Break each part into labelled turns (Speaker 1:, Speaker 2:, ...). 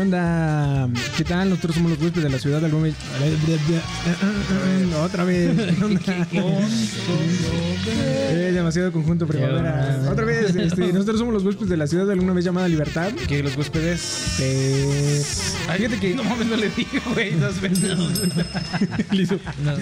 Speaker 1: onda? ¿Qué tal? Nosotros somos los huéspedes de la ciudad de alguna vez. ah, Otra vez. Es Eh, demasiado conjunto primavera. Otra vez. este, nosotros somos los huéspedes de la ciudad de alguna vez llamada Libertad.
Speaker 2: Que los huéspedes.
Speaker 1: Eh,
Speaker 2: Ay,
Speaker 1: fíjate que.
Speaker 2: No mames, no le digo, güey, dos veces.
Speaker 1: Listo.
Speaker 2: No.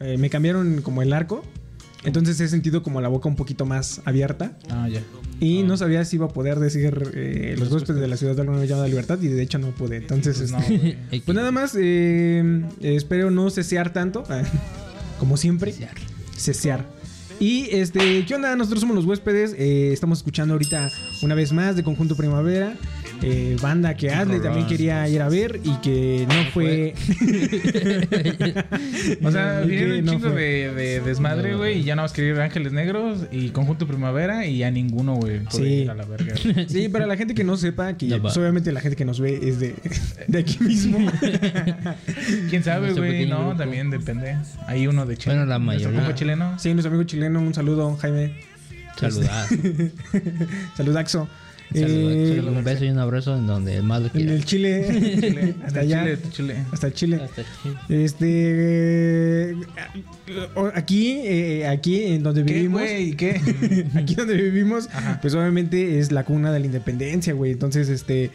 Speaker 1: Eh, me cambiaron como el arco. Entonces he sentido como la boca un poquito más abierta.
Speaker 2: Ah, ya.
Speaker 1: Y no sabía si iba a poder decir eh, los huéspedes de la ciudad de alguna vez llamada Libertad. Y de hecho no pude. Entonces,
Speaker 2: Pues no,
Speaker 1: este,
Speaker 2: güey.
Speaker 1: Pues nada más, eh, espero no cesear tanto, como siempre. Cesear. Y este, ¿qué onda? Nosotros somos los huéspedes. eh, estamos escuchando ahorita una vez más de Conjunto Primavera. eh, banda que Adley también quería ir a ver y que no fue.
Speaker 2: O sea,
Speaker 1: Y que
Speaker 2: vinieron un
Speaker 1: no
Speaker 2: chingo
Speaker 1: fue.
Speaker 2: de, de desmadre, güey, y ya nada más quería ir a Ángeles Negros y Conjunto Primavera y ya ninguno, güey. pude
Speaker 1: Sí. Este
Speaker 2: ir A la verga, güey.
Speaker 1: Sí, para la gente que no sepa, que
Speaker 3: Ya va.
Speaker 1: pues, obviamente la gente que nos ve es de, de aquí mismo.
Speaker 2: ¿Quién sabe,
Speaker 3: Nuestro
Speaker 2: güey?
Speaker 3: pequeño
Speaker 2: No,
Speaker 3: grupo.
Speaker 2: también depende. Hay uno de Chile.
Speaker 3: Bueno, la
Speaker 2: Nuestro
Speaker 3: mayoría.
Speaker 2: compa chileno.
Speaker 1: Sí, nuestro amigo chileno, un saludo, Jaime.
Speaker 3: Saludar.
Speaker 1: Salud, Axo.
Speaker 3: Saludar.
Speaker 1: Eh,
Speaker 3: Solo Un beso y un abrazo en donde más lo
Speaker 1: en el
Speaker 3: quieras.
Speaker 1: Chile.
Speaker 2: Chile.
Speaker 1: hasta
Speaker 2: Hasta
Speaker 1: allá.
Speaker 2: Chile, Chile.
Speaker 1: Hasta el Chile.
Speaker 3: Hasta aquí.
Speaker 1: Este. o- Aquí, eh, aquí en donde
Speaker 2: ¿Qué,
Speaker 1: vivimos.
Speaker 2: güey? ¿Qué?
Speaker 1: Aquí donde vivimos, pues obviamente es la cuna de la independencia, güey. Entonces, este.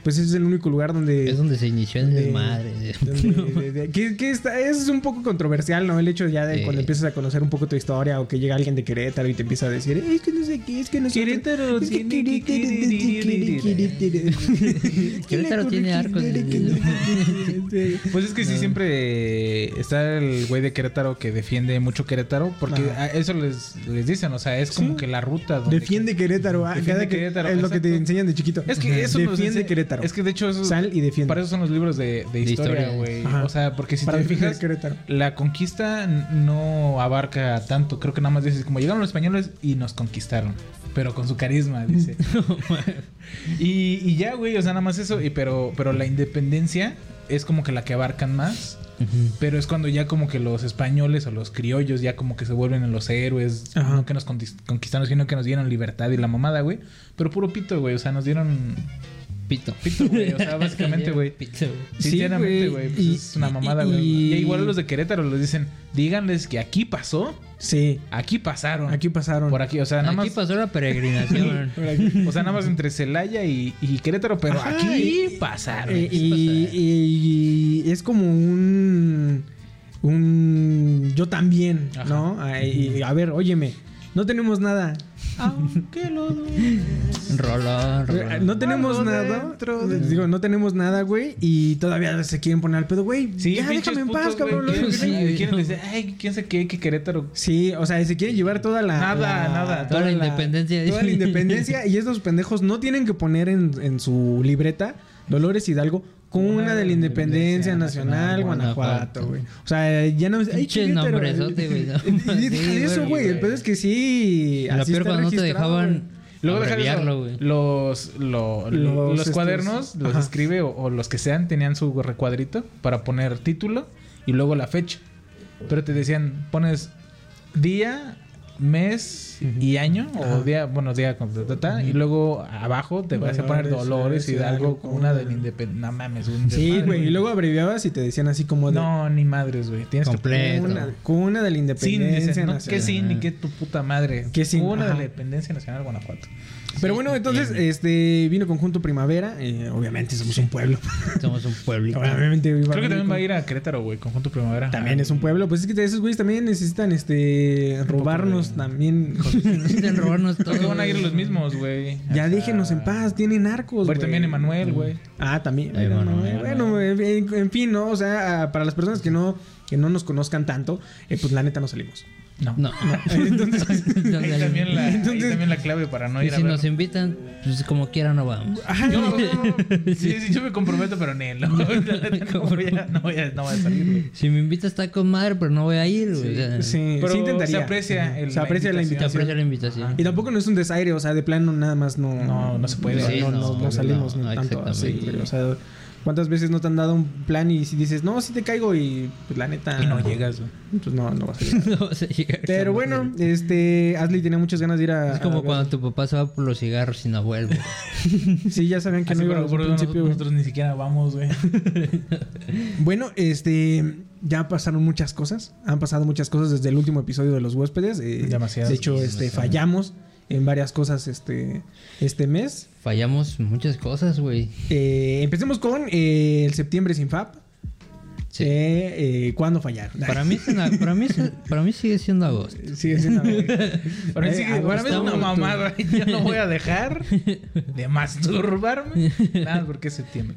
Speaker 1: Pues es el único lugar donde.
Speaker 3: Es donde se inició el
Speaker 1: donde-
Speaker 3: desmadre. eh,
Speaker 1: donde- de- de- que, que está, es un poco controversial, ¿no? El hecho ya de
Speaker 3: Sí.
Speaker 1: cuando empiezas a conocer un poco tu historia o que llega alguien de Querétaro y te empieza a decir, es que no sé qué, es que no sé
Speaker 2: Querétaro
Speaker 1: es que
Speaker 2: tiene que-
Speaker 3: Querétaro tiene arcos.
Speaker 2: Pues es que sí, siempre está el güey de Querétaro que defiende mucho Querétaro, porque
Speaker 1: Ajá.
Speaker 2: a- eso les, les dicen, o sea, es como
Speaker 1: Sí.
Speaker 2: que la ruta. donde-
Speaker 1: Defiende Querétaro. ah,
Speaker 2: Defiende
Speaker 1: cada que-
Speaker 2: Querétaro,
Speaker 1: Es lo que te
Speaker 2: exacto.
Speaker 1: enseñan de chiquito.
Speaker 2: Es que eso nos
Speaker 1: Defiende
Speaker 2: ense-
Speaker 1: Querétaro.
Speaker 2: Es que de hecho, eso,
Speaker 1: Sal y defiende.
Speaker 2: para eso son los libros de, de historia,
Speaker 3: historia.
Speaker 2: güey.
Speaker 1: Ajá.
Speaker 2: O sea, porque si
Speaker 1: Para
Speaker 2: te
Speaker 1: defender
Speaker 2: fijas,
Speaker 1: Querétaro.
Speaker 2: la conquista n- no abarca tanto. Creo que nada más dices, como llegaron los españoles y nos conquistaron. Pero con su carisma, dice. y, y ya, güey, o sea, nada más eso. Y pero, pero la independencia es como que la que abarcan más. Pero es cuando ya como que los españoles o los criollos ya como que se vuelven los héroes.
Speaker 1: Ajá.
Speaker 2: No que nos contis- conquistaron, sino que nos dieron libertad y la mamada, güey. Pero puro pito, güey. O sea, nos dieron...
Speaker 3: Pito.
Speaker 2: Pito, güey, o sea, básicamente, güey.
Speaker 3: Pito, güey.
Speaker 1: Sí,
Speaker 2: Sinceramente,
Speaker 1: güey,
Speaker 2: güey. pues
Speaker 1: y-
Speaker 2: es una mamada,
Speaker 1: y-
Speaker 2: güey.
Speaker 1: y-
Speaker 2: Y igual los de Querétaro les dicen, díganles que aquí pasó,
Speaker 1: Sí,
Speaker 2: aquí pasaron.
Speaker 1: aquí pasaron.
Speaker 2: Por aquí, o sea, nada
Speaker 3: Aquí
Speaker 2: más...
Speaker 3: pasó la peregrinación.
Speaker 1: Por aquí.
Speaker 2: O sea, nada más entre Celaya y, y Querétaro, pero
Speaker 1: Ajá,
Speaker 2: aquí
Speaker 1: y-
Speaker 2: pasaron.
Speaker 1: Eh, y, y- y es como un. Un. Yo también,
Speaker 2: Ajá.
Speaker 1: ¿no? Ay, y, a ver, Óyeme. No tenemos nada.
Speaker 2: Aunque lo
Speaker 3: Rolón,
Speaker 1: Eh,
Speaker 3: rolón.
Speaker 1: No tenemos
Speaker 2: Algo
Speaker 1: nada.
Speaker 2: dentro de-
Speaker 1: Digo, no tenemos nada, güey. Y todavía se quieren poner al pedo, güey.
Speaker 2: Sí,
Speaker 1: ya
Speaker 2: pinches
Speaker 1: déjame en
Speaker 2: putos,
Speaker 1: paz,
Speaker 2: güey,
Speaker 1: cabrón. lo
Speaker 2: quieren-
Speaker 1: único que
Speaker 3: sí,
Speaker 1: tengo-
Speaker 3: güey.
Speaker 2: Quieren decir, ay, quién sabe qué, que Querétaro.
Speaker 1: Sí, o sea, se quieren llevar toda la.
Speaker 2: Nada,
Speaker 1: la-
Speaker 2: nada.
Speaker 3: Toda la independencia.
Speaker 1: Toda la independencia. Y estos pendejos no tienen que poner en, en su libreta Dolores Hidalgo. Cuna de la Independencia Nacional, Guanajuato, güey. O sea, ya no es. ay,
Speaker 3: Pinche
Speaker 1: Querétaro,
Speaker 3: nombrezote, güey, no.
Speaker 1: Y- y deja
Speaker 3: Sí,
Speaker 1: eso,
Speaker 3: güey,
Speaker 1: güey. El
Speaker 3: güey.
Speaker 1: pedo es que sí.
Speaker 3: Lo
Speaker 1: así
Speaker 3: peor
Speaker 1: está
Speaker 3: cuando no te
Speaker 1: registrado,
Speaker 3: dejaban
Speaker 2: Luego deja
Speaker 3: abreviarlo,
Speaker 2: eso,
Speaker 3: güey.
Speaker 2: los, lo-
Speaker 1: Los,
Speaker 2: los,
Speaker 1: estos,
Speaker 2: cuadernos los
Speaker 1: ajá.
Speaker 2: escribe o, o los que sean tenían su recuadrito para poner título y luego la fecha. Pero te decían, pones día, mes y año
Speaker 1: Ajá.
Speaker 2: o día, bueno, día con ta, ta, ta, y luego abajo te vas a poner
Speaker 1: Dolores,
Speaker 2: Dolores Hidalgo
Speaker 1: Hidalgo,
Speaker 2: con una
Speaker 1: Cuna.
Speaker 2: del independiente. No mames,
Speaker 1: güey.
Speaker 2: un
Speaker 1: Sí,
Speaker 2: desmadre,
Speaker 1: güey. Y luego abreviabas y te decían así como de.
Speaker 2: No, ni madres, güey. Tienes que
Speaker 3: Completo.
Speaker 1: Cuna, cuna de la
Speaker 2: sin,
Speaker 1: Independencia
Speaker 2: dicen, no,
Speaker 1: Nacional.
Speaker 2: que sin y que tu puta madre.
Speaker 1: Que sin,
Speaker 2: Una de
Speaker 1: ajá.
Speaker 2: la Dependencia Nacional Guanajuato.
Speaker 1: Pero bueno, entonces, este vino Conjunto Primavera. eh, obviamente somos un pueblo.
Speaker 3: Somos un pueblito.
Speaker 1: Obviamente iba
Speaker 2: Creo que
Speaker 1: venir
Speaker 2: también
Speaker 1: con-
Speaker 2: va a ir a Querétaro, güey, Conjunto Primavera.
Speaker 1: También es un pueblo. Pues es que esos güeyes también necesitan este robarnos robarnos también. joder.
Speaker 3: Quieren robarnos todo.
Speaker 2: Creo que van a ir los mismos, güey.
Speaker 1: ya
Speaker 2: Ajá.
Speaker 1: déjenos en paz, tienen narcos.
Speaker 2: Va a
Speaker 1: güey.
Speaker 2: ir también Emanuel, güey.
Speaker 1: Ah, también.
Speaker 3: Ahí
Speaker 1: bueno,
Speaker 3: va, ¿no? Ahí va.
Speaker 1: bueno, en, fin- en fin, ¿no? O sea, ah, para las personas que no, que no nos conozcan tanto, eh, pues la neta no salimos.
Speaker 2: No.
Speaker 3: No, no.
Speaker 1: Entonces,
Speaker 2: Ahí también, la, ahí
Speaker 1: Entonces-
Speaker 2: también la clave para no Ah.
Speaker 3: Y
Speaker 2: ir a
Speaker 3: si
Speaker 2: ver.
Speaker 3: nos invitan, pues como quiera no vamos.
Speaker 1: ajá,
Speaker 2: Yo, no, no, no. Sí, sí, yo me comprometo, pero ni él. No, no, voy a, no, voy a, no voy a salir, güey.
Speaker 3: Si me invitas está con madre, pero no voy a ir. güey. O sea,
Speaker 1: sí,
Speaker 2: Pero
Speaker 1: sí intentaría.
Speaker 2: se aprecia el-
Speaker 1: Se aprecia la
Speaker 2: la invitación.
Speaker 3: Te
Speaker 1: invitación.
Speaker 3: aprecio la invitación.
Speaker 1: Y tampoco no es un desaire, o sea, de plano nada más no.
Speaker 2: No, no se puede.
Speaker 1: o sea,
Speaker 2: Sí,
Speaker 1: no,
Speaker 3: no,
Speaker 1: no- no
Speaker 3: no,
Speaker 1: salimos ni
Speaker 3: no,
Speaker 1: tanto así,
Speaker 3: exactamente.
Speaker 1: güey, O sea, ¿cuántas veces no te han dado un plan y si dices, no, si te caigo y pues la neta.
Speaker 2: Y no llegas, güey.
Speaker 1: Pues no, no vas a llegar.
Speaker 3: No vas a llegar
Speaker 1: Pero
Speaker 3: jamás.
Speaker 1: bueno, este. Ashley tenía muchas ganas de ir a.
Speaker 3: Es
Speaker 1: a-
Speaker 3: como cuando tu papá se va por los cigarros y no vuelve.
Speaker 1: Sí, ya sabían que
Speaker 2: Así,
Speaker 1: no iba
Speaker 2: pero
Speaker 1: al
Speaker 2: por eso
Speaker 1: principio.
Speaker 2: nosotros,
Speaker 1: güey.
Speaker 2: nosotros ni siquiera vamos, güey.
Speaker 1: Bueno, este. Ya pasaron muchas cosas. Han pasado muchas cosas desde el último episodio de Los Huéspedes. eh,
Speaker 2: Demasiadas.
Speaker 1: De hecho, este, fallamos en varias cosas este, este mes.
Speaker 3: Fallamos muchas cosas, güey.
Speaker 1: Eh, empecemos con eh, el septiembre sin FAP.
Speaker 3: Sí.
Speaker 1: Eh, eh, ¿Cuándo fallar?
Speaker 3: Para mí, es una- para, mí es- para mí sigue siendo agosto.
Speaker 1: Sí, es una verga.
Speaker 2: Para mí,
Speaker 1: Eh,
Speaker 2: sí,
Speaker 1: ah,
Speaker 2: para mí es
Speaker 1: estamos
Speaker 2: una
Speaker 1: tú.
Speaker 2: mamada. Yo no voy a dejar de masturbarme. Nada, porque es septiembre.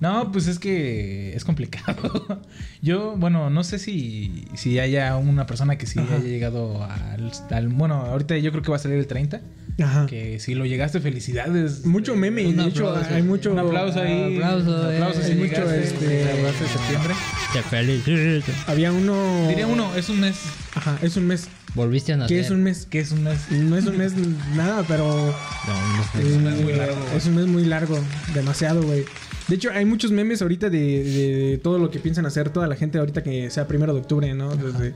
Speaker 2: No, pues es que es complicado. Yo, bueno, no sé si, si haya una persona que sí
Speaker 1: Ajá.
Speaker 2: haya llegado al, al- Bueno, ahorita yo creo que va a salir el 30.
Speaker 1: Ajá.
Speaker 2: Que si lo llegaste, felicidades.
Speaker 1: Mucho
Speaker 2: Eh,
Speaker 1: meme,
Speaker 3: Un
Speaker 1: de hecho,
Speaker 3: aplauso.
Speaker 1: hay mucho.
Speaker 2: Un aplauso ahí.
Speaker 3: Aplauso,
Speaker 2: Un
Speaker 3: eh.
Speaker 2: aplauso si
Speaker 1: Hay mucho,
Speaker 2: llegaste,
Speaker 1: este-
Speaker 2: el abrazo de septiembre.
Speaker 3: Te felicito.
Speaker 1: Había uno.
Speaker 2: Diría uno, Ah, es un mes.
Speaker 1: Ajá, es un mes.
Speaker 3: Volviste a nacer.
Speaker 1: ¿Qué es un mes?
Speaker 2: Que es un mes?
Speaker 1: No es un mes nada, pero.
Speaker 3: No, no sé.
Speaker 1: Es un
Speaker 2: mes muy largo, güey.
Speaker 1: Es un mes muy largo, demasiado, güey. De hecho, hay muchos memes ahorita de, de- de todo lo que piensan hacer toda la gente ahorita que sea primero de octubre, ¿no? Desde-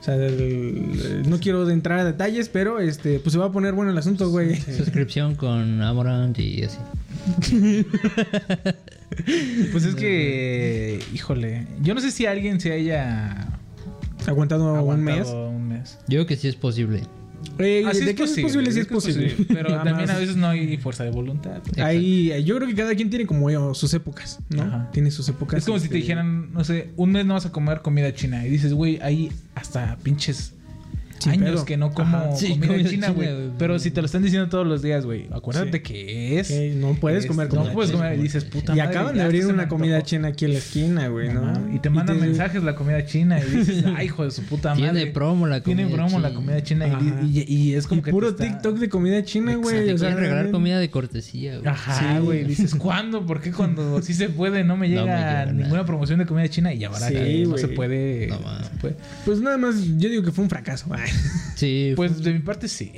Speaker 1: o sea, el- no quiero entrar a detalles, pero este, pues se va a poner bueno el asunto, güey.
Speaker 3: Suscripción con Amorant y así.
Speaker 2: Pues es que, híjole, yo no sé si alguien se haya
Speaker 1: Aguantado,
Speaker 2: aguantado
Speaker 1: un mes.
Speaker 2: un mes.
Speaker 3: Yo creo que sí es posible.
Speaker 1: Eh,
Speaker 2: Ah, sí
Speaker 1: ¿De qué es posible? Sí es posible.
Speaker 2: Pero
Speaker 1: Nada
Speaker 2: también
Speaker 1: más.
Speaker 2: a veces no hay fuerza de voluntad.
Speaker 1: Ahí, yo creo que cada quien tiene como eh, sus épocas, ¿no?
Speaker 2: Ajá.
Speaker 1: Tiene sus épocas.
Speaker 2: Es como si
Speaker 1: este,
Speaker 2: te dijeran, no sé, un mes no vas a comer comida china. Y dices, güey, hay hasta pinches
Speaker 1: Sin
Speaker 2: años
Speaker 1: pedo.
Speaker 2: que no como
Speaker 1: Ajá.
Speaker 3: Sí,
Speaker 2: comida,
Speaker 3: comida
Speaker 2: china,
Speaker 3: china,
Speaker 2: güey.
Speaker 3: güey.
Speaker 2: Pero si te lo están diciendo todos los días, güey, acuérdate
Speaker 1: Sí.
Speaker 2: que es.
Speaker 1: que no puedes
Speaker 2: es-
Speaker 1: comer
Speaker 2: No
Speaker 1: comida
Speaker 2: puedes
Speaker 1: china.
Speaker 2: comer. Y dices, puta
Speaker 1: Y
Speaker 2: madre,
Speaker 1: acaban
Speaker 2: ya
Speaker 1: de abrir
Speaker 2: hasta se
Speaker 1: una
Speaker 2: me
Speaker 1: comida
Speaker 2: antojó.
Speaker 1: china aquí en la esquina, güey, ¿no?
Speaker 2: Ajá. Y te mandan mensajes la comida china y dices, ay, hijo de su puta madre.
Speaker 3: Tiene promo la comida
Speaker 2: Tiene promo la
Speaker 3: china.
Speaker 2: comida china. y
Speaker 1: Ajá.
Speaker 2: di- Y, y es como
Speaker 1: Y
Speaker 2: que.
Speaker 1: puro
Speaker 2: te está-
Speaker 1: TikTok de comida china, güey.
Speaker 3: Te
Speaker 1: o sea,
Speaker 3: quieren regalar
Speaker 1: realmente- Ah,
Speaker 3: comida de cortesía, güey.
Speaker 2: Ajá,
Speaker 1: Sí.
Speaker 2: güey. Dices, ¿cuándo? ¿Por qué cuando sí se puede no me
Speaker 3: No
Speaker 2: llega,
Speaker 3: me llega
Speaker 2: ninguna
Speaker 3: nada.
Speaker 2: promoción de comida china? Y ya ahora
Speaker 1: Sí,
Speaker 2: no
Speaker 1: güey.
Speaker 2: se puede.
Speaker 3: No,
Speaker 2: no
Speaker 3: va.
Speaker 2: se puede.
Speaker 1: Pues nada más, yo digo que fue un fracaso. Ay.
Speaker 3: Sí,
Speaker 2: Pues de mi parte sí.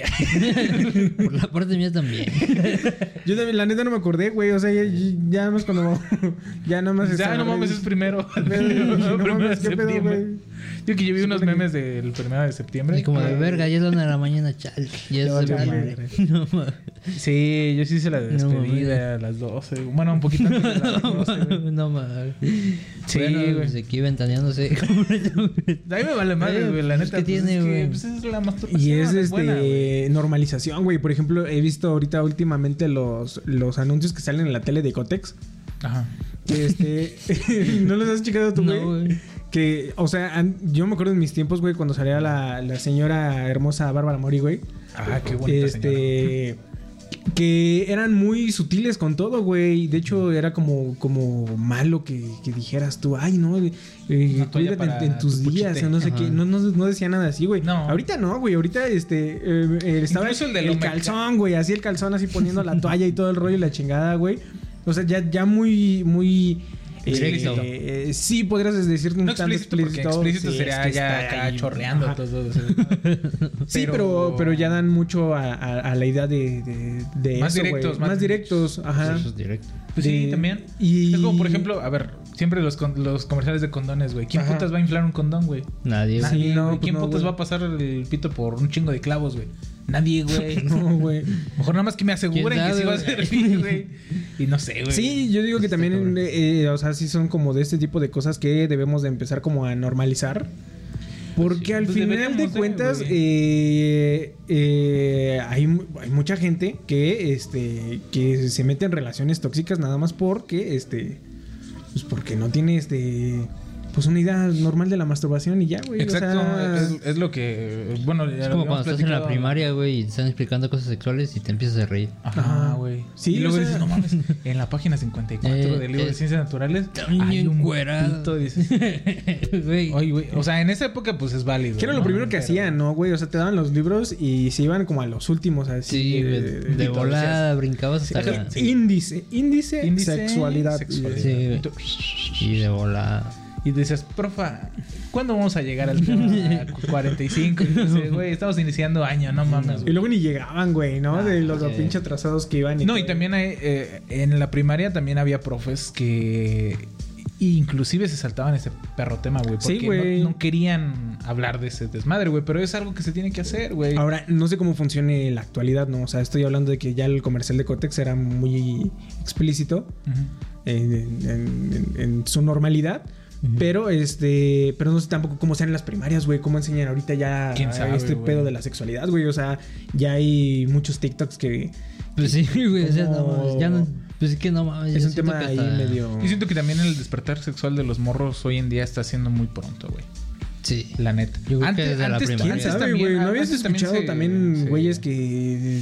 Speaker 3: por la parte mía también.
Speaker 1: Yo también, la neta, no me acordé, güey. O sea, ya, ya nada más cuando. ya nada más.
Speaker 2: ya,
Speaker 1: estaba-
Speaker 2: "Ah, no mames, es primero.
Speaker 1: No mames, ¿qué pedo,
Speaker 2: primero de septiembre.
Speaker 1: güey?
Speaker 2: Yo que yo vi unos
Speaker 1: Supone que-
Speaker 2: memes del primero de septiembre.
Speaker 3: Y como de verga, ya es la una de la mañana, chal. Ya
Speaker 1: Ya valió
Speaker 3: es septiembre. No mames.
Speaker 2: Sí, yo sí hice la despedida a las 12. Bueno, un poquito antes de las 12. güey.
Speaker 3: No mames.
Speaker 2: Sí,
Speaker 3: bueno,
Speaker 2: güey.
Speaker 3: pues aquí ventaneándose.
Speaker 2: A mí me vale madre,
Speaker 3: Eh,
Speaker 2: güey, la
Speaker 3: pues,
Speaker 2: neta. pues,
Speaker 3: ¿qué tiene,
Speaker 2: es que,
Speaker 3: güey?
Speaker 2: pues, es la masturbación.
Speaker 1: Y es este
Speaker 2: buena, güey.
Speaker 1: normalización, güey. Por ejemplo, he visto ahorita últimamente los, los anuncios que salen en la tele de Cotex.
Speaker 2: Ajá.
Speaker 1: Este, ¿no los has checado tú, güey?
Speaker 3: no, güey.
Speaker 1: que, o sea, an- yo me acuerdo en mis tiempos, güey, cuando salía la, la señora hermosa Bárbara Mori, güey.
Speaker 2: Ah, qué bonita señora.
Speaker 1: este, que eran muy sutiles con todo, güey. De hecho, era como, como malo que, que dijeras tú, ay, no, eh,
Speaker 2: Una toalla
Speaker 1: cuídate
Speaker 2: para
Speaker 1: en, en tus
Speaker 2: tu
Speaker 1: días,
Speaker 2: puchite.
Speaker 1: o no sé
Speaker 3: Ajá.
Speaker 1: qué. No, no, no decía nada así, güey.
Speaker 2: No.
Speaker 1: Ahorita no, güey. Ahorita, este, eh, eh, estaba
Speaker 2: Incluso el
Speaker 1: el,
Speaker 2: de Lomeca.
Speaker 1: calzón, güey. Así el calzón, así poniendo la toalla y todo el rollo y la chingada, güey. O sea, ya, ya muy, muy... eh,
Speaker 3: Directo.
Speaker 1: eh, sí, podrías decir un
Speaker 2: No
Speaker 1: tanto
Speaker 2: explícito, porque explícito
Speaker 1: Sí,
Speaker 2: sería
Speaker 1: es que
Speaker 2: ya
Speaker 1: está
Speaker 2: acá
Speaker 1: ahí.
Speaker 2: chorreando
Speaker 1: Ajá.
Speaker 2: todo.
Speaker 1: Sí, pero, pero ya dan mucho a, a- a la idea de, de, de
Speaker 2: Más
Speaker 1: eso,
Speaker 2: directos,
Speaker 1: güey.
Speaker 2: más-
Speaker 1: más, directos, ajá.
Speaker 3: Eso es directo.
Speaker 2: Pues sí,
Speaker 1: de-
Speaker 2: también.
Speaker 1: y-
Speaker 2: Es como, por ejemplo, a ver, siempre los, con- los comerciales de condones, güey. ¿Quién
Speaker 1: Ajá.
Speaker 2: putas va a inflar un condón, güey?
Speaker 3: Nadie.
Speaker 1: Sí,
Speaker 2: Nadie,
Speaker 1: no,
Speaker 2: güey.
Speaker 1: pues
Speaker 2: ¿Quién
Speaker 1: no,
Speaker 2: putas
Speaker 1: güey.
Speaker 2: va a pasar el pito por un chingo de clavos, güey? Nadie, güey.
Speaker 1: No, güey.
Speaker 2: Mejor nada más que me aseguren
Speaker 3: ¿Quién
Speaker 2: que sí va a
Speaker 3: sabe,
Speaker 2: servir, güey. Y no sé, güey.
Speaker 1: Sí, yo digo que
Speaker 3: Está
Speaker 1: también,
Speaker 3: cabrón.
Speaker 1: eh, eh, o sea, sí son como de este tipo de cosas que debemos de empezar como a normalizar. Porque al
Speaker 2: Pues
Speaker 1: final
Speaker 2: deberíamos
Speaker 1: de
Speaker 2: de,
Speaker 1: cuentas,
Speaker 2: güey.
Speaker 1: eh, eh, hay, mu- hay mucha gente que, este, que se mete en relaciones tóxicas nada más porque, este, pues porque no tiene, este, pues una idea normal de la masturbación y ya, güey. o
Speaker 2: Exacto,
Speaker 1: sea,
Speaker 2: es, es lo que. eh, Bueno, ya
Speaker 3: Es
Speaker 2: lo
Speaker 3: como
Speaker 2: habíamos
Speaker 3: cuando estás en la
Speaker 2: platicado.
Speaker 3: primaria, güey, y te están explicando cosas sexuales y te empiezas a reír.
Speaker 2: Ajá, güey.
Speaker 1: Sí,
Speaker 2: y luego
Speaker 1: o sea-
Speaker 2: dices, no mames, en la página 54
Speaker 3: Eh,
Speaker 2: del libro
Speaker 3: eh,
Speaker 2: de ciencias naturales
Speaker 3: está un niño
Speaker 2: hay un
Speaker 3: encuerado.
Speaker 2: pito, dices,
Speaker 3: Güey.
Speaker 2: "Ay, güey". O sea, en esa época pues es válido.
Speaker 1: que era lo
Speaker 2: ¿no?
Speaker 1: primero que
Speaker 2: Pero-
Speaker 1: hacían, ¿no, güey? O sea, te daban los libros y se iban como a los últimos, así.
Speaker 3: Sí, güey,
Speaker 1: eh,
Speaker 3: de volada brincabas hasta la...
Speaker 1: Sí. Índice, índice,
Speaker 2: Índice,
Speaker 1: sexualidad.
Speaker 2: sexualidad.
Speaker 3: Sí, güey.
Speaker 2: Y tú-
Speaker 3: Y de volada.
Speaker 2: Y dices, profa, ¿cuándo vamos a llegar al tema 45? Y dices, güey, estamos iniciando año, no mames.
Speaker 1: Y
Speaker 2: güey".
Speaker 1: luego ni llegaban, güey, ¿no? de los
Speaker 3: sí.
Speaker 1: pinche atrasados que iban.
Speaker 2: eh. No,
Speaker 1: todo.
Speaker 2: y también hay, eh, en la primaria también había profes que inclusive se saltaban ese perro tema, güey.
Speaker 1: Sí,
Speaker 2: Porque
Speaker 1: güey.
Speaker 2: no, no querían hablar de ese desmadre, güey. Pero es algo que se tiene que hacer, güey.
Speaker 1: Ahora, no sé cómo funcione en la actualidad, ¿no? O sea, estoy hablando de que ya el comercial de Cotex era muy explícito
Speaker 2: Ujú.
Speaker 1: en, en- en- en- en su normalidad. Pero este, pero no sé tampoco cómo sean las primarias, güey, cómo enseñan ahorita ya
Speaker 2: ¿Quién sabe,
Speaker 1: este
Speaker 2: güey?
Speaker 1: pedo de la sexualidad, güey. O sea, ya hay muchos TikToks que
Speaker 3: Pues sí, güey, o sea, no
Speaker 1: Como-
Speaker 3: mames, ya no... Pues es que no mames.
Speaker 1: es
Speaker 3: yo
Speaker 1: un
Speaker 3: siento
Speaker 1: tema
Speaker 3: que
Speaker 1: ahí
Speaker 3: hasta-
Speaker 1: medio.
Speaker 2: Yo siento que también el despertar sexual de los morros hoy en día está siendo muy pronto, güey.
Speaker 3: Sí.
Speaker 2: La neta.
Speaker 3: Yo creo que desde la primaria.
Speaker 1: ¿Quién
Speaker 3: Antes
Speaker 1: sabe, güey? ¿No habías escuchado también güeyes que...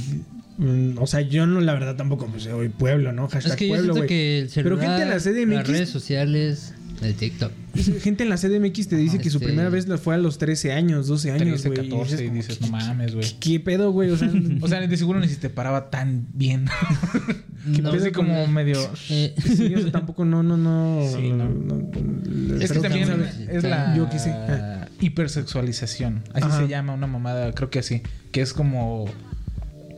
Speaker 1: mm, O sea, yo no, la verdad tampoco, pues soy pueblo, ¿no? Hashtag
Speaker 3: Es que yo
Speaker 1: pueblo,
Speaker 3: siento
Speaker 1: güey.
Speaker 3: que el
Speaker 1: Pero
Speaker 3: celular,
Speaker 1: gente en la
Speaker 3: las redes
Speaker 1: CDMX...
Speaker 3: sociales, el TikTok.
Speaker 1: Gente en la CDMX te dice
Speaker 3: Ajá,
Speaker 1: que su
Speaker 3: este-
Speaker 1: primera vez la fue a los 13 años, 12 años,
Speaker 2: 13,
Speaker 1: güey. y
Speaker 2: 14 y
Speaker 1: como,
Speaker 2: dices,
Speaker 1: ¿qué-
Speaker 2: no mames, güey.
Speaker 1: ¿Qué, qué pedo, güey? O sea,
Speaker 2: O sea, de seguro ni si te paraba tan bien.
Speaker 3: No,
Speaker 2: Así como medio...
Speaker 3: eh,
Speaker 1: sí, o sea, tampoco, no, no, no.
Speaker 2: Sí,
Speaker 1: no,
Speaker 2: no.
Speaker 1: no,
Speaker 2: Es que
Speaker 1: pero
Speaker 2: también
Speaker 1: quién sabe.
Speaker 2: es la
Speaker 1: Yo qué sé. Ah.
Speaker 2: hipersexualización. Así
Speaker 1: Ajá.
Speaker 2: se llama una mamada, creo que así. Que es como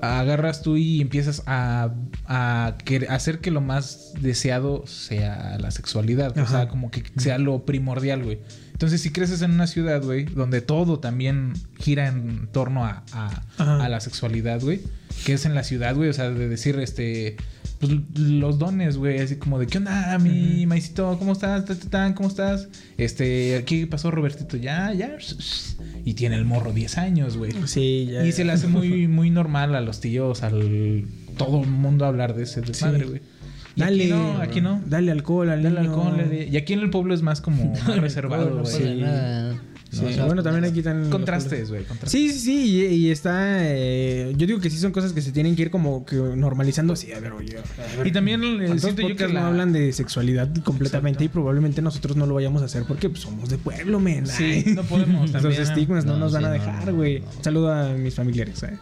Speaker 2: agarras tú y empiezas a, a quer- hacer que lo más deseado sea la sexualidad. O
Speaker 1: Ajá.
Speaker 2: sea, como que sea lo primordial, güey. Entonces, si creces en una ciudad, güey, donde todo también gira en torno a, a-
Speaker 1: Ajá.
Speaker 2: a la sexualidad, güey, que es en la ciudad, güey, o sea, de decir, este, pues los dones, güey, así como de, ¿qué onda, mi maicito? ¿Cómo estás? Ta, ta, tan, ¿Cómo estás? Este, ¿qué pasó, Robertito? Ya, ya. Y tiene el morro 10 años, güey.
Speaker 1: Pues Sí, ya.
Speaker 2: Y se le hace muy, muy normal a los tíos, al todo el mundo hablar de ese desmadre,
Speaker 1: Sí.
Speaker 2: güey. Y
Speaker 1: Dale.
Speaker 2: Aquí no, aquí no.
Speaker 1: Dale alcohol al
Speaker 2: Dale
Speaker 1: niño.
Speaker 2: alcohol, dale- Y aquí en el pueblo es más como más reservado,
Speaker 3: no
Speaker 2: güey.
Speaker 3: pasa nada.
Speaker 1: Sí,
Speaker 3: No, o sea,
Speaker 1: bueno, también aquí están...
Speaker 2: Contrastes, güey. Contrastes.
Speaker 1: Sí, sí, sí, y, y está... eh, yo digo que sí son cosas que se tienen que ir como que normalizando. Sí, a ver, oye. a ver.
Speaker 2: Y también eh,
Speaker 1: ¿Cuántos
Speaker 2: siento yo que
Speaker 1: podcasts no
Speaker 2: la-
Speaker 1: hablan de sexualidad completamente y probablemente nosotros no lo vayamos a hacer porque pues, somos de pueblo, men.
Speaker 2: Sí,
Speaker 1: Ay.
Speaker 2: no podemos también.
Speaker 1: Los estigmas no,
Speaker 3: No,
Speaker 1: nos van
Speaker 3: sí,
Speaker 1: a
Speaker 3: no,
Speaker 1: dejar,
Speaker 3: no,
Speaker 1: güey.
Speaker 3: no.
Speaker 1: Saludo a mis familiares. eh.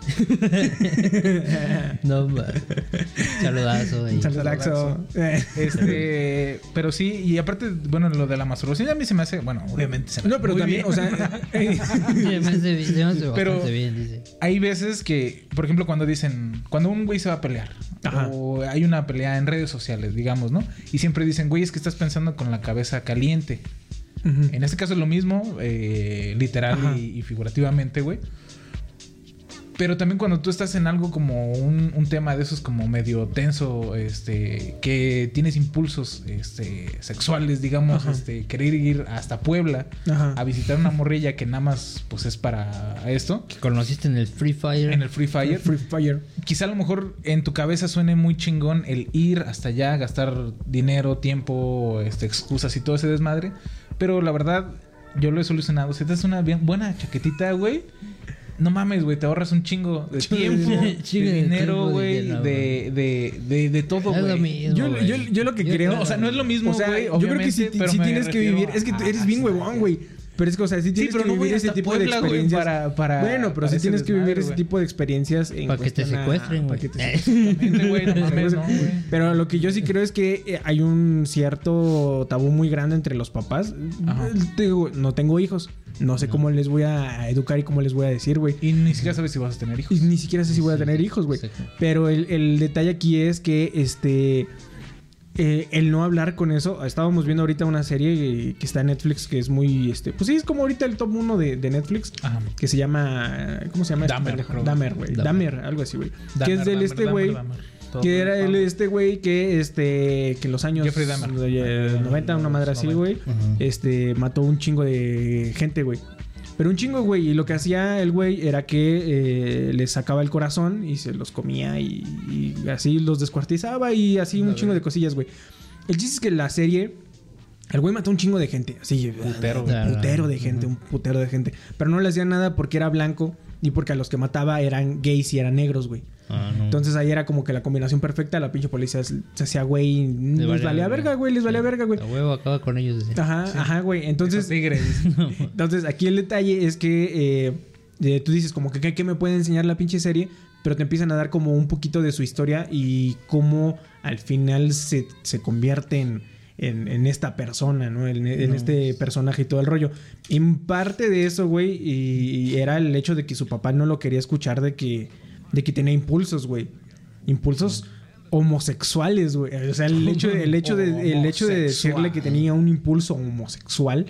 Speaker 3: No, ma- saludazo, güey.
Speaker 1: Un saludazo. Eh.
Speaker 2: Este, pero sí, y aparte, bueno, lo de la masturbación a mí se me hace, bueno, obviamente se me
Speaker 1: No,
Speaker 2: hace
Speaker 1: pero
Speaker 2: muy
Speaker 1: también,
Speaker 2: bien.
Speaker 1: o sea... eh,
Speaker 3: Se me hace bien, se me hace
Speaker 2: Pero-
Speaker 3: bastante bien, dice.
Speaker 2: hay veces que, por ejemplo, cuando dicen, cuando un güey se va a pelear,
Speaker 1: Ajá.
Speaker 2: o hay una pelea en redes sociales, digamos, ¿no? Y siempre dicen, güey, es que estás pensando con la cabeza caliente.
Speaker 1: ujú.
Speaker 2: En este caso es lo mismo, eh,
Speaker 1: Ajá.
Speaker 2: literal y, y figurativamente, güey. Pero también cuando tú estás en algo como un, un tema de esos como medio tenso, este, que tienes impulsos este, sexuales, digamos,
Speaker 1: Ajá.
Speaker 2: este, querer ir hasta Puebla
Speaker 1: Ajá.
Speaker 2: a visitar una morrilla que nada más pues es para esto,
Speaker 3: Que conociste en el Free Fire.
Speaker 2: en el Free Fire.
Speaker 1: Free Fire.
Speaker 2: Quizá a lo mejor en tu cabeza suene muy chingón el ir hasta allá, gastar dinero, tiempo, este, excusas y todo ese desmadre. Pero la verdad, yo lo he solucionado. Si te das una bien buena chaquetita, güey. No mames, güey, te ahorras un chingo de
Speaker 1: Chingo de
Speaker 2: tiempo,
Speaker 3: dinero. Chingo
Speaker 2: de
Speaker 3: de
Speaker 2: dinero,
Speaker 3: tiempo,
Speaker 2: güey,
Speaker 3: dinero,
Speaker 2: de, de, de, de todo,
Speaker 3: Es lo
Speaker 2: güey.
Speaker 3: mismo,
Speaker 1: Yo-
Speaker 3: güey.
Speaker 1: yo- yo lo que creo-
Speaker 2: O sea, no es lo mismo,
Speaker 1: O sea,
Speaker 2: güey,
Speaker 1: yo creo que
Speaker 2: obviamente,
Speaker 1: sí,
Speaker 2: pero
Speaker 1: sí
Speaker 2: me
Speaker 1: tienes que
Speaker 2: refiero
Speaker 1: vivir. Es que
Speaker 2: a- este
Speaker 1: eres bien huevón, güey. Pero es que, o sea, sí tienes
Speaker 2: pero
Speaker 1: que
Speaker 2: no voy
Speaker 1: vivir ese
Speaker 2: hasta
Speaker 1: tipo
Speaker 2: Puebla,
Speaker 1: de
Speaker 2: güey,
Speaker 1: experiencias.
Speaker 2: para- para-
Speaker 1: bueno, pero
Speaker 2: para
Speaker 1: sí
Speaker 2: ese
Speaker 1: tienes que vivir
Speaker 2: desmadre,
Speaker 1: ese
Speaker 2: güey.
Speaker 1: tipo de experiencias en
Speaker 3: Para que te
Speaker 1: cuestión a-
Speaker 3: secuestren,
Speaker 1: para
Speaker 3: güey. Eh.
Speaker 1: que te
Speaker 2: Exactamente, güey, no mames, no, güey.
Speaker 1: Pero lo que yo sí creo es que eh, hay un cierto tabú muy grande entre los papás.
Speaker 2: Ajá.
Speaker 1: Te digo, no tengo hijos. No sé cómo les voy a educar y cómo les voy a decir, güey.
Speaker 2: Y ni siquiera sabes si vas a tener
Speaker 1: Y
Speaker 2: hijos.
Speaker 1: ni siquiera sé si voy a
Speaker 3: Sí,
Speaker 1: tener hijos, güey.
Speaker 3: exacto.
Speaker 1: Pero el, el detalle aquí es que este. eh, el no hablar con eso. Estábamos viendo ahorita una serie eh, que está en Netflix que es muy. Este, pues sí, es como ahorita el top 1 de, de Netflix.
Speaker 2: Ajá.
Speaker 1: Que se llama. ¿Cómo se llama? este
Speaker 2: Dahmer,
Speaker 1: pendejo?
Speaker 2: creo.
Speaker 1: Dahmer, güey.
Speaker 3: Dahmer.
Speaker 1: Dahmer, algo así, güey. Que
Speaker 2: Dahmer,
Speaker 1: es del
Speaker 2: Dahmer,
Speaker 1: este
Speaker 2: Dahmer,
Speaker 1: güey.
Speaker 2: Dahmer. Todo
Speaker 1: Que era el,
Speaker 2: Dahmer.
Speaker 1: este güey que este que en los años
Speaker 2: Jeffrey Dahmer.
Speaker 1: eh, 90 una madre así, güey,
Speaker 3: Ajá.
Speaker 1: este mató un chingo de gente, güey. Pero un chingo, güey, y lo que hacía el güey era que eh, les sacaba el corazón y se los comía y, y así los descuartizaba y así un chingo de cosillas, güey. El chiste es que la serie El güey mató un chingo de gente, así,
Speaker 2: Putero,
Speaker 1: un
Speaker 2: güey.
Speaker 1: putero de gente, un putero de gente. Pero no le hacía nada porque era blanco y porque a los que mataba eran gays y eran negros, güey.
Speaker 3: Ah, no.
Speaker 1: Entonces ahí era como que la combinación perfecta, la pinche policía se se hacía güey, y les
Speaker 3: valía
Speaker 1: valía
Speaker 3: verga. Ah,
Speaker 1: verga, güey, les valía verga, güey.
Speaker 3: A huevo acaba con ellos. dice.
Speaker 1: Ajá, ajá, güey. Entonces,
Speaker 2: Esos tigres.
Speaker 1: entonces, aquí el detalle es que eh, eh, tú dices como que ¿qué- qué me puede enseñar la pinche serie, pero te empiezan a dar como un poquito de su historia y cómo al final se, se convierte en, en- en esta persona, ¿no? En, en este personaje y todo el rollo. En parte de eso, güey, y, y era el hecho de que su papá no lo quería escuchar de que, de que tenía impulsos, güey. Impulsos homosexuales, güey. O sea, el hecho, el hecho de, el hecho de decirle que tenía un impulso homosexual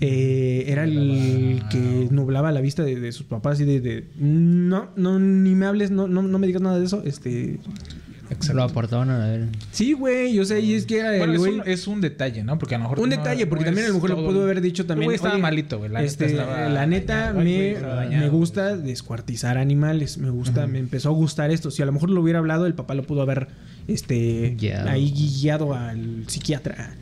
Speaker 1: eh, era el que nublaba la vista de, de sus papás y de, de, no, no, ni me hables, no, no, no me digas nada de eso. Este,
Speaker 3: Lo aportaban a la verga.
Speaker 1: sí, güey, o sea, y es que era
Speaker 2: Bueno,
Speaker 1: el
Speaker 2: es
Speaker 1: güey.
Speaker 2: un, es un detalle, ¿no? Porque a lo mejor.
Speaker 1: Un
Speaker 2: no-
Speaker 1: detalle, porque
Speaker 2: no
Speaker 1: también a lo
Speaker 2: es
Speaker 1: mejor lo
Speaker 2: todo-
Speaker 1: pudo haber dicho
Speaker 2: El
Speaker 1: también.
Speaker 2: güey estaba
Speaker 1: "Oye,
Speaker 2: malito, güey. La
Speaker 1: este,
Speaker 2: neta estaba
Speaker 1: la neta,
Speaker 2: dañado,
Speaker 1: me,
Speaker 2: güey, estaba dañado.
Speaker 1: me gusta descuartizar animales. Me gusta, me empezó a gustar esto. Si a lo mejor lo hubiera hablado, el papá lo pudo haber este
Speaker 3: Guiado.
Speaker 1: ahí guiado al psiquiatra.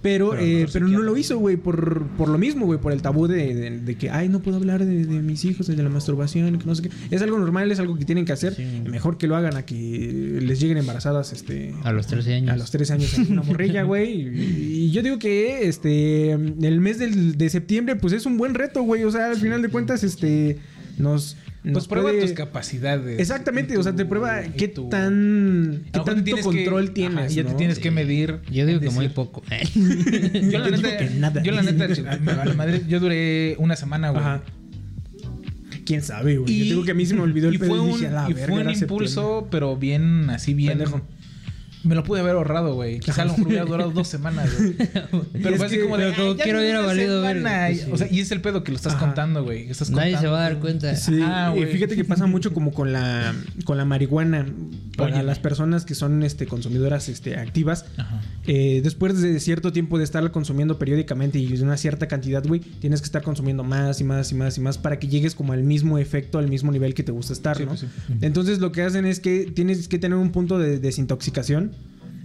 Speaker 1: Pero, eh, pero,
Speaker 2: Pero no al
Speaker 1: no,
Speaker 2: psiquiatra.
Speaker 1: lo hizo, güey, por, por lo mismo, güey, por el tabú de, de- de que, ay, no puedo hablar de, de mis hijos, de la masturbación, que no sé qué. Es algo normal, es algo que tienen que hacer.
Speaker 3: Sí.
Speaker 1: Mejor que lo hagan a que les lleguen embarazadas, este.
Speaker 3: A los 13 años.
Speaker 1: A los 13 años, en una morrilla, güey. Y y yo digo que este el mes del- de septiembre, pues es un buen reto, güey. O sea, al final de cuentas, este nos.
Speaker 2: Pues
Speaker 1: nos
Speaker 2: prueba
Speaker 1: puede-
Speaker 2: tus capacidades.
Speaker 1: Exactamente, o sea, te prueba
Speaker 2: y
Speaker 1: qué
Speaker 2: tu-
Speaker 1: tan.
Speaker 2: A
Speaker 1: qué
Speaker 2: lo mejor
Speaker 1: tanto
Speaker 2: tienes que-
Speaker 1: control
Speaker 2: ajá,
Speaker 1: tienes.
Speaker 2: Ya te
Speaker 1: ¿no?
Speaker 2: tienes que medir.
Speaker 3: Yo digo
Speaker 2: en
Speaker 3: que muy
Speaker 2: decir,
Speaker 3: poco. Eh,
Speaker 2: Yo la
Speaker 1: Yo digo
Speaker 2: neta,
Speaker 1: que nada.
Speaker 2: Yo la neta, me vale madre, yo duré una semana, güey.
Speaker 1: Ajá. Quién sabe, güey. Yo digo que a mí se me olvidó el
Speaker 2: y
Speaker 1: pedo
Speaker 2: fue
Speaker 1: y
Speaker 2: un,
Speaker 1: dije, a la
Speaker 2: y
Speaker 1: verga,
Speaker 2: fue un
Speaker 1: era septiembre.
Speaker 2: impulso, pero bien, así bien.
Speaker 1: Pendejo.
Speaker 2: Me lo pude haber ahorrado, güey. Quizá a lo mejor hubiera durado dos semanas, güey. Pero
Speaker 1: es
Speaker 2: fue así
Speaker 1: que-
Speaker 2: como de.
Speaker 3: pero como "Oh,
Speaker 2: "Ay, ya
Speaker 3: quiera
Speaker 2: duró
Speaker 3: hubiera
Speaker 2: una
Speaker 3: valido verga".
Speaker 2: semana".
Speaker 3: Pues sí.
Speaker 2: O sea, y es el pedo que lo estás
Speaker 1: Ajá.
Speaker 2: contando, güey. que estás
Speaker 3: Nadie se
Speaker 2: contando.
Speaker 3: va a dar cuenta.
Speaker 1: Sí,
Speaker 2: Ajá,
Speaker 1: y
Speaker 2: güey.
Speaker 1: fíjate que pasa mucho como con la con la marihuana para
Speaker 2: Oye.
Speaker 1: las personas que son este consumidoras este activas.
Speaker 2: Ajá.
Speaker 1: eh, después de cierto tiempo de estarla consumiendo periódicamente y de una cierta cantidad, güey, tienes que estar consumiendo más y más y más y más para que llegues como al mismo efecto, al mismo nivel que te gusta estar,
Speaker 2: Sí,
Speaker 1: ¿no?
Speaker 2: pues sí.
Speaker 1: Entonces lo que hacen es que tienes que tener un punto de desintoxicación,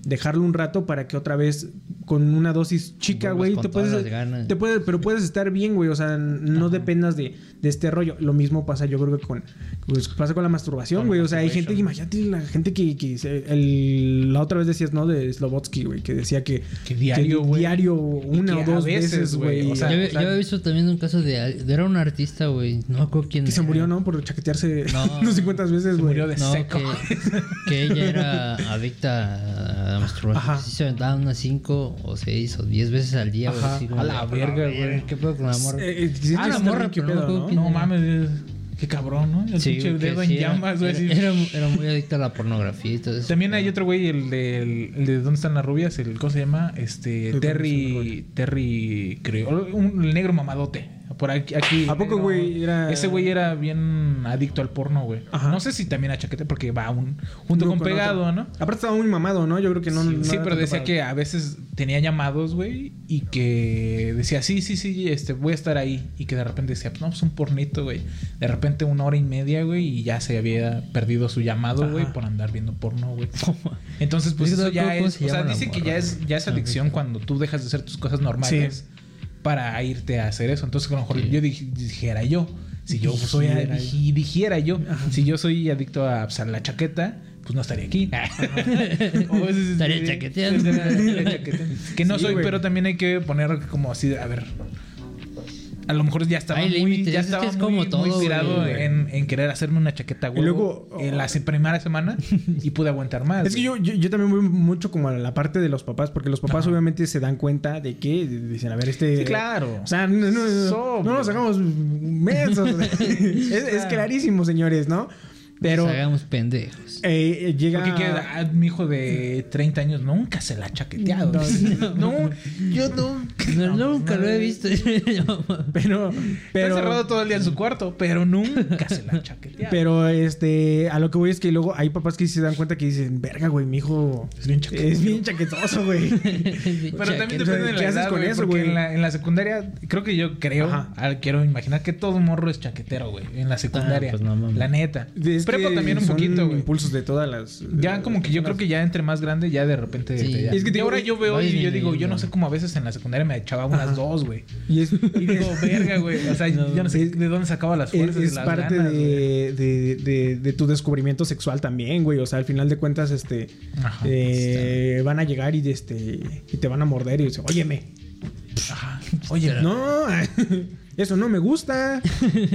Speaker 1: dejarlo un rato para que otra vez con una dosis chica,
Speaker 3: Vuelvas
Speaker 1: güey,
Speaker 3: con
Speaker 1: te
Speaker 3: todas
Speaker 1: puedes
Speaker 3: las ganas.
Speaker 1: te puedes, pero puedes estar bien, güey, o sea, no dependas de, de este rollo. Lo mismo pasa, yo creo que con pues, pasa con la masturbación,
Speaker 2: Con
Speaker 1: güey, o sea, hay gente,
Speaker 2: masturbation.
Speaker 1: imagínate la gente que, que se- el- la otra vez decías, ¿no? de Slobotsky, güey, que decía que
Speaker 2: Que diario,
Speaker 1: que
Speaker 2: güey.
Speaker 1: diario una
Speaker 2: que
Speaker 1: o
Speaker 2: a
Speaker 1: dos
Speaker 2: veces,
Speaker 1: veces,
Speaker 2: güey,
Speaker 1: güey,
Speaker 2: o sea,
Speaker 3: yo,
Speaker 2: o sea-
Speaker 3: yo he visto también un caso de, de- Era un artista, güey. No me acuerdo quién
Speaker 1: que se
Speaker 3: era.
Speaker 1: murió, ¿no? Por chaquetearse
Speaker 3: No.
Speaker 1: no sé cuántas veces, güey.
Speaker 2: murió de-
Speaker 3: No,
Speaker 2: Seco.
Speaker 3: Que, que ella era adicta a la masturbación.
Speaker 1: Ajá.
Speaker 3: Sí se aventaba unas 5 o 6 o 10 veces al día, güey.
Speaker 1: Ajá.
Speaker 3: así como
Speaker 2: A
Speaker 3: de,
Speaker 2: la verga, güey.
Speaker 3: ¿Qué pedo con la morra?
Speaker 1: Eh, eh, siento
Speaker 3: Ah,
Speaker 1: que
Speaker 3: la
Speaker 1: está
Speaker 3: morra,
Speaker 1: bien, qué
Speaker 3: pero no me
Speaker 1: pedo,
Speaker 3: acuerdo
Speaker 1: ¿no?
Speaker 3: quién
Speaker 2: No mames, qué cabrón, ¿no? El pinche
Speaker 3: güey, que
Speaker 2: dedo en
Speaker 3: sí, era-
Speaker 2: llamas, güey. así.
Speaker 3: Era, era- era muy adicta a la pornografía y todo eso.
Speaker 2: También hay otro güey, el de, el de ¿Dónde están las rubias? El, ¿Cómo se llama? Este,
Speaker 1: Sí, ¿dónde están las
Speaker 2: Terry, Terry, creo, un el negro mamadote. Por aquí, aquí-
Speaker 1: ¿A poco,
Speaker 2: no,
Speaker 1: güey, era-
Speaker 2: Ese güey era bien adicto al porno, güey.
Speaker 1: Ajá.
Speaker 2: No sé si también a chaquete, porque va un, junto
Speaker 1: Uno
Speaker 2: con,
Speaker 1: con
Speaker 2: pegado,
Speaker 1: otro.
Speaker 2: ¿no?
Speaker 1: Aparte estaba muy mamado, ¿no? Yo creo que no no
Speaker 2: sí,
Speaker 1: era
Speaker 2: pero
Speaker 1: tanto
Speaker 2: decía
Speaker 1: para-
Speaker 2: que a veces tenía llamados, güey, y que decía, sí, sí, sí, este, voy a estar ahí. Y que de repente decía, no, pues un pornito, güey. De repente una hora y media, güey, y ya se había perdido su llamado,
Speaker 1: Ajá.
Speaker 2: güey, por andar viendo porno, güey. Entonces, pues
Speaker 3: Yo
Speaker 2: eso
Speaker 3: no creo
Speaker 2: ya
Speaker 3: cómo
Speaker 2: es.
Speaker 3: se
Speaker 2: O sea,
Speaker 3: llama la
Speaker 2: dice que
Speaker 3: morra,
Speaker 2: ya es, ya es adicción cuando tú dejas de hacer tus cosas normales para irte a hacer eso. Entonces, a lo mejor
Speaker 3: Sí.
Speaker 2: yo dij- dijera yo. Si yo soy
Speaker 1: Dijera yo.
Speaker 2: dij- dijera yo, si yo soy adicto a, pues, a la chaqueta, pues no estaría aquí. O es-
Speaker 3: Estaría chaqueteando.
Speaker 2: Estaría chaqueteando. Que no
Speaker 1: Sí,
Speaker 2: soy,
Speaker 1: güey.
Speaker 2: pero también hay que poner como así, a ver. A lo mejor ya estaba
Speaker 3: Hay
Speaker 2: muy,
Speaker 3: límites,
Speaker 2: ya
Speaker 3: es que
Speaker 2: estaba
Speaker 3: es como
Speaker 2: muy, muy
Speaker 3: todo,
Speaker 2: tirado
Speaker 3: güey.
Speaker 2: en, en querer hacerme una chaqueta, güey.
Speaker 1: luego- oh.
Speaker 2: en la se- primera semana y pude aguantar más.
Speaker 1: Es que yo, yo, yo también voy mucho como a la parte de los papás, porque los papás
Speaker 2: Ajá.
Speaker 1: obviamente se dan cuenta de que dicen, a ver, este...
Speaker 2: Sí, claro.
Speaker 1: O sea, no, no, no,
Speaker 2: Sobrio.
Speaker 1: no nos hagamos mensos. es, es clarísimo, señores, ¿no? Pero
Speaker 3: Nos hagamos pendejos.
Speaker 1: eh, eh, llega...
Speaker 2: Pues Porque queda, ah, mi hijo de 30 años nunca se la ha chaqueteado.
Speaker 1: No,
Speaker 2: No, yo no. pues,
Speaker 3: No, nunca lo he visto.
Speaker 1: Pero,
Speaker 2: Está cerrado
Speaker 1: pero,
Speaker 2: todo el día en su cuarto, pero nunca se la ha chaqueteado.
Speaker 1: pero, este, a lo que voy es que luego hay papás que se dan cuenta que dicen, verga, güey, mi hijo
Speaker 2: Es bien chaquetero.
Speaker 1: es bien chaquetoso, güey.
Speaker 2: Pero también
Speaker 1: o sea,
Speaker 2: depende de la
Speaker 1: ¿qué haces
Speaker 2: edad,
Speaker 1: con
Speaker 2: güey,
Speaker 1: eso,
Speaker 2: porque
Speaker 1: güey?
Speaker 2: En la, en la secundaria, creo que yo creo,
Speaker 1: Ajá. Ah,
Speaker 2: al- quiero imaginar que todo morro es chaquetero, güey. En la secundaria.
Speaker 3: pues no mames.
Speaker 2: la neta.
Speaker 1: Es que-
Speaker 2: Prepa prepa también un
Speaker 1: son
Speaker 2: poquito, güey.
Speaker 1: impulsos de todas las. de
Speaker 2: Ya
Speaker 1: las
Speaker 2: como que yo creo
Speaker 1: personas.
Speaker 2: que ya entre más grande, ya de repente...
Speaker 3: Sí.
Speaker 2: te- ya-
Speaker 1: Es que
Speaker 2: y
Speaker 1: te- eh,
Speaker 2: ahora yo veo
Speaker 3: vas
Speaker 2: y yo digo, yo
Speaker 3: disminuyendo.
Speaker 2: no sé cómo a veces en la secundaria me echaba unas dos, güey.
Speaker 1: Y es,
Speaker 2: Y digo, verga, güey. O sea, yo no sé
Speaker 1: es-
Speaker 2: de dónde sacaba las
Speaker 1: es,
Speaker 2: fuerzas y
Speaker 1: E, es
Speaker 2: las
Speaker 1: parte
Speaker 2: ganas, güey.
Speaker 1: de, de- de- de tu descubrimiento sexual también, güey. O sea, al final de cuentas, este.
Speaker 2: Ajá.
Speaker 1: eh, van a llegar y, este, y te van a morder y dices, Óyeme.
Speaker 2: Ajá. Oye,
Speaker 3: Espera.
Speaker 1: No, eso no me gusta.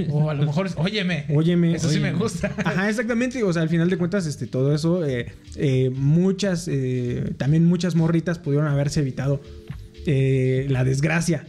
Speaker 2: o a lo mejor es, óyeme.
Speaker 1: Óyeme.
Speaker 2: Eso sí
Speaker 1: óyeme".
Speaker 2: me gusta.
Speaker 1: Ajá, exactamente. O sea, al final de cuentas, este, todo eso, eh, eh, muchas, eh, también muchas morritas pudieron haberse evitado eh, la desgracia.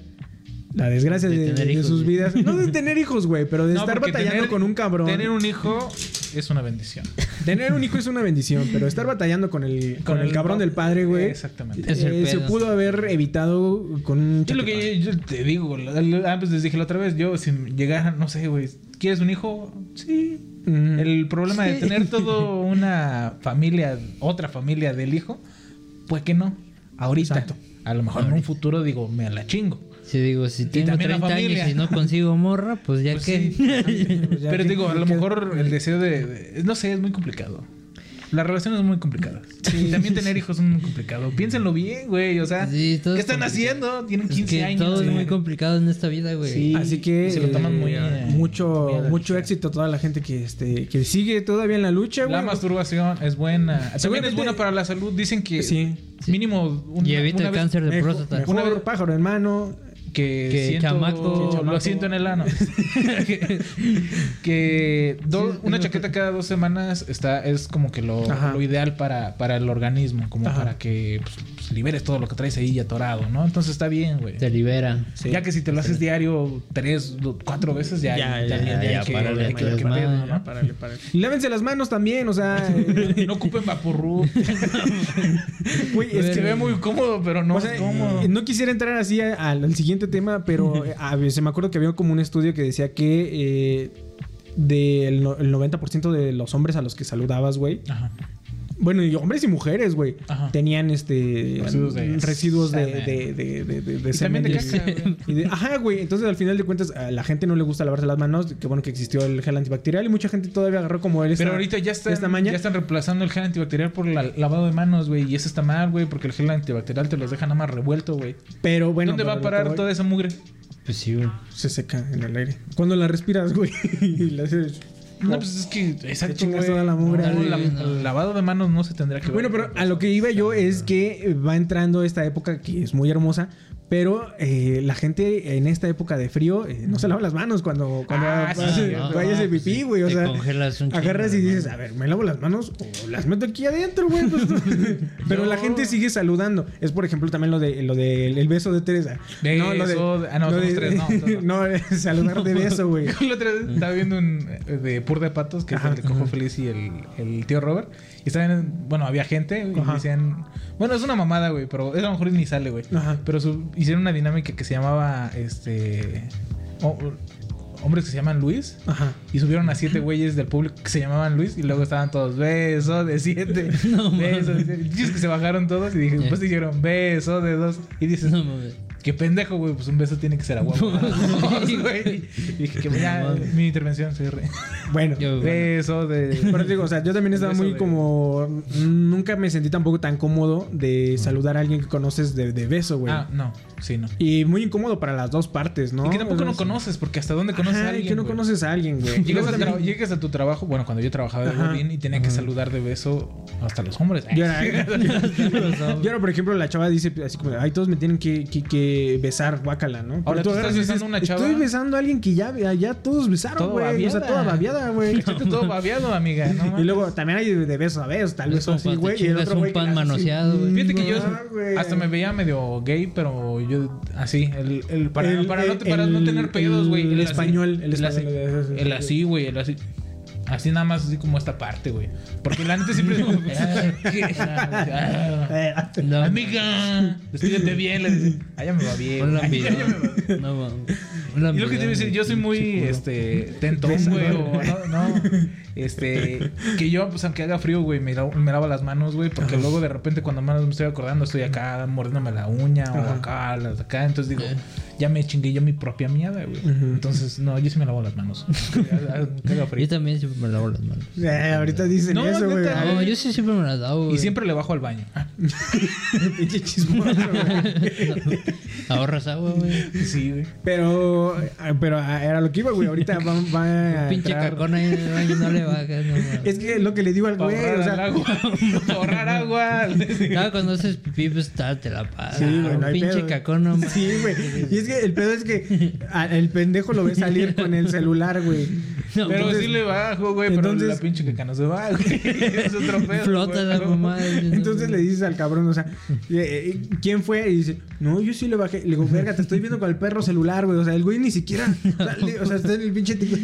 Speaker 1: La desgracia de,
Speaker 3: De tener
Speaker 1: de- de
Speaker 3: hijos,
Speaker 1: sus
Speaker 3: güey.
Speaker 1: vidas. No de tener hijos, güey, pero de
Speaker 2: No,
Speaker 1: estar
Speaker 2: porque
Speaker 1: batallando
Speaker 2: tener-
Speaker 1: con un cabrón.
Speaker 2: Tener un hijo es una bendición.
Speaker 1: Tener un hijo es una bendición, pero estar batallando con el, con, el, cabrón del padre, güey.
Speaker 2: Exactamente.
Speaker 3: Es el
Speaker 1: eh, se
Speaker 3: pedo.
Speaker 1: pudo haber evitado con un.
Speaker 2: Yo lo que yo, yo te digo, la- la- ah, pues les dije la otra vez, yo si llegara, no sé, güey, ¿quieres un hijo? Sí.
Speaker 1: Mm.
Speaker 2: El problema de
Speaker 3: Sí.
Speaker 2: tener toda una familia, otra familia del hijo, pues que no. Ahorita.
Speaker 1: Exacto.
Speaker 2: A lo mejor en un futuro digo, me la chingo.
Speaker 3: Si digo, si tengo
Speaker 2: también la
Speaker 3: 30
Speaker 2: familia.
Speaker 3: años y no consigo morra, pues ya
Speaker 2: Pues
Speaker 3: que.
Speaker 2: sí.
Speaker 1: Pues ya
Speaker 2: Pero
Speaker 1: que-
Speaker 2: digo, a lo
Speaker 1: que-
Speaker 2: mejor el deseo de, de- No sé, es muy complicado. Las relaciones son muy complicadas. Y también tener hijos es muy complicado. Piénsenlo bien, güey. O sea,
Speaker 3: Sí, todo
Speaker 2: ¿qué
Speaker 3: es
Speaker 2: están
Speaker 3: complicado.
Speaker 2: haciendo? Tienen
Speaker 3: Es
Speaker 2: 15
Speaker 3: que
Speaker 2: años.
Speaker 3: todo es
Speaker 2: güey.
Speaker 3: muy complicado en esta vida, güey.
Speaker 2: Sí.
Speaker 1: Así que
Speaker 2: eh, y se lo toman muy, eh,
Speaker 1: mucho
Speaker 2: muy a la
Speaker 1: mucho
Speaker 2: ligera.
Speaker 1: éxito a toda la gente que este que sigue todavía en la lucha,
Speaker 2: La
Speaker 1: güey.
Speaker 2: masturbación es buena. También es
Speaker 1: Seguramente-
Speaker 2: buena para la salud. Dicen que
Speaker 1: Sí.
Speaker 2: mínimo un,
Speaker 3: y evita
Speaker 2: una
Speaker 3: el
Speaker 2: vez
Speaker 3: cáncer de
Speaker 1: Mejor-
Speaker 3: próstata.
Speaker 1: mejor
Speaker 2: Una vez-
Speaker 1: pájaro en mano.
Speaker 2: Que,
Speaker 3: Que
Speaker 2: siento-
Speaker 3: chamaco-
Speaker 2: que Lo siento en el ano. que que do- una chaqueta cada dos semanas está es como que lo,
Speaker 1: Ajá.
Speaker 2: lo ideal para, para el organismo. Como
Speaker 1: Ajá.
Speaker 2: para que pues, pues, liberes todo lo que traes ahí atorado, ¿no? Entonces está bien, güey.
Speaker 3: Te libera.
Speaker 1: Sí.
Speaker 2: Ya que si te lo haces diario tres, do- cuatro veces, ya,
Speaker 1: Ya,
Speaker 2: ya,
Speaker 1: ya,
Speaker 2: ya,
Speaker 1: ya,
Speaker 2: hay
Speaker 1: ya,
Speaker 2: que-
Speaker 3: párale,
Speaker 2: hay que
Speaker 3: ya
Speaker 2: ver qué
Speaker 3: es
Speaker 2: pedo,
Speaker 3: más.
Speaker 2: ¿no?
Speaker 1: Y lávense las manos también, o sea, eh,
Speaker 2: No ocupen Vaporru.
Speaker 1: güey, es
Speaker 2: Se
Speaker 1: que
Speaker 2: ve muy cómodo, pero no
Speaker 1: o
Speaker 2: es
Speaker 1: sea,
Speaker 2: cómodo.
Speaker 1: eh, no quisiera entrar así a- al, al siguiente tema, pero eh, a ver, se me acuerdo que había como un estudio que decía que eh, del no- el 90% de los hombres a los que saludabas, güey,
Speaker 2: Ajá.
Speaker 1: Bueno, y hombres y mujeres, güey.
Speaker 2: Ajá.
Speaker 1: Tenían este.
Speaker 2: Residuos de-
Speaker 1: residuos de.
Speaker 2: semen.
Speaker 1: de, de, de, de- de
Speaker 2: Y también de
Speaker 1: semen y-
Speaker 2: caca, güey.
Speaker 1: y de- ajá, güey. Entonces, al final de cuentas, a la gente no le gusta lavarse las manos. Qué bueno que existió el gel antibacterial y mucha gente todavía agarró como él. esta-
Speaker 2: Pero ahorita ya están,
Speaker 1: esta maña.
Speaker 2: ya están reemplazando el gel antibacterial por la- lavado de manos, güey. Y eso está mal, güey, porque el gel antibacterial te los deja nada más revuelto, güey.
Speaker 1: Pero bueno.
Speaker 2: ¿Dónde
Speaker 1: pero
Speaker 2: va a
Speaker 1: lo que
Speaker 2: parar
Speaker 1: voy-
Speaker 2: toda esa mugre?
Speaker 3: Pues sí, güey.
Speaker 1: Se seca en el aire. Cuando la respiras, güey. y la haces-
Speaker 2: No, pues es que, exacto,
Speaker 1: chingas
Speaker 2: güey.
Speaker 1: toda la mugre,
Speaker 2: No,
Speaker 3: güey.
Speaker 2: la- el lavado de manos no se tendría que ver.
Speaker 1: Bueno, pero a lo que iba yo es que va entrando esta época que es muy hermosa, pero eh, la gente en esta época de frío eh, no se lava las manos cuando, cuando
Speaker 2: Ah,
Speaker 1: vayas,
Speaker 2: sí, no,
Speaker 1: vayas de
Speaker 3: no, pues
Speaker 1: pipí,
Speaker 3: sí,
Speaker 1: güey. O
Speaker 3: te
Speaker 1: sea,
Speaker 3: congelas un chingo
Speaker 1: agarras y
Speaker 3: de
Speaker 1: dices, a ver, me lavo las manos o las meto aquí adentro, güey. pues, no. pero la
Speaker 2: Yo-
Speaker 1: gente sigue saludando. Es, por ejemplo, también lo de lo del el beso de Teresa.
Speaker 2: Beso de- ah, no, somos tres, no,
Speaker 1: no,
Speaker 2: somos-
Speaker 1: saludar de beso, güey.
Speaker 2: La otra vez estaba viendo un eh, de Pur de Patos, que
Speaker 1: Ajá.
Speaker 2: es el de Cojo Feliz y el, el tío Robert. Y estaban, bueno, había gente y
Speaker 1: Ajá.
Speaker 2: decían, bueno, es una mamada, güey, pero es a lo mejor ni sale, güey.
Speaker 1: Ajá.
Speaker 2: Pero su- hicieron una dinámica que se llamaba, este, ho- hombres que se llaman Luis.
Speaker 1: Ajá.
Speaker 2: Y subieron a siete güeyes del público que se llamaban Luis y luego estaban todos besos de siete.
Speaker 3: No,
Speaker 2: besos de siete. Dices que se bajaron todos y dije,
Speaker 3: Ya.
Speaker 2: pues dijeron beso de dos. Y dices,
Speaker 3: No mames.
Speaker 2: Qué pendejo, güey. Pues un beso tiene que ser a huevo. Ah, Sí, güey. Y Dije que ya,
Speaker 3: mames.
Speaker 2: mi intervención se re.
Speaker 1: Pues Bueno.
Speaker 3: Yo-
Speaker 2: Beso de.
Speaker 1: Pero te digo, o sea, yo también estaba
Speaker 2: Eso
Speaker 1: muy
Speaker 2: de-
Speaker 1: como. mm, Nunca me sentí tampoco tan cómodo de saludar a alguien que conoces de, de beso, güey.
Speaker 2: Ah, no. Sí, no.
Speaker 1: Y muy incómodo para las dos partes, ¿no?
Speaker 2: Y que tampoco no
Speaker 1: conoces
Speaker 2: conoces, porque hasta dónde conoces a alguien.
Speaker 1: que no
Speaker 2: güey.
Speaker 1: conoces a alguien, güey.
Speaker 2: Llegas,
Speaker 1: Luego
Speaker 2: al
Speaker 1: también-
Speaker 2: tra- llegas a tu trabajo, bueno, cuando yo trabajaba de
Speaker 1: Ajá.
Speaker 2: Godín y tenía que saludar de beso hasta los hombres.
Speaker 1: Yo era, yo era, por ejemplo, la chava dice así como, ay, todos me tienen que, que- que besar, guácala, ¿no? Pero
Speaker 2: Ahora tú estás
Speaker 1: agarras y
Speaker 2: besando una chava.
Speaker 1: Estoy besando a alguien que ya, ya todos besaron,
Speaker 2: Todo
Speaker 1: güey. O sea,
Speaker 2: babeada.
Speaker 1: toda babeada, güey.
Speaker 2: Está todo babeado, amiga. no
Speaker 1: Y
Speaker 2: mames.
Speaker 1: luego también hay de beso a beso, tal
Speaker 3: Es
Speaker 1: vez
Speaker 3: como
Speaker 1: así,
Speaker 3: cuando te
Speaker 1: güey. Y el
Speaker 3: chingas
Speaker 1: otro
Speaker 3: un
Speaker 1: güey que
Speaker 3: pan
Speaker 1: hace así,
Speaker 3: manoseado, güey.
Speaker 2: Fíjate que yo
Speaker 1: Ah, güey.
Speaker 2: hasta me veía medio gay, pero yo así, el, el- para,
Speaker 1: El-
Speaker 2: para no, te-
Speaker 1: el-
Speaker 2: para no tener
Speaker 1: el-
Speaker 2: pedos, güey.
Speaker 1: el español, el
Speaker 2: el, así,
Speaker 1: español.
Speaker 2: el así, güey, el así. Así nada más, así como esta parte, güey. Porque la neta siempre es como, "Ah, ¿qué? Ah,
Speaker 1: Eh,
Speaker 3: No,
Speaker 2: Amiga, despídete bien. Le dice, "Ah, ya me va bien.
Speaker 3: Un
Speaker 2: güey, "Ah, ya me va
Speaker 3: lambidón. No mames. Un
Speaker 2: y lo que te iba a decir, yo soy muy,
Speaker 3: Pinche culo.
Speaker 2: este, tentón,
Speaker 1: Besador.
Speaker 2: güey, o no, no. Este, que yo, pues aunque haga frío, güey, me, lavo- me lavo las manos, güey, porque luego de repente cuando más me estoy acordando, estoy acá mordiéndome la uña o
Speaker 1: Ajá.
Speaker 2: acá, las de acá. Entonces digo, ya me chingué yo mi propia mierda, güey. Entonces, no, yo sí me lavo las manos. ah, aunque haga- aunque haga frío.
Speaker 3: Yo también siempre me lavo las manos.
Speaker 1: Eh, ahorita dicen
Speaker 2: No,
Speaker 1: eso, güey.
Speaker 2: neta.
Speaker 1: Ay,
Speaker 3: No, yo sí siempre me las lavo.
Speaker 2: Y
Speaker 3: güey.
Speaker 2: siempre le bajo al baño.
Speaker 1: pinche chismoso, güey.
Speaker 3: Ahorras agua, güey.
Speaker 2: Sí, güey.
Speaker 1: Pero, ah, pero ah, era lo que iba, güey. Ahorita va, va a
Speaker 3: Pinche
Speaker 1: entrar-
Speaker 3: cacón ahí en el baño no le bajas, no mames.
Speaker 1: Es que lo que le digo al
Speaker 2: Pa'
Speaker 1: güey,
Speaker 2: ahorrar
Speaker 1: o sea,
Speaker 2: al agua. Pa' ahorrar agua.
Speaker 3: Cada cuando haces pipí, pues ta, te la pagas.
Speaker 1: Sí, güey, no hay
Speaker 3: pinche
Speaker 1: pedo.
Speaker 3: cacón, no mames.
Speaker 1: Sí, güey. Y es que el pedo es que a- el pendejo lo ve salir con el celular, güey.
Speaker 3: No,
Speaker 2: Pero
Speaker 1: Entonces-
Speaker 2: sí le bajo, güey.
Speaker 1: pues, entonces-
Speaker 2: pero la pinche caca no se va, güey. Es otro pedo.
Speaker 3: Flota
Speaker 2: güey.
Speaker 3: la mamá.
Speaker 1: Entonces le dices al cabrón, o sea, eh, eh, ¿quién fue? Y dice, no, yo sí le bajé. Le digo, verga, te estoy viendo con el perro celular, güey. O sea, el güey ni siquiera. sale, o sea, está en el pinche. tipo-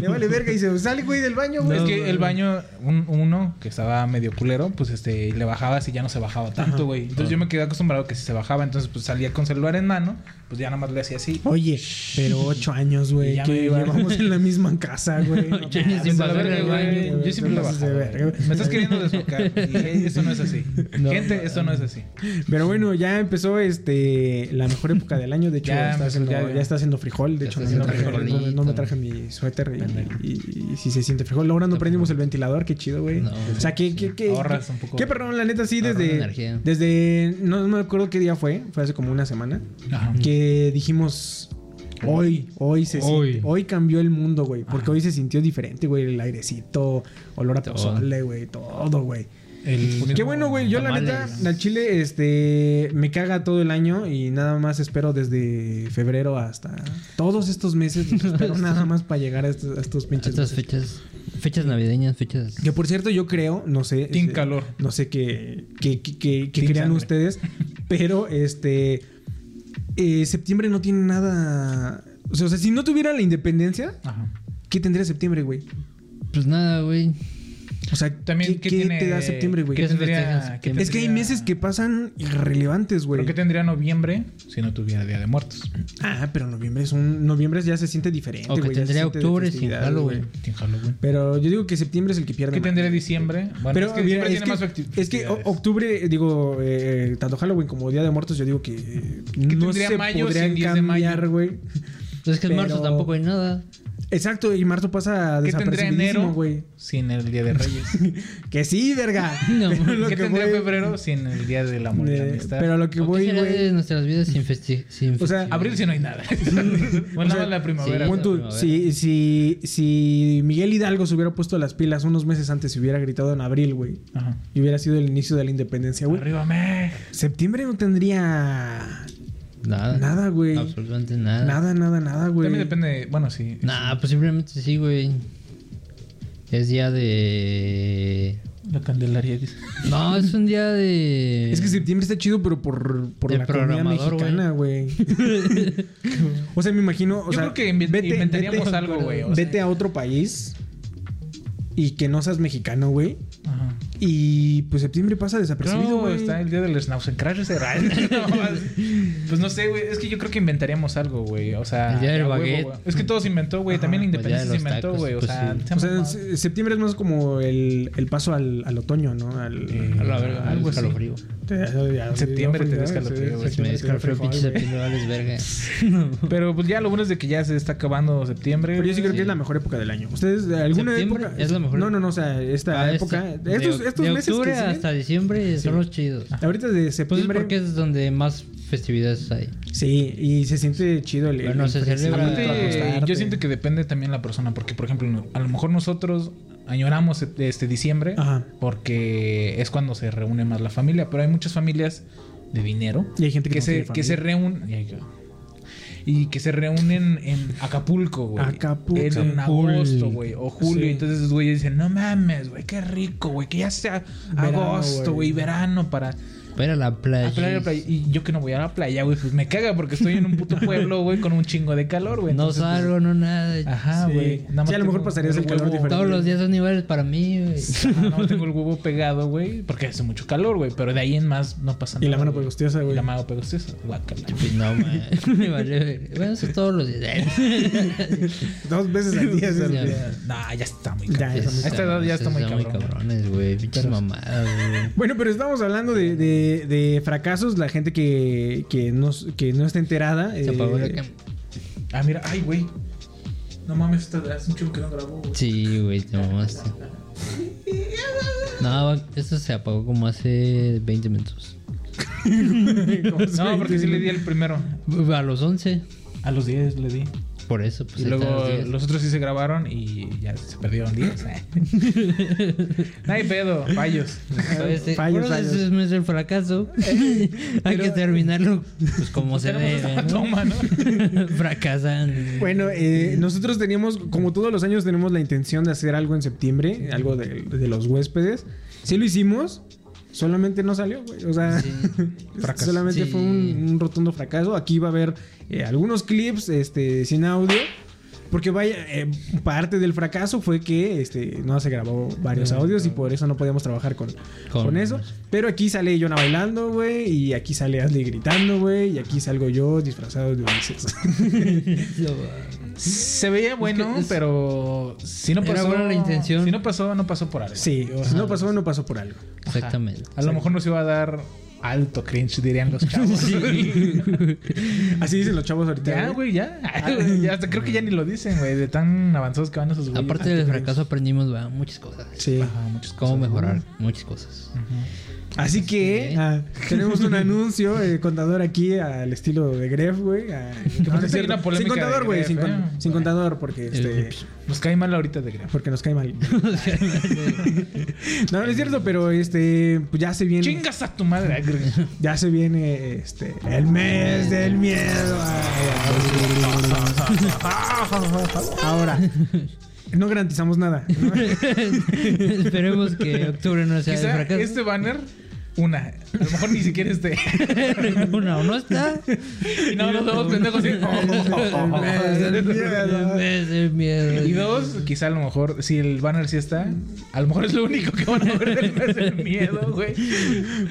Speaker 1: le vale verga y se sale, güey, del baño, güey.
Speaker 2: es
Speaker 3: No,
Speaker 2: que
Speaker 3: güey.
Speaker 2: el baño, un- uno que estaba medio culero, pues este, le bajabas y ya no se bajaba tanto, güey. Entonces yo me quedé acostumbrado que si se bajaba, entonces pues salía con celular en mano, pues ya nada más le hacía así.
Speaker 1: Oye, pero ocho años, güey.
Speaker 2: Y ya me
Speaker 1: Que
Speaker 2: iba.
Speaker 1: llevamos en la misma casa, güey. No
Speaker 3: Ocho años
Speaker 1: mames,
Speaker 3: sin bajar
Speaker 1: verga,
Speaker 3: al
Speaker 1: güey,
Speaker 3: baño,
Speaker 1: güey,
Speaker 2: Yo siempre
Speaker 1: te
Speaker 2: lo
Speaker 1: pasas
Speaker 2: bajaba.
Speaker 1: de verga,
Speaker 2: güey.
Speaker 1: güey.
Speaker 2: Me estás queriendo desfocar. Y eh, eso no es así.
Speaker 3: No,
Speaker 2: Gente, eso no es así.
Speaker 1: Pero bueno, ya empezó este la mejor época del año. De hecho,
Speaker 2: Ya
Speaker 1: ya, está,
Speaker 2: empezó,
Speaker 1: haciendo,
Speaker 2: ya,
Speaker 1: ya.
Speaker 2: ya.
Speaker 1: está haciendo frijol. De
Speaker 3: Ya
Speaker 1: hecho, no
Speaker 3: está
Speaker 1: me, traje,
Speaker 3: haciendo
Speaker 1: no-
Speaker 3: frijolito.
Speaker 1: no me traje mi suéter. Y, y- y si se siente frijol. Ahora no
Speaker 3: Está
Speaker 1: prendimos el ventilador. Qué chido, güey.
Speaker 3: No,
Speaker 1: o sea, que. que, que
Speaker 2: Ahorras
Speaker 1: que-
Speaker 2: un poco.
Speaker 1: Qué perrón, la neta, sí,
Speaker 3: Ahorras
Speaker 1: desde.
Speaker 3: energía.
Speaker 1: Desde. No me acuerdo qué día fue. Fue hace como una semana.
Speaker 2: Ajá.
Speaker 1: Que dijimos. Hoy, hoy se
Speaker 2: Hoy.
Speaker 1: siente- hoy cambió el mundo, güey. Porque hoy se sintió diferente, güey. El airecito, olor a
Speaker 3: Todo.
Speaker 1: pozole, güey. Todo, güey.
Speaker 2: El
Speaker 1: Qué
Speaker 2: mismo-
Speaker 1: bueno, güey. Yo la neta,
Speaker 3: tamales.
Speaker 1: al chile, este, me caga todo el año y nada más espero desde febrero hasta todos estos meses. los espero nada más para llegar a estos, a estos pinches.
Speaker 3: Estas
Speaker 1: meses.
Speaker 3: fechas, fechas navideñas, fechas.
Speaker 1: Que por cierto, yo creo, no sé.
Speaker 2: Team
Speaker 1: este,
Speaker 2: calor.
Speaker 1: No sé qué, qué, qué- qué- qué
Speaker 2: Team
Speaker 1: crean
Speaker 2: sangre.
Speaker 1: ustedes, pero este, eh, septiembre no tiene nada. O sea, o sea, si no tuviera la independencia,
Speaker 2: Ajá.
Speaker 1: ¿qué tendría septiembre, güey?
Speaker 3: Pues nada, güey.
Speaker 1: O sea,
Speaker 2: También,
Speaker 1: ¿qué, qué te da septiembre, güey?
Speaker 3: qué
Speaker 2: ¿Qué
Speaker 3: festejas?
Speaker 2: tendría, qué
Speaker 1: Es que hay
Speaker 2: tendría-
Speaker 1: meses que pasan irrelevantes, güey.
Speaker 2: ¿Pero qué tendría noviembre si no tuviera Día de Muertos?
Speaker 1: Ah, pero noviembre es un. Noviembre ya se siente diferente,
Speaker 3: O
Speaker 1: güey.
Speaker 3: que
Speaker 1: ya se
Speaker 3: tendría
Speaker 1: siente de
Speaker 3: octubre sin
Speaker 1: festividad,
Speaker 3: Halloween.
Speaker 2: Sin Halloween.
Speaker 1: Pero yo digo que septiembre es el que pierde.
Speaker 2: ¿Qué
Speaker 1: más.
Speaker 2: tendría diciembre? Bueno,
Speaker 1: pero
Speaker 2: es que
Speaker 1: mira,
Speaker 2: diciembre
Speaker 1: es
Speaker 2: tiene
Speaker 1: que,
Speaker 2: más acti-
Speaker 1: es que o-
Speaker 2: actividades.
Speaker 1: octubre, digo, eh, tanto Halloween como Día de Muertos, yo digo que eh, no
Speaker 2: tendría
Speaker 1: se
Speaker 2: mayo
Speaker 1: podrían
Speaker 2: sin 10 de mayo?
Speaker 1: cambiar, güey.
Speaker 3: Entonces que en marzo
Speaker 1: Pero-
Speaker 3: tampoco hay nada.
Speaker 1: Exacto, y marzo pasa
Speaker 2: ¿Qué tendría
Speaker 1: desapercibidísimo,
Speaker 2: enero
Speaker 1: güey.
Speaker 2: sin el Día de Reyes?
Speaker 1: Que sí, verga.
Speaker 3: No,
Speaker 1: Pero lo
Speaker 2: ¿Qué
Speaker 1: que
Speaker 2: tendría
Speaker 1: voy-
Speaker 2: febrero sin el Día del Amor y la
Speaker 1: eh,
Speaker 2: Amistad?
Speaker 1: pero lo que
Speaker 3: ¿O ¿Qué
Speaker 1: voy,
Speaker 3: será de
Speaker 1: güey.
Speaker 3: nuestras vidas sin festi sin
Speaker 1: O sea,
Speaker 3: festividad?
Speaker 2: Abril si no hay nada. bueno, nada más la primavera.
Speaker 3: sí.
Speaker 1: Pon tú,
Speaker 3: la primavera.
Speaker 1: si, si, si Miguel Hidalgo se hubiera puesto las pilas unos meses antes y hubiera gritado en abril, güey.
Speaker 2: Ajá.
Speaker 1: Y hubiera sido el inicio de la independencia, güey.
Speaker 2: Arriba, Meg.
Speaker 1: Septiembre no tendría
Speaker 3: Nada.
Speaker 1: nada, güey.
Speaker 3: Absolutamente nada.
Speaker 1: Nada, nada, nada, güey.
Speaker 2: También depende, bueno, sí.
Speaker 3: Nah, pues simplemente sí, güey. Es día de.
Speaker 2: La Candelaria dice.
Speaker 3: No, es un día de.
Speaker 1: Es que septiembre está chido, pero por, por
Speaker 3: De
Speaker 1: la comida
Speaker 3: programador,
Speaker 1: mexicana, güey. o sea, me imagino. O
Speaker 2: Yo
Speaker 1: sea,
Speaker 2: creo que inven- inventaríamos algo, güey, o
Speaker 1: vete
Speaker 2: sea.
Speaker 1: a otro país y que no seas mexicano, güey.
Speaker 2: Ajá.
Speaker 1: Y pues septiembre pasa desapercibido,
Speaker 2: No,
Speaker 1: güey.
Speaker 2: está el día del Schnauzenkratzer. será. No, más. pues no sé, güey. Es que yo creo que inventaríamos algo, güey. O sea,
Speaker 3: El día del
Speaker 2: a huevo,
Speaker 3: baguette.
Speaker 2: güey. Es que todo se inventó, güey.
Speaker 1: Ajá.
Speaker 2: También la
Speaker 3: El día de
Speaker 2: independencia se
Speaker 3: los
Speaker 2: inventó,
Speaker 3: tacos,
Speaker 2: güey. O
Speaker 3: pues
Speaker 2: sea,
Speaker 3: sí.
Speaker 2: se
Speaker 1: O sea,
Speaker 2: mamó.
Speaker 1: se- septiembre es más como el, el paso al, al otoño, ¿no? Al,
Speaker 2: Eh,
Speaker 3: A la verga,
Speaker 2: Algo
Speaker 3: algo
Speaker 2: así.
Speaker 3: escalofrío.
Speaker 2: Septiembre te da
Speaker 1: descalofrío,
Speaker 2: escalofrío, güey.
Speaker 3: Se me descalfrió pinche septiembre, vales verga.
Speaker 2: Pero pues ya lo bueno es de que ya se está acabando septiembre.
Speaker 1: Pero yo sí creo
Speaker 3: Sí.
Speaker 1: que es la mejor época del año. ¿Ustedes de alguna
Speaker 3: ¿Septiembre
Speaker 1: época?
Speaker 3: es la mejor?
Speaker 1: No, no, no, o sea, esta
Speaker 3: Ah,
Speaker 1: época.
Speaker 3: este-
Speaker 1: estos
Speaker 3: de,
Speaker 1: estos
Speaker 3: de
Speaker 1: meses
Speaker 3: octubre
Speaker 1: que siguen,
Speaker 3: hasta diciembre
Speaker 1: Sí.
Speaker 3: son los chidos.
Speaker 1: Ahorita de
Speaker 3: Pues es
Speaker 1: septiembre.
Speaker 3: porque es donde más festividades hay.
Speaker 1: Sí, y se siente chido el. el-
Speaker 3: Bueno, se
Speaker 1: el-
Speaker 3: celebra-
Speaker 1: el-
Speaker 2: Aparte,
Speaker 1: acostarte.
Speaker 2: yo siento que depende también la persona, porque por ejemplo, no- a lo mejor nosotros añoramos sep- este diciembre
Speaker 1: Ajá.
Speaker 2: porque es cuando se reúne más la familia, pero hay muchas familias de dinero
Speaker 1: Y hay gente que
Speaker 2: que
Speaker 1: no
Speaker 2: se
Speaker 1: tiene
Speaker 2: que se reúnen y que se reúnen en Acapulco, güey.
Speaker 1: Acapulco.
Speaker 2: En, en agosto, güey, o julio.
Speaker 1: Sí.
Speaker 2: Entonces, esos güeyes dicen, no mames, güey, qué rico, güey, que ya sea
Speaker 1: Verano,
Speaker 2: agosto,
Speaker 1: güey.
Speaker 2: güey, verano para
Speaker 3: Para ir a la playa.
Speaker 2: A playa, a playa. Y yo que no voy a la playa, güey, pues me caga porque estoy en un puto pueblo, güey, con un chingo de calor, güey.
Speaker 3: No
Speaker 2: Entonces, pues,
Speaker 3: salgo, no nada.
Speaker 2: Ajá,
Speaker 1: Sí.
Speaker 2: güey. Nada
Speaker 1: Sí, a lo mejor
Speaker 2: tengo
Speaker 1: pasarías
Speaker 2: el
Speaker 1: un calor
Speaker 2: huevo-
Speaker 1: diferente.
Speaker 3: Todos los días son iguales para mí, güey.
Speaker 2: Ajá, nada más tengo el huevo pegado, güey, porque hace mucho calor, güey. Pero de ahí en más no pasa nada.
Speaker 1: Y la mano
Speaker 2: güey.
Speaker 1: pegostiosa,
Speaker 2: Y
Speaker 1: güey.
Speaker 2: La mano pegostiosa. Guácala.
Speaker 3: Pues No, man. Me valió verga. Bueno, eso es todos los días.
Speaker 1: Dos veces al día.
Speaker 3: Sí,
Speaker 1: güey.
Speaker 3: ya.
Speaker 2: Nah, ya está muy
Speaker 1: Ya,
Speaker 2: cabrón.
Speaker 1: ya está
Speaker 2: A esta edad ya está muy cabrón. güey.
Speaker 3: cabrones, güey. Pinches mamadas, güey.
Speaker 1: Bueno, pero estamos hablando de, de- de fracasos. La gente que, que, no, que no está enterada.
Speaker 3: Se
Speaker 1: eh,
Speaker 3: apagó la cámara.
Speaker 2: Ah, mira, ay, güey. No mames, esta hace un chingo que no grabó, güey.
Speaker 3: Sí, güey, te mamaste. No, eso se apagó como hace 20 minutos.
Speaker 1: ¿cómo se
Speaker 2: No,
Speaker 1: dice?
Speaker 2: porque sí le di el primero.
Speaker 3: A los 11.
Speaker 2: A los 10 le di.
Speaker 3: Por eso, pues
Speaker 2: y
Speaker 3: ahí están
Speaker 2: luego
Speaker 3: los días.
Speaker 2: los otros sí se grabaron y ya se perdieron 10. no hay pedo, fallos.
Speaker 3: Pues, eh,
Speaker 1: Fallos,
Speaker 3: bueno,
Speaker 1: fallos.
Speaker 3: ese no es el fracaso. Hay que terminarlo pues como se
Speaker 2: Tenemos
Speaker 3: debe.
Speaker 2: esta
Speaker 3: ¿no?
Speaker 2: toma, ¿no?
Speaker 3: Fracasan.
Speaker 1: Bueno, eh, nosotros teníamos, como todos los años, tenemos la intención de hacer algo en septiembre, algo de, de los huéspedes. Sí lo hicimos, solamente no salió, güey. O sea,
Speaker 3: Sí.
Speaker 2: Fracaso.
Speaker 1: solamente
Speaker 3: Sí.
Speaker 1: fue un, un rotundo fracaso. Aquí va a haber eh, algunos clips este, sin audio. Porque vaya, eh, parte del fracaso fue que este, no se grabó varios audios y por eso no podíamos trabajar con, con,
Speaker 3: Con-
Speaker 1: eso. Pero aquí sale Jonah bailando, güey, y aquí sale Ashley gritando, güey, y aquí salgo yo disfrazado de Ulises.
Speaker 2: Se veía bueno,
Speaker 3: Es que-
Speaker 2: pero si no
Speaker 3: Era
Speaker 2: pasó.
Speaker 3: buena la intención.
Speaker 2: Si no pasó, no pasó por algo.
Speaker 1: Sí, o si no pasó, no pasó por algo.
Speaker 3: Exactamente.
Speaker 2: A lo mejor nos iba a dar alto cringe, dirían los chavos.
Speaker 1: Así dicen los chavos ahorita.
Speaker 2: ya, güey, ya.
Speaker 3: Ah,
Speaker 2: Ya hasta creo que ya ni lo dicen, güey, de tan avanzados que van esos güeyes.
Speaker 3: Aparte del fracaso aprendimos va, muchas cosas.
Speaker 1: Sí.
Speaker 2: Ajá, ah, muchas
Speaker 3: Cómo
Speaker 2: cosas.
Speaker 3: mejorar muchas cosas.
Speaker 1: Así que
Speaker 3: Sí.
Speaker 1: ah, tenemos un anuncio, eh, contador aquí al estilo de Gref, güey. ah,
Speaker 2: por cierto,
Speaker 1: es cierto.
Speaker 2: hay una
Speaker 1: sin
Speaker 2: polémica
Speaker 1: contador,
Speaker 2: de
Speaker 1: güey.
Speaker 2: Gref,
Speaker 1: Sin, con-
Speaker 2: ¿eh?
Speaker 1: sin contador, porque este,
Speaker 2: Nos cae mal ahorita de
Speaker 3: Pues,
Speaker 2: graf.
Speaker 1: porque nos cae mal. no, no es cierto, pero este pues ya se viene.
Speaker 2: Chingas a tu madre.
Speaker 1: Ya se viene este el mes del miedo. Ahora, no garantizamos nada. ¿no?
Speaker 3: Esperemos que octubre no sea
Speaker 2: Quizá
Speaker 3: el fracaso.
Speaker 2: este banner, una. A lo mejor ni siquiera este.
Speaker 3: Uno no está.
Speaker 2: Y no, los dos pendejos. ¿eh? así.
Speaker 1: El miedo.
Speaker 3: Es el miedo.
Speaker 2: Y dos, quizá a lo mejor, si el banner sí está, a lo mejor es lo único que van a ver del mes del miedo, güey.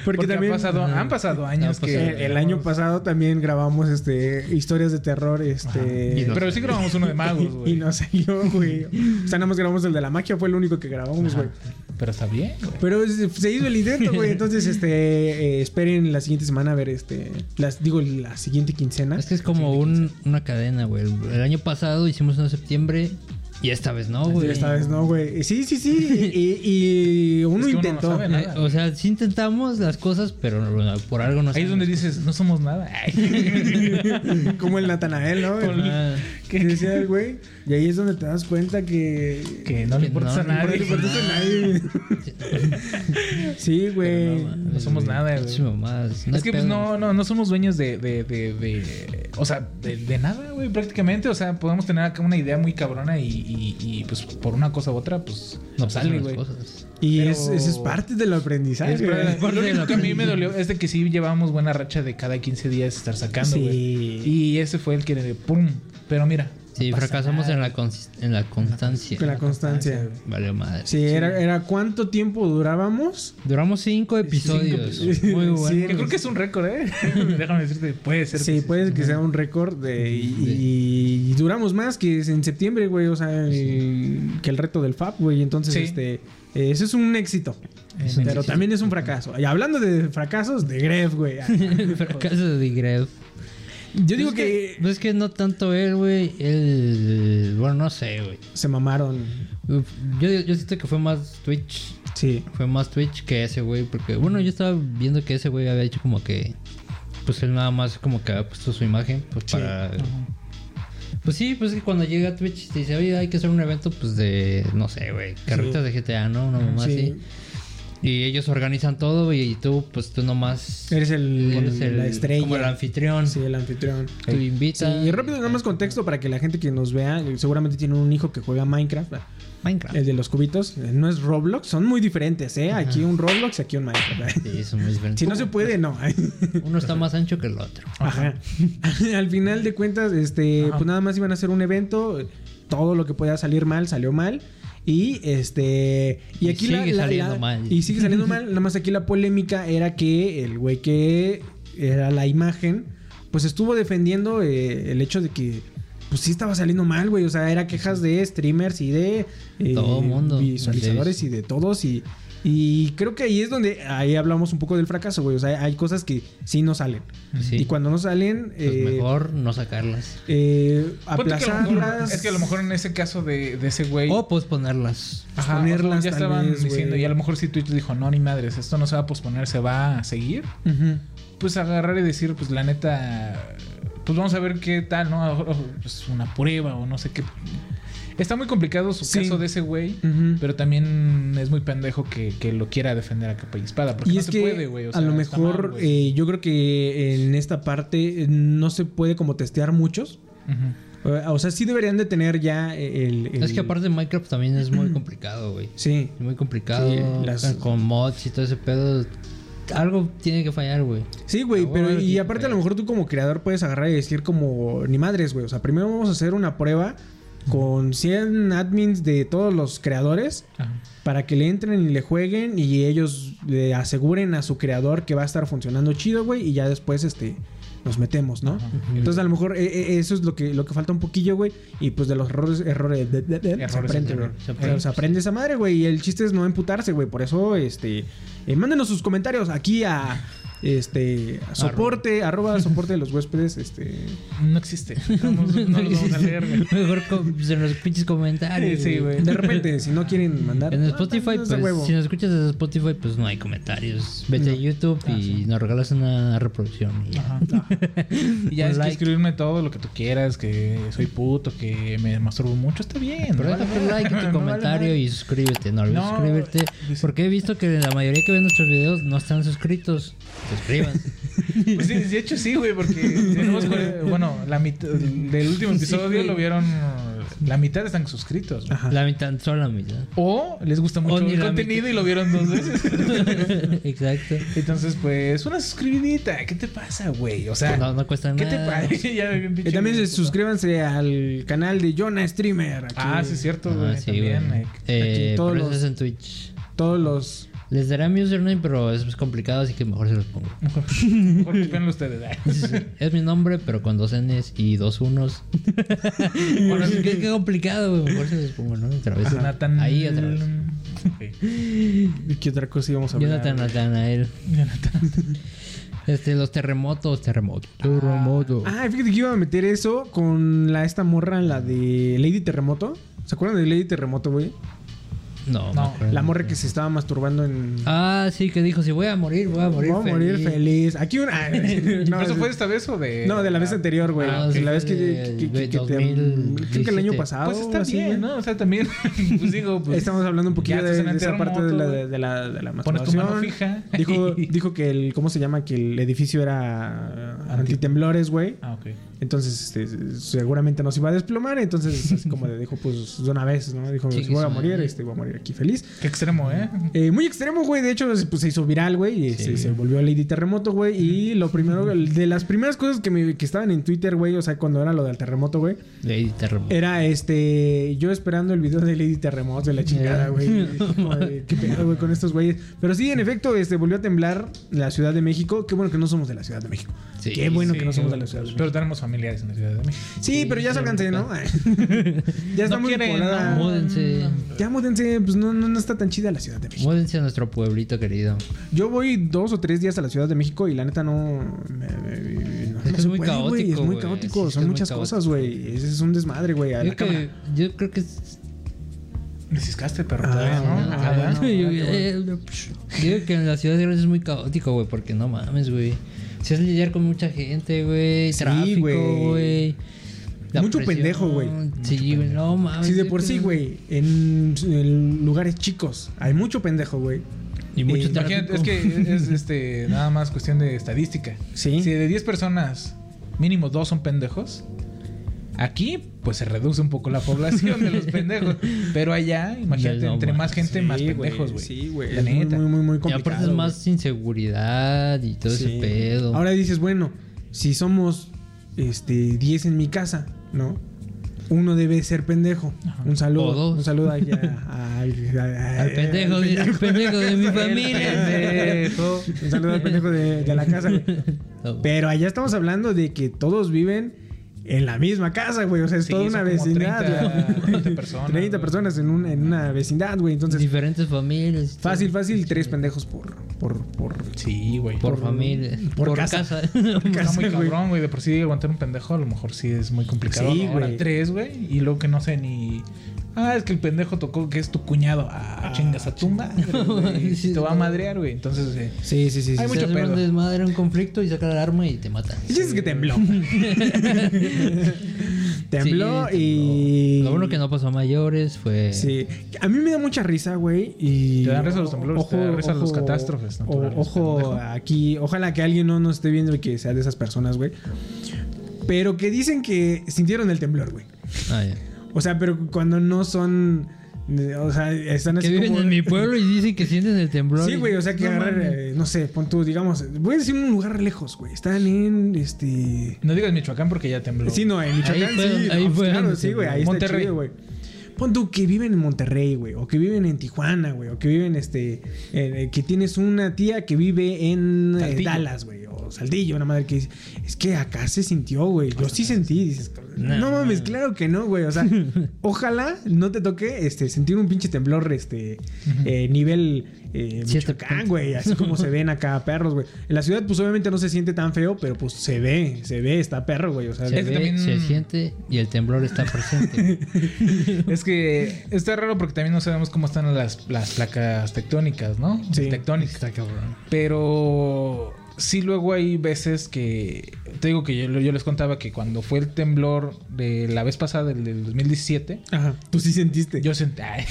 Speaker 2: Porque,
Speaker 1: también-
Speaker 2: han, pasado, han pasado años
Speaker 3: Han
Speaker 2: que.
Speaker 3: pasado
Speaker 1: El, el año pasado también grabamos este historias de terror, este
Speaker 3: Y no-
Speaker 2: Pero sí grabamos uno de magos,
Speaker 1: y
Speaker 2: güey.
Speaker 1: no salió, güey. O sea, nada más grabamos el de la magia, fue el único que grabamos, güey.
Speaker 2: Pero está bien, güey.
Speaker 1: Pero se se hizo el intento, güey. Entonces, este, eh, esperen la siguiente semana a ver este, las digo la siguiente quincena.
Speaker 3: Es que es como un, una cadena, güey. El año pasado hicimos uno en septiembre y esta vez no, güey.
Speaker 1: Esta vez no, güey. Eh, Sí, sí, sí. Y, y uno
Speaker 2: Es que uno no
Speaker 1: intentó.
Speaker 2: sabe, ¿no?
Speaker 3: Eh, o sea, sí intentamos las cosas, pero no- por algo no
Speaker 2: Ahí es donde
Speaker 3: salen.
Speaker 2: dices, no somos nada.
Speaker 1: Como el Natanael, ¿no?
Speaker 3: Ah,
Speaker 1: Que decía el güey. Y ahí es donde te das cuenta que.
Speaker 2: que no le
Speaker 3: Que
Speaker 2: importas
Speaker 3: no,
Speaker 2: a
Speaker 3: no
Speaker 1: No
Speaker 2: nadie.
Speaker 1: te importas a nadie. Sí,
Speaker 3: no
Speaker 1: güey.
Speaker 3: mames,
Speaker 2: No somos
Speaker 3: güey.
Speaker 2: nada, güey.
Speaker 3: Pinches mamadas. No
Speaker 2: es
Speaker 3: hay
Speaker 2: que pues,
Speaker 3: pedo.
Speaker 2: no, no, no somos dueños de, de, de, de- o sea, de, de nada, güey, prácticamente. O sea, podemos tener acá una idea muy cabrona y, y, y, pues por una cosa u otra, pues
Speaker 3: No
Speaker 2: no
Speaker 3: pasan
Speaker 2: sale,
Speaker 3: las
Speaker 2: güey.
Speaker 3: cosas.
Speaker 1: Y
Speaker 2: Pero-
Speaker 1: es, eso es parte del aprendizaje.
Speaker 2: Es verdad.
Speaker 1: güey.
Speaker 3: parte
Speaker 2: Lo
Speaker 3: de
Speaker 2: único
Speaker 3: la
Speaker 2: que a mí me
Speaker 3: pandemia.
Speaker 2: dolió es de que sí llevábamos buena racha de cada 15 días estar sacando, güey.
Speaker 1: Sí.
Speaker 2: Y ese fue el que de pum. Pero mira.
Speaker 3: Sí,
Speaker 2: no pasa
Speaker 3: fracasamos
Speaker 2: nada.
Speaker 3: en la, consis- en la constancia.
Speaker 1: Con la constancia.
Speaker 3: Vale, madre.
Speaker 1: Sí, era, era cuánto tiempo durábamos.
Speaker 3: Duramos cinco episodios.
Speaker 1: episodios.
Speaker 3: Muy
Speaker 1: Sí, pues.
Speaker 3: bueno.
Speaker 2: Que creo que es un récord, ¿eh? Déjame decirte, puede ser.
Speaker 1: Sí, puede que sea un récord de- y, y duramos más que es en septiembre, güey. O sea, el- que el reto del FAP, güey. Entonces,
Speaker 2: Sí.
Speaker 1: este, eh, eso es un éxito.
Speaker 2: Es
Speaker 3: un
Speaker 1: pero
Speaker 3: éxito.
Speaker 1: también es un fracaso. Y hablando de fracasos, de Gref, güey.
Speaker 3: Fracaso de Gref.
Speaker 1: Yo digo
Speaker 3: Es
Speaker 1: que,
Speaker 3: Pues es que no tanto él, güey. Él. Bueno, no sé, güey.
Speaker 1: se mamaron.
Speaker 3: Uf, Yo, yo siento que fue más Twitch.
Speaker 1: Sí.
Speaker 3: Fue más Twitch que ese, güey. Porque, bueno, yo estaba viendo que ese, güey, había hecho como que. Pues él nada más como que había puesto su imagen. Pues
Speaker 1: Sí.
Speaker 3: para. Pues sí, pues es que cuando llega Twitch te dice, oye, hay que hacer un evento, pues de. No sé, güey. Carretas de GTA, ¿no? Una mamá
Speaker 1: Sí.
Speaker 3: así. Y ellos organizan todo, güey. Y tú, pues tú nomás.
Speaker 1: Eres el,
Speaker 3: eres el-
Speaker 1: la estrella.
Speaker 3: Como el anfitrión.
Speaker 1: Sí, el anfitrión.
Speaker 3: Tú invitas.
Speaker 1: Sí, y rápido, nada más contexto para que la gente que nos vea, eh, seguramente tiene un hijo que juega Minecraft. ¿verdad?
Speaker 3: Minecraft.
Speaker 1: El de los cubitos. eh, No es Roblox, son muy diferentes, ¿eh? Aquí un Roblox, aquí un Minecraft.
Speaker 3: Sí, son muy diferentes.
Speaker 1: Si no se puede, no.
Speaker 3: Uno está más ancho que el otro.
Speaker 1: Ajá. Al final de cuentas, este,
Speaker 2: Ajá.
Speaker 1: pues nada más iban a hacer un evento. Todo lo que podía salir mal salió mal. Y este. Y
Speaker 3: Y
Speaker 1: aquí
Speaker 3: sigue saliendo mal.
Speaker 1: Y sigue saliendo mal. Nada más aquí la polémica era que el güey que era la imagen. Pues estuvo defendiendo eh, el hecho de que. Pues sí estaba saliendo mal, güey. O sea, era quejas de streamers y de eh,
Speaker 3: Todo mundo.
Speaker 1: visualizadores y de todos. Y, y creo que ahí es donde ahí hablamos un poco del fracaso, güey. O sea, hay cosas que sí no salen.
Speaker 3: Sí.
Speaker 1: Y cuando no salen,
Speaker 3: Pues
Speaker 1: eh,
Speaker 3: mejor no sacarlas.
Speaker 1: eh,
Speaker 2: Ponte que a lo mejor-
Speaker 1: aplazarlas.
Speaker 2: es que a lo mejor en ese caso de, de ese güey.
Speaker 3: O posponerlas.
Speaker 2: Ajá,
Speaker 1: Ponerlas
Speaker 2: o sea, ya
Speaker 1: tal
Speaker 2: estaban
Speaker 1: vez,
Speaker 2: diciendo,
Speaker 1: güey.
Speaker 2: y a lo mejor si Twitch dijo, no, ni madres, esto no se va a posponer, se va a seguir.
Speaker 1: Ujú.
Speaker 2: Pues agarrar y decir, pues la neta, pues vamos a ver qué tal, ¿no? O- o- Pues una prueba o no sé qué. Está muy complicado su
Speaker 1: Sí.
Speaker 2: caso de ese güey,
Speaker 1: Ujú.
Speaker 2: pero también es muy pendejo que, que lo quiera defender a capa y espada, porque
Speaker 1: Y
Speaker 2: no
Speaker 1: es
Speaker 2: se
Speaker 1: que
Speaker 2: puede, güey. o sea,
Speaker 1: a lo
Speaker 2: está mal,
Speaker 1: mejor
Speaker 2: güey.
Speaker 1: eh, yo creo que en esta parte eh, no se puede como testear muchos.
Speaker 2: Ujú.
Speaker 1: Eh, O sea, sí deberían de tener ya eh, el... el-
Speaker 3: Es que aparte Minecraft también es muy complicado, güey.
Speaker 1: Sí.
Speaker 3: Es Muy complicado.
Speaker 1: Sí, las-
Speaker 3: Con mods y todo ese pedo. Algo tiene que fallar, güey.
Speaker 1: Sí, güey,
Speaker 3: Ah,
Speaker 1: pero
Speaker 3: bueno,
Speaker 1: y
Speaker 3: sí,
Speaker 1: aparte a
Speaker 2: eh.
Speaker 1: lo
Speaker 3: güey.
Speaker 1: mejor tú como creador puedes agarrar y decir como, ni madres, güey. O sea, primero vamos a hacer una prueba con 100 admins de todos los creadores
Speaker 2: Ajá.
Speaker 1: para que le entren y le jueguen y ellos le aseguren a su creador que va a estar funcionando chido, güey, y ya después este nos metemos, ¿no?
Speaker 2: Ajá.
Speaker 1: Entonces a lo mejor eh, eh, eso es lo que lo que falta un poquillo, güey, y pues de los errores errores de- de- de-
Speaker 2: Errores,
Speaker 1: se aprende,
Speaker 2: error.
Speaker 1: güey.
Speaker 3: Se aprende,
Speaker 1: Eh, Se aprende esa madre, güey, y el chiste es no emputarse, güey, por eso este eh, mándenos sus comentarios aquí a este a soporte arroba soporte de los huéspedes, este
Speaker 2: No existe. Vamos- no los vamos a leer, güey.
Speaker 3: Mejor com- en los pinches comentarios.
Speaker 2: Sí, güey.
Speaker 1: de repente si no quieren mandar
Speaker 3: En
Speaker 1: ah,
Speaker 3: Spotify,
Speaker 1: mándenos de
Speaker 3: pues,
Speaker 1: huevo.
Speaker 3: si nos escuchas desde Spotify, pues no hay comentarios. Vete a YouTube y nos regalas una reproducción. Y ya.
Speaker 2: Ajá. Y Ah. ya
Speaker 3: Un
Speaker 2: es que
Speaker 3: like.
Speaker 2: escribirme todo lo que tú quieras, que soy puto, que me masturbo mucho, está bien.
Speaker 3: Pero
Speaker 2: no
Speaker 3: deja
Speaker 2: vale
Speaker 3: tu like y
Speaker 2: madre,
Speaker 3: tu
Speaker 2: no
Speaker 3: comentario
Speaker 2: vale
Speaker 3: y suscríbete. No olvides
Speaker 2: No,
Speaker 3: suscribirte.
Speaker 2: pues-
Speaker 3: Porque he visto que la mayoría que ven nuestros videos no están suscritos. Suscriban.
Speaker 2: madre. Pues sí, de hecho sí, güey, porque tenemos, cuare- bueno, la mitad del último episodio
Speaker 3: güey.
Speaker 2: lo vieron, la mitad están suscritos. güey.
Speaker 1: Ajá.
Speaker 3: la mitad, solo la mitad.
Speaker 2: O les gusta
Speaker 3: O
Speaker 2: mucho
Speaker 3: ni
Speaker 2: el
Speaker 3: la
Speaker 2: contenido
Speaker 3: mitad.
Speaker 2: y lo vieron dos veces.
Speaker 3: Exacto.
Speaker 2: Entonces, pues, una suscribidita. ¿Qué te pasa, güey? O sea,
Speaker 3: No, no cuesta
Speaker 2: ¿qué te
Speaker 3: nada.
Speaker 2: pasa? ya me vi un pinche
Speaker 1: Y también
Speaker 2: video,
Speaker 1: se-
Speaker 2: puto.
Speaker 1: suscríbanse al canal de Jonah Streamer. aquí.
Speaker 2: Ah, sí, es cierto, güey.
Speaker 3: Ah, sí, güey.
Speaker 2: también. eh,
Speaker 3: Eh,
Speaker 1: todos
Speaker 3: pero eso
Speaker 1: los-
Speaker 3: es en Twitch.
Speaker 1: Todos los.
Speaker 3: Les daré mi username, pero es complicado, así que mejor se los pongo.
Speaker 2: Mejor, mejor espérenlo ustedes. ah.
Speaker 3: Es mi nombre, pero con dos N's y dos unos. Bueno, sí, qué, qué complicado, güey. Mejor se los pongo, ¿no? Otra vez.
Speaker 2: Jonathan.
Speaker 3: Ahí otra vez.
Speaker 2: Ok.
Speaker 1: ¿Qué otra cosa íbamos a hablar?
Speaker 3: Jonathan Natanael. Este, los terremotos, terremotos.
Speaker 2: Terremoto.
Speaker 1: Ah, fíjate que iba a meter eso con la esta morra, la de Lady Terremoto. ¿Se acuerdan de Lady Terremoto, güey?
Speaker 3: No,
Speaker 2: No,
Speaker 3: me acuerdo.
Speaker 1: La morra que se estaba masturbando en.
Speaker 3: Ah, sí, que dijo, si voy a morir, voy a morir
Speaker 1: Voy a
Speaker 3: feliz.
Speaker 1: morir feliz. Aquí una.
Speaker 2: ¿Pero eso
Speaker 1: es-
Speaker 2: fue de esta vez o de.?
Speaker 1: No, de la vez anterior, güey.
Speaker 3: Ah,
Speaker 1: De
Speaker 3: sí,
Speaker 1: la vez
Speaker 3: fue
Speaker 1: que,
Speaker 3: del-
Speaker 1: que- que- que te-
Speaker 3: 2017.
Speaker 1: Creo que el año pasado.
Speaker 2: Pues está
Speaker 1: así,
Speaker 2: bien,
Speaker 1: güey.
Speaker 2: ¿no? O sea, también. Pues digo, pues.
Speaker 1: Estamos hablando un poquito
Speaker 2: ya
Speaker 1: de,
Speaker 2: estás en
Speaker 1: de
Speaker 2: el
Speaker 1: esa parte de la, de,
Speaker 2: terremoto,
Speaker 1: de la, de la
Speaker 2: Pones tu mano
Speaker 1: masturbación.
Speaker 2: fija.
Speaker 1: Dijo, dijo que el. ¿Cómo se llama? Que el edificio era eh, antitemblores, güey.
Speaker 2: Ah, ok.
Speaker 1: Entonces, este, seguramente nos iba a desplomar. Entonces, así como le dijo, pues de una vez, ¿no? Dijo,
Speaker 3: Chingue
Speaker 1: si voy a
Speaker 3: su madre.
Speaker 1: morir, este, voy a morir aquí feliz.
Speaker 2: Qué extremo, ¿eh?
Speaker 1: Eh, muy extremo, güey. De hecho, se- pues, se hizo viral, güey. Y este,
Speaker 3: Sí.
Speaker 1: se volvió Lady Terremoto, güey. Y lo primero, de las primeras cosas que, me, que estaban en Twitter, güey, o sea, cuando era lo del terremoto, güey,
Speaker 3: Lady terremoto.
Speaker 1: era este. Yo esperando el video de Lady Terremoto de la chingada,
Speaker 3: Ya.
Speaker 1: güey. Como de, Qué pedo, güey, con estos güeyes. Pero sí, en efecto, este, volvió a temblar la Ciudad de México. Qué bueno que no somos de la Ciudad de México.
Speaker 3: Sí,
Speaker 1: qué bueno
Speaker 2: Sí,
Speaker 1: que no somos de la Ciudad de México.
Speaker 2: Pero tenemos familiares en la Ciudad de México.
Speaker 1: Sí, pero ya
Speaker 3: Sí,
Speaker 1: sálganse, ¿no? ya está
Speaker 2: No
Speaker 1: muy
Speaker 2: quieren,
Speaker 1: poblada.
Speaker 2: no.
Speaker 3: Múdense.
Speaker 1: Ya múdense, pues no, no, no está tan chida la Ciudad de México.
Speaker 3: Múdense a nuestro pueblito querido.
Speaker 1: Yo voy dos o tres días a la Ciudad de México y la neta no. me- me- me- no,
Speaker 3: Es que
Speaker 1: no
Speaker 3: es
Speaker 1: se
Speaker 3: muy
Speaker 1: puede, güey,
Speaker 3: caótico,
Speaker 1: Es muy
Speaker 3: güey. Sí,
Speaker 1: caótico,
Speaker 3: es
Speaker 1: son
Speaker 3: que es muy
Speaker 1: muchas
Speaker 3: caótico.
Speaker 1: cosas, güey. Es, es un desmadre, güey. a la
Speaker 3: Yo, que,
Speaker 1: cámara.
Speaker 3: yo creo que es-
Speaker 2: Me ciscaste, pero
Speaker 1: Ah,
Speaker 2: todavía, ¿no?
Speaker 1: bueno,
Speaker 2: Ah, bueno.
Speaker 1: bueno.
Speaker 3: Yo-
Speaker 1: qué
Speaker 3: eh, Digo que en las ciudades grandes es muy caótico, güey, porque no mames, güey. Si es lidiar con mucha gente, güey,
Speaker 1: Sí,
Speaker 3: tráfico,
Speaker 1: güey.
Speaker 3: güey. la
Speaker 1: Mucho pendejo, güey.
Speaker 3: Sí, güey, no mames.
Speaker 1: Sí, de
Speaker 3: yo
Speaker 1: por
Speaker 3: creo-
Speaker 1: sí, güey. En, en lugares chicos hay mucho pendejo, güey.
Speaker 3: Y
Speaker 1: Eh,
Speaker 3: mucho tráfico.
Speaker 2: Imagínate, es que es este, nada más cuestión de estadística.
Speaker 1: Sí.
Speaker 2: Si de 10 personas, mínimo dos son pendejos, Aquí, pues se reduce un poco la población de los pendejos. Pero allá, imagínate,
Speaker 3: No,
Speaker 2: entre
Speaker 3: güey.
Speaker 2: más
Speaker 1: Sí,
Speaker 2: gente, más
Speaker 1: güey,
Speaker 2: pendejos, güey.
Speaker 1: Sí, güey.
Speaker 2: La
Speaker 1: Es muy,
Speaker 2: neta.
Speaker 1: muy, muy, muy
Speaker 3: Y
Speaker 1: complicado.
Speaker 3: aparte es
Speaker 1: güey.
Speaker 3: más inseguridad y todo
Speaker 1: Sí.
Speaker 3: ese pedo.
Speaker 1: Ahora dices, bueno, si somos este 10 en mi casa, ¿no? Uno debe ser pendejo.
Speaker 2: Ajá.
Speaker 1: Un
Speaker 3: O
Speaker 1: saludo.
Speaker 3: dos.
Speaker 1: Un saludo ahí a- al, a-
Speaker 3: al pendejo, de, al pendejo de mi familia.
Speaker 2: Pendejo.
Speaker 1: Un saludo al pendejo de, de la casa, güey.
Speaker 3: No, güey.
Speaker 1: Pero allá estamos hablando de que todos viven en la misma casa, güey. O sea, es
Speaker 2: Sí,
Speaker 1: toda
Speaker 2: son
Speaker 1: una
Speaker 2: como
Speaker 1: vecindad.
Speaker 2: 30,
Speaker 1: güey.
Speaker 2: 30 personas,
Speaker 1: 30
Speaker 2: güey.
Speaker 1: personas en, un- en una vecindad, güey. Entonces,
Speaker 3: Diferentes familias.
Speaker 1: fácil, fácil, tres pendejos por, por, por
Speaker 2: Sí, güey.
Speaker 3: Por,
Speaker 1: por-
Speaker 3: familia.
Speaker 1: por
Speaker 3: Por,
Speaker 1: casa.
Speaker 3: casa.
Speaker 2: Está muy
Speaker 1: casa, güey.
Speaker 2: cabrón, güey. De por sí aguantar un pendejo a lo mejor sí es muy complicado.
Speaker 1: Sí,
Speaker 2: Ahora
Speaker 1: güey.
Speaker 2: tres, güey. Y luego que no sé ni... Ah, es que el pendejo tocó que es tu cuñado. Ah,
Speaker 1: Ah,
Speaker 2: chingas a tu madre, güey.
Speaker 3: Sí,
Speaker 2: te va a
Speaker 3: no.
Speaker 2: madrear, güey. Entonces, eh,
Speaker 1: Sí, sí, sí. sí.
Speaker 2: Hay
Speaker 3: Se
Speaker 2: mucho
Speaker 3: hace
Speaker 2: pedo.
Speaker 3: un desmadre, un conflicto y saca el arma y te matan.
Speaker 1: Y dices que tembló. tembló
Speaker 3: Sí,
Speaker 1: y.
Speaker 3: Lo bueno que no pasó a mayores fue.
Speaker 1: Sí. A mí me da mucha risa, güey. Y...
Speaker 2: Te dan risa los temblores, te dan risa los catástrofes
Speaker 1: o-
Speaker 2: naturales,
Speaker 1: ojo,
Speaker 2: pendejo.
Speaker 1: aquí. Ojalá que alguien no nos esté viendo y que sea de esas personas, güey. Pero que dicen que sintieron el temblor, güey.
Speaker 3: Ah, ya.
Speaker 1: O sea, pero cuando no son. eh, O sea, están así
Speaker 3: Que viven
Speaker 1: como-
Speaker 3: en mi pueblo y dicen que sienten el temblor.
Speaker 1: Sí,
Speaker 3: y-
Speaker 1: güey, o sea que
Speaker 3: No
Speaker 1: agarrar,
Speaker 3: mames.
Speaker 1: eh, no sé, pon tú, digamos, voy a decir un lugar lejos, güey. Están en este.
Speaker 2: no digas Michoacán porque ya tembló.
Speaker 1: Sí, no, en Michoacán
Speaker 3: Ahí fue-
Speaker 1: sí.
Speaker 3: ahí
Speaker 1: no,
Speaker 3: fue
Speaker 1: Claro,
Speaker 3: donde
Speaker 1: sí,
Speaker 3: se-
Speaker 1: güey. Ahí está
Speaker 2: Monterrey.
Speaker 1: chido, güey. Pon tú que viven en Monterrey, güey. O que viven en Tijuana, güey. O que viven, este... eh, que tienes una tía que vive en eh,
Speaker 2: Saltillo.
Speaker 1: Dallas, güey. O Saldillo, una madre que dice... Es que acá se sintió, güey. Yo sí sentí. Dices, no,
Speaker 3: No,
Speaker 1: mames,
Speaker 3: no.
Speaker 1: claro que no, güey. O sea, ojalá no te toque este, sentir un pinche temblor, este... eh, nivel... Eh,
Speaker 3: Siete
Speaker 1: Michoacán,
Speaker 3: punto.
Speaker 1: güey. Así como se ven acá perros, güey. En la ciudad, pues obviamente no se siente tan feo, pero pues se ve, se ve, está perro, güey. O sea,
Speaker 3: Se,
Speaker 2: Es que
Speaker 3: ve,
Speaker 2: también-
Speaker 3: se siente y el temblor está presente.
Speaker 2: Es que está raro porque también no sabemos cómo están las, las placas tectónicas, ¿no?
Speaker 1: Sí.
Speaker 2: Tectónicas.
Speaker 3: está cabrón.
Speaker 2: Pero sí luego hay veces que... Te digo que yo, yo les contaba que cuando fue el temblor de la vez pasada, el del 2017...
Speaker 1: Ajá. Tú sí sentiste.
Speaker 2: Yo sentí... ay.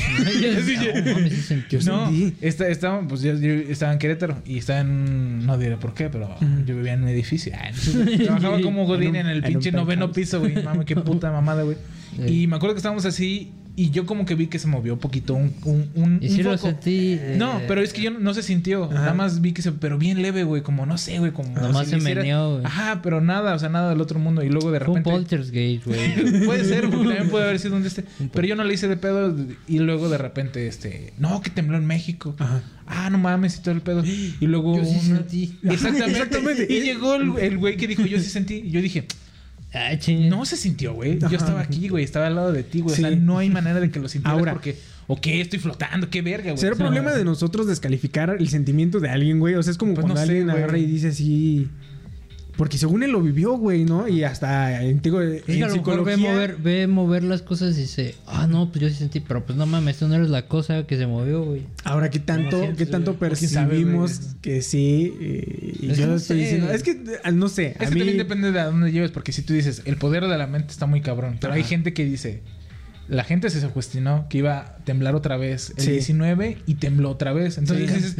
Speaker 3: No, mames, sí sentí.
Speaker 1: Yo
Speaker 2: no,
Speaker 1: sentí.
Speaker 2: esta- estaba, pues yo, yo estaba en Querétaro y estaba en... No diré por qué, pero yo vivía en un edificio. Ay, no. Trabajaba como Godín
Speaker 1: En
Speaker 2: en,
Speaker 1: un- en
Speaker 2: el
Speaker 1: un
Speaker 2: pinche noveno
Speaker 1: penthouse.
Speaker 2: piso, güey. Mami, qué puta mamada, güey.
Speaker 3: Sí.
Speaker 2: Y me acuerdo que estábamos así y yo como que vi que se movió poquito un... un, un-
Speaker 3: Y
Speaker 2: un
Speaker 3: sí lo
Speaker 2: foco.
Speaker 3: sentí. eh,
Speaker 2: No, pero es que yo no- no se sintió. Nada más vi que se... Pero bien leve, güey. Como no sé, güey. Como...
Speaker 3: Nada
Speaker 2: si
Speaker 3: más se
Speaker 2: le hicieras-
Speaker 3: meneó, güey.
Speaker 2: Ajá, pero nada. O sea, nada del otro mundo. Y luego de
Speaker 3: Fue un
Speaker 2: repente...
Speaker 3: poltergeist, güey.
Speaker 2: Puede ser, porque también puede haber sido un de este. Pero yo no le hice de pedo y luego de repente, este, no, que tembló en México.
Speaker 1: Ajá.
Speaker 2: Ah, no mames y todo el pedo. Y luego.
Speaker 3: Yo sí
Speaker 2: una-
Speaker 3: sentí.
Speaker 2: Exactamente.
Speaker 1: Exactamente.
Speaker 2: Y llegó el, el güey que dijo, yo sí sentí. Y yo dije,
Speaker 3: Ay, chingue.
Speaker 2: no se sintió, güey. Yo
Speaker 1: Ajá.
Speaker 2: estaba aquí, güey. Estaba al lado de ti, güey. O
Speaker 1: Sí.
Speaker 2: sea, no hay manera de que lo sintieras
Speaker 1: Ahora.
Speaker 2: porque, o que estoy flotando, qué verga, güey.
Speaker 1: Será
Speaker 2: O sea,
Speaker 1: problema de nosotros descalificar el sentimiento de alguien, güey. O sea, es como
Speaker 2: Pues
Speaker 1: cuando
Speaker 2: no sé,
Speaker 1: alguien
Speaker 2: güey.
Speaker 1: agarra y dice así. Porque según él lo vivió, güey, ¿no? Y hasta en, digo,
Speaker 2: Pues
Speaker 3: Es que
Speaker 1: en
Speaker 3: a lo mejor ve
Speaker 1: psicología.
Speaker 3: mover, ve mover las cosas y dice, ah, no, pues yo sí sentí, pero pues no mames, tú no eres la cosa que se movió, güey.
Speaker 1: Ahora, ¿qué tanto,
Speaker 3: Como sientes,
Speaker 1: qué tanto
Speaker 2: güey. O quién sabe,
Speaker 1: percibimos
Speaker 2: güey.
Speaker 1: que sí? eh, y
Speaker 2: Es que
Speaker 1: yo
Speaker 2: no
Speaker 1: estoy
Speaker 2: sé.
Speaker 1: diciendo. Es que, eh, no sé.
Speaker 2: Es
Speaker 1: a
Speaker 2: que
Speaker 1: mí,
Speaker 2: también depende de a dónde lleves, porque si tú dices, el poder de la mente está muy cabrón, pero hay
Speaker 1: Ajá.
Speaker 2: gente que dice, la gente se sugestionó que iba a temblar otra vez el
Speaker 1: Sí.
Speaker 2: 19 y tembló otra vez. Entonces
Speaker 1: Sí.
Speaker 2: dices,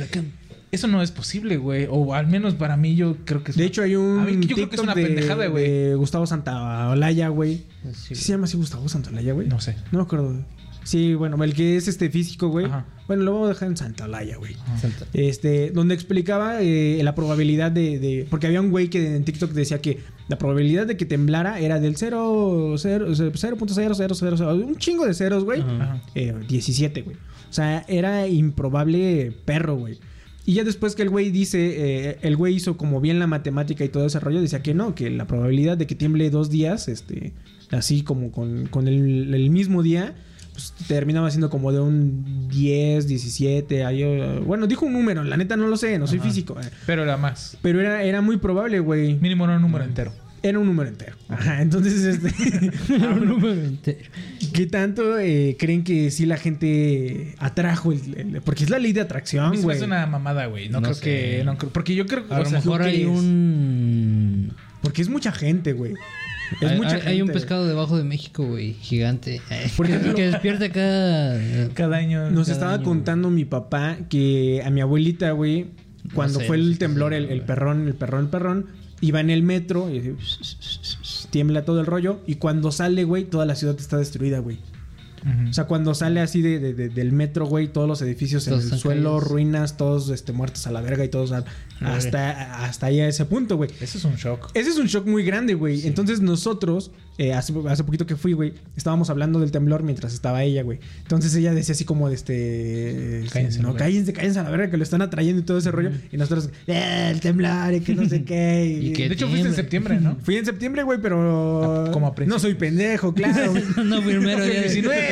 Speaker 2: eso no es posible, güey, o al menos para mí yo creo que es
Speaker 1: De
Speaker 2: una-
Speaker 1: hecho, hay un.
Speaker 2: A mí, yo creo que es
Speaker 1: TikTok
Speaker 2: una
Speaker 1: de-
Speaker 2: pendejada, güey.
Speaker 1: de Gustavo Santaolalla, güey.
Speaker 3: Así,
Speaker 1: ¿Sí se llama así Gustavo Santaolalla, güey?
Speaker 2: No sé.
Speaker 1: No me acuerdo. Sí, bueno, el que es este físico, güey.
Speaker 2: Ajá.
Speaker 1: Bueno, lo vamos a dejar en Santaolalla, güey.
Speaker 3: Santa.
Speaker 1: Este, donde explicaba eh, la probabilidad de, de- Porque había un güey que en TikTok decía que la probabilidad de que temblara era del 0, 0, 0.0000, un chingo de ceros, güey.
Speaker 3: Ajá.
Speaker 2: Ajá.
Speaker 1: Eh, 17, güey. O sea, era improbable perro, güey. Y ya después que el güey dice, eh, el güey hizo como bien la matemática y todo ese rollo, decía que no, que la probabilidad de que tiemble dos días, este, así como con, con el, el mismo día, pues terminaba siendo como de un 10, 17, ahí, eh, bueno, dijo un número, la neta no lo sé, no soy
Speaker 2: Ajá.
Speaker 1: físico. eh.
Speaker 2: Pero era más.
Speaker 1: Pero era, era muy probable, güey.
Speaker 2: Mínimo era un
Speaker 1: Ah,
Speaker 2: número entero.
Speaker 1: Era un número entero. Ajá, entonces, este...
Speaker 3: Era un número entero.
Speaker 1: ¿Qué tanto eh, creen que sí la gente atrajo? el- el- porque es la ley de
Speaker 2: A
Speaker 1: atracción,
Speaker 2: mí se me
Speaker 1: güey.
Speaker 2: hace una mamada, güey. No,
Speaker 3: No
Speaker 2: creo
Speaker 3: sé.
Speaker 2: que... no creo- porque yo creo que...
Speaker 1: A
Speaker 2: o
Speaker 1: lo
Speaker 2: sea,
Speaker 1: mejor
Speaker 3: Ahora hay
Speaker 1: ¿Qué es?
Speaker 3: un...
Speaker 1: Porque es mucha gente, güey. Es
Speaker 3: hay,
Speaker 1: mucha
Speaker 3: hay-
Speaker 1: gente.
Speaker 3: hay un pescado debajo de México, güey, gigante.
Speaker 1: Por ejemplo-
Speaker 3: que despierta acá. eh,
Speaker 2: cada año...
Speaker 1: Nos
Speaker 3: cada
Speaker 1: estaba
Speaker 3: año,
Speaker 1: contando mi papá que a mi abuelita, güey,
Speaker 3: No
Speaker 1: cuando
Speaker 3: sé,
Speaker 1: fue
Speaker 3: no
Speaker 1: el
Speaker 3: sé qué
Speaker 1: temblor,
Speaker 3: sea,
Speaker 1: el, el
Speaker 3: güey.
Speaker 1: perrón, el perrón, el perrón, iba en el metro y así, tiembla todo el rollo. Y cuando sale, güey, toda la ciudad está destruida, güey. O sea, cuando sale así de, de- de- del metro, güey, todos los edificios
Speaker 3: Todos
Speaker 1: en el
Speaker 3: están
Speaker 1: suelo,
Speaker 3: caídos.
Speaker 1: ruinas, todos este, muertos a la verga y todos a-
Speaker 3: verga.
Speaker 1: hasta, hasta ahí a ese punto, güey.
Speaker 2: Eso es un shock.
Speaker 1: Ese es un shock muy grande, güey. Entonces nosotros, eh, hace, hace poquito que fui, güey, estábamos hablando del temblor mientras estaba ella, güey. Entonces ella decía así como de este...
Speaker 2: Cállense,
Speaker 1: no,
Speaker 2: güey.
Speaker 1: cállense, cállense a la verga que lo están atrayendo y todo ese rollo. Y nosotros, eh, el temblor y que no sé qué.
Speaker 3: Y que-
Speaker 2: De hecho, fuiste en septiembre, ¿no?
Speaker 1: Fui en septiembre, güey, pero...
Speaker 2: A- como a
Speaker 1: no
Speaker 2: principios.
Speaker 1: soy pendejo, claro. güey.
Speaker 3: no, primero día de-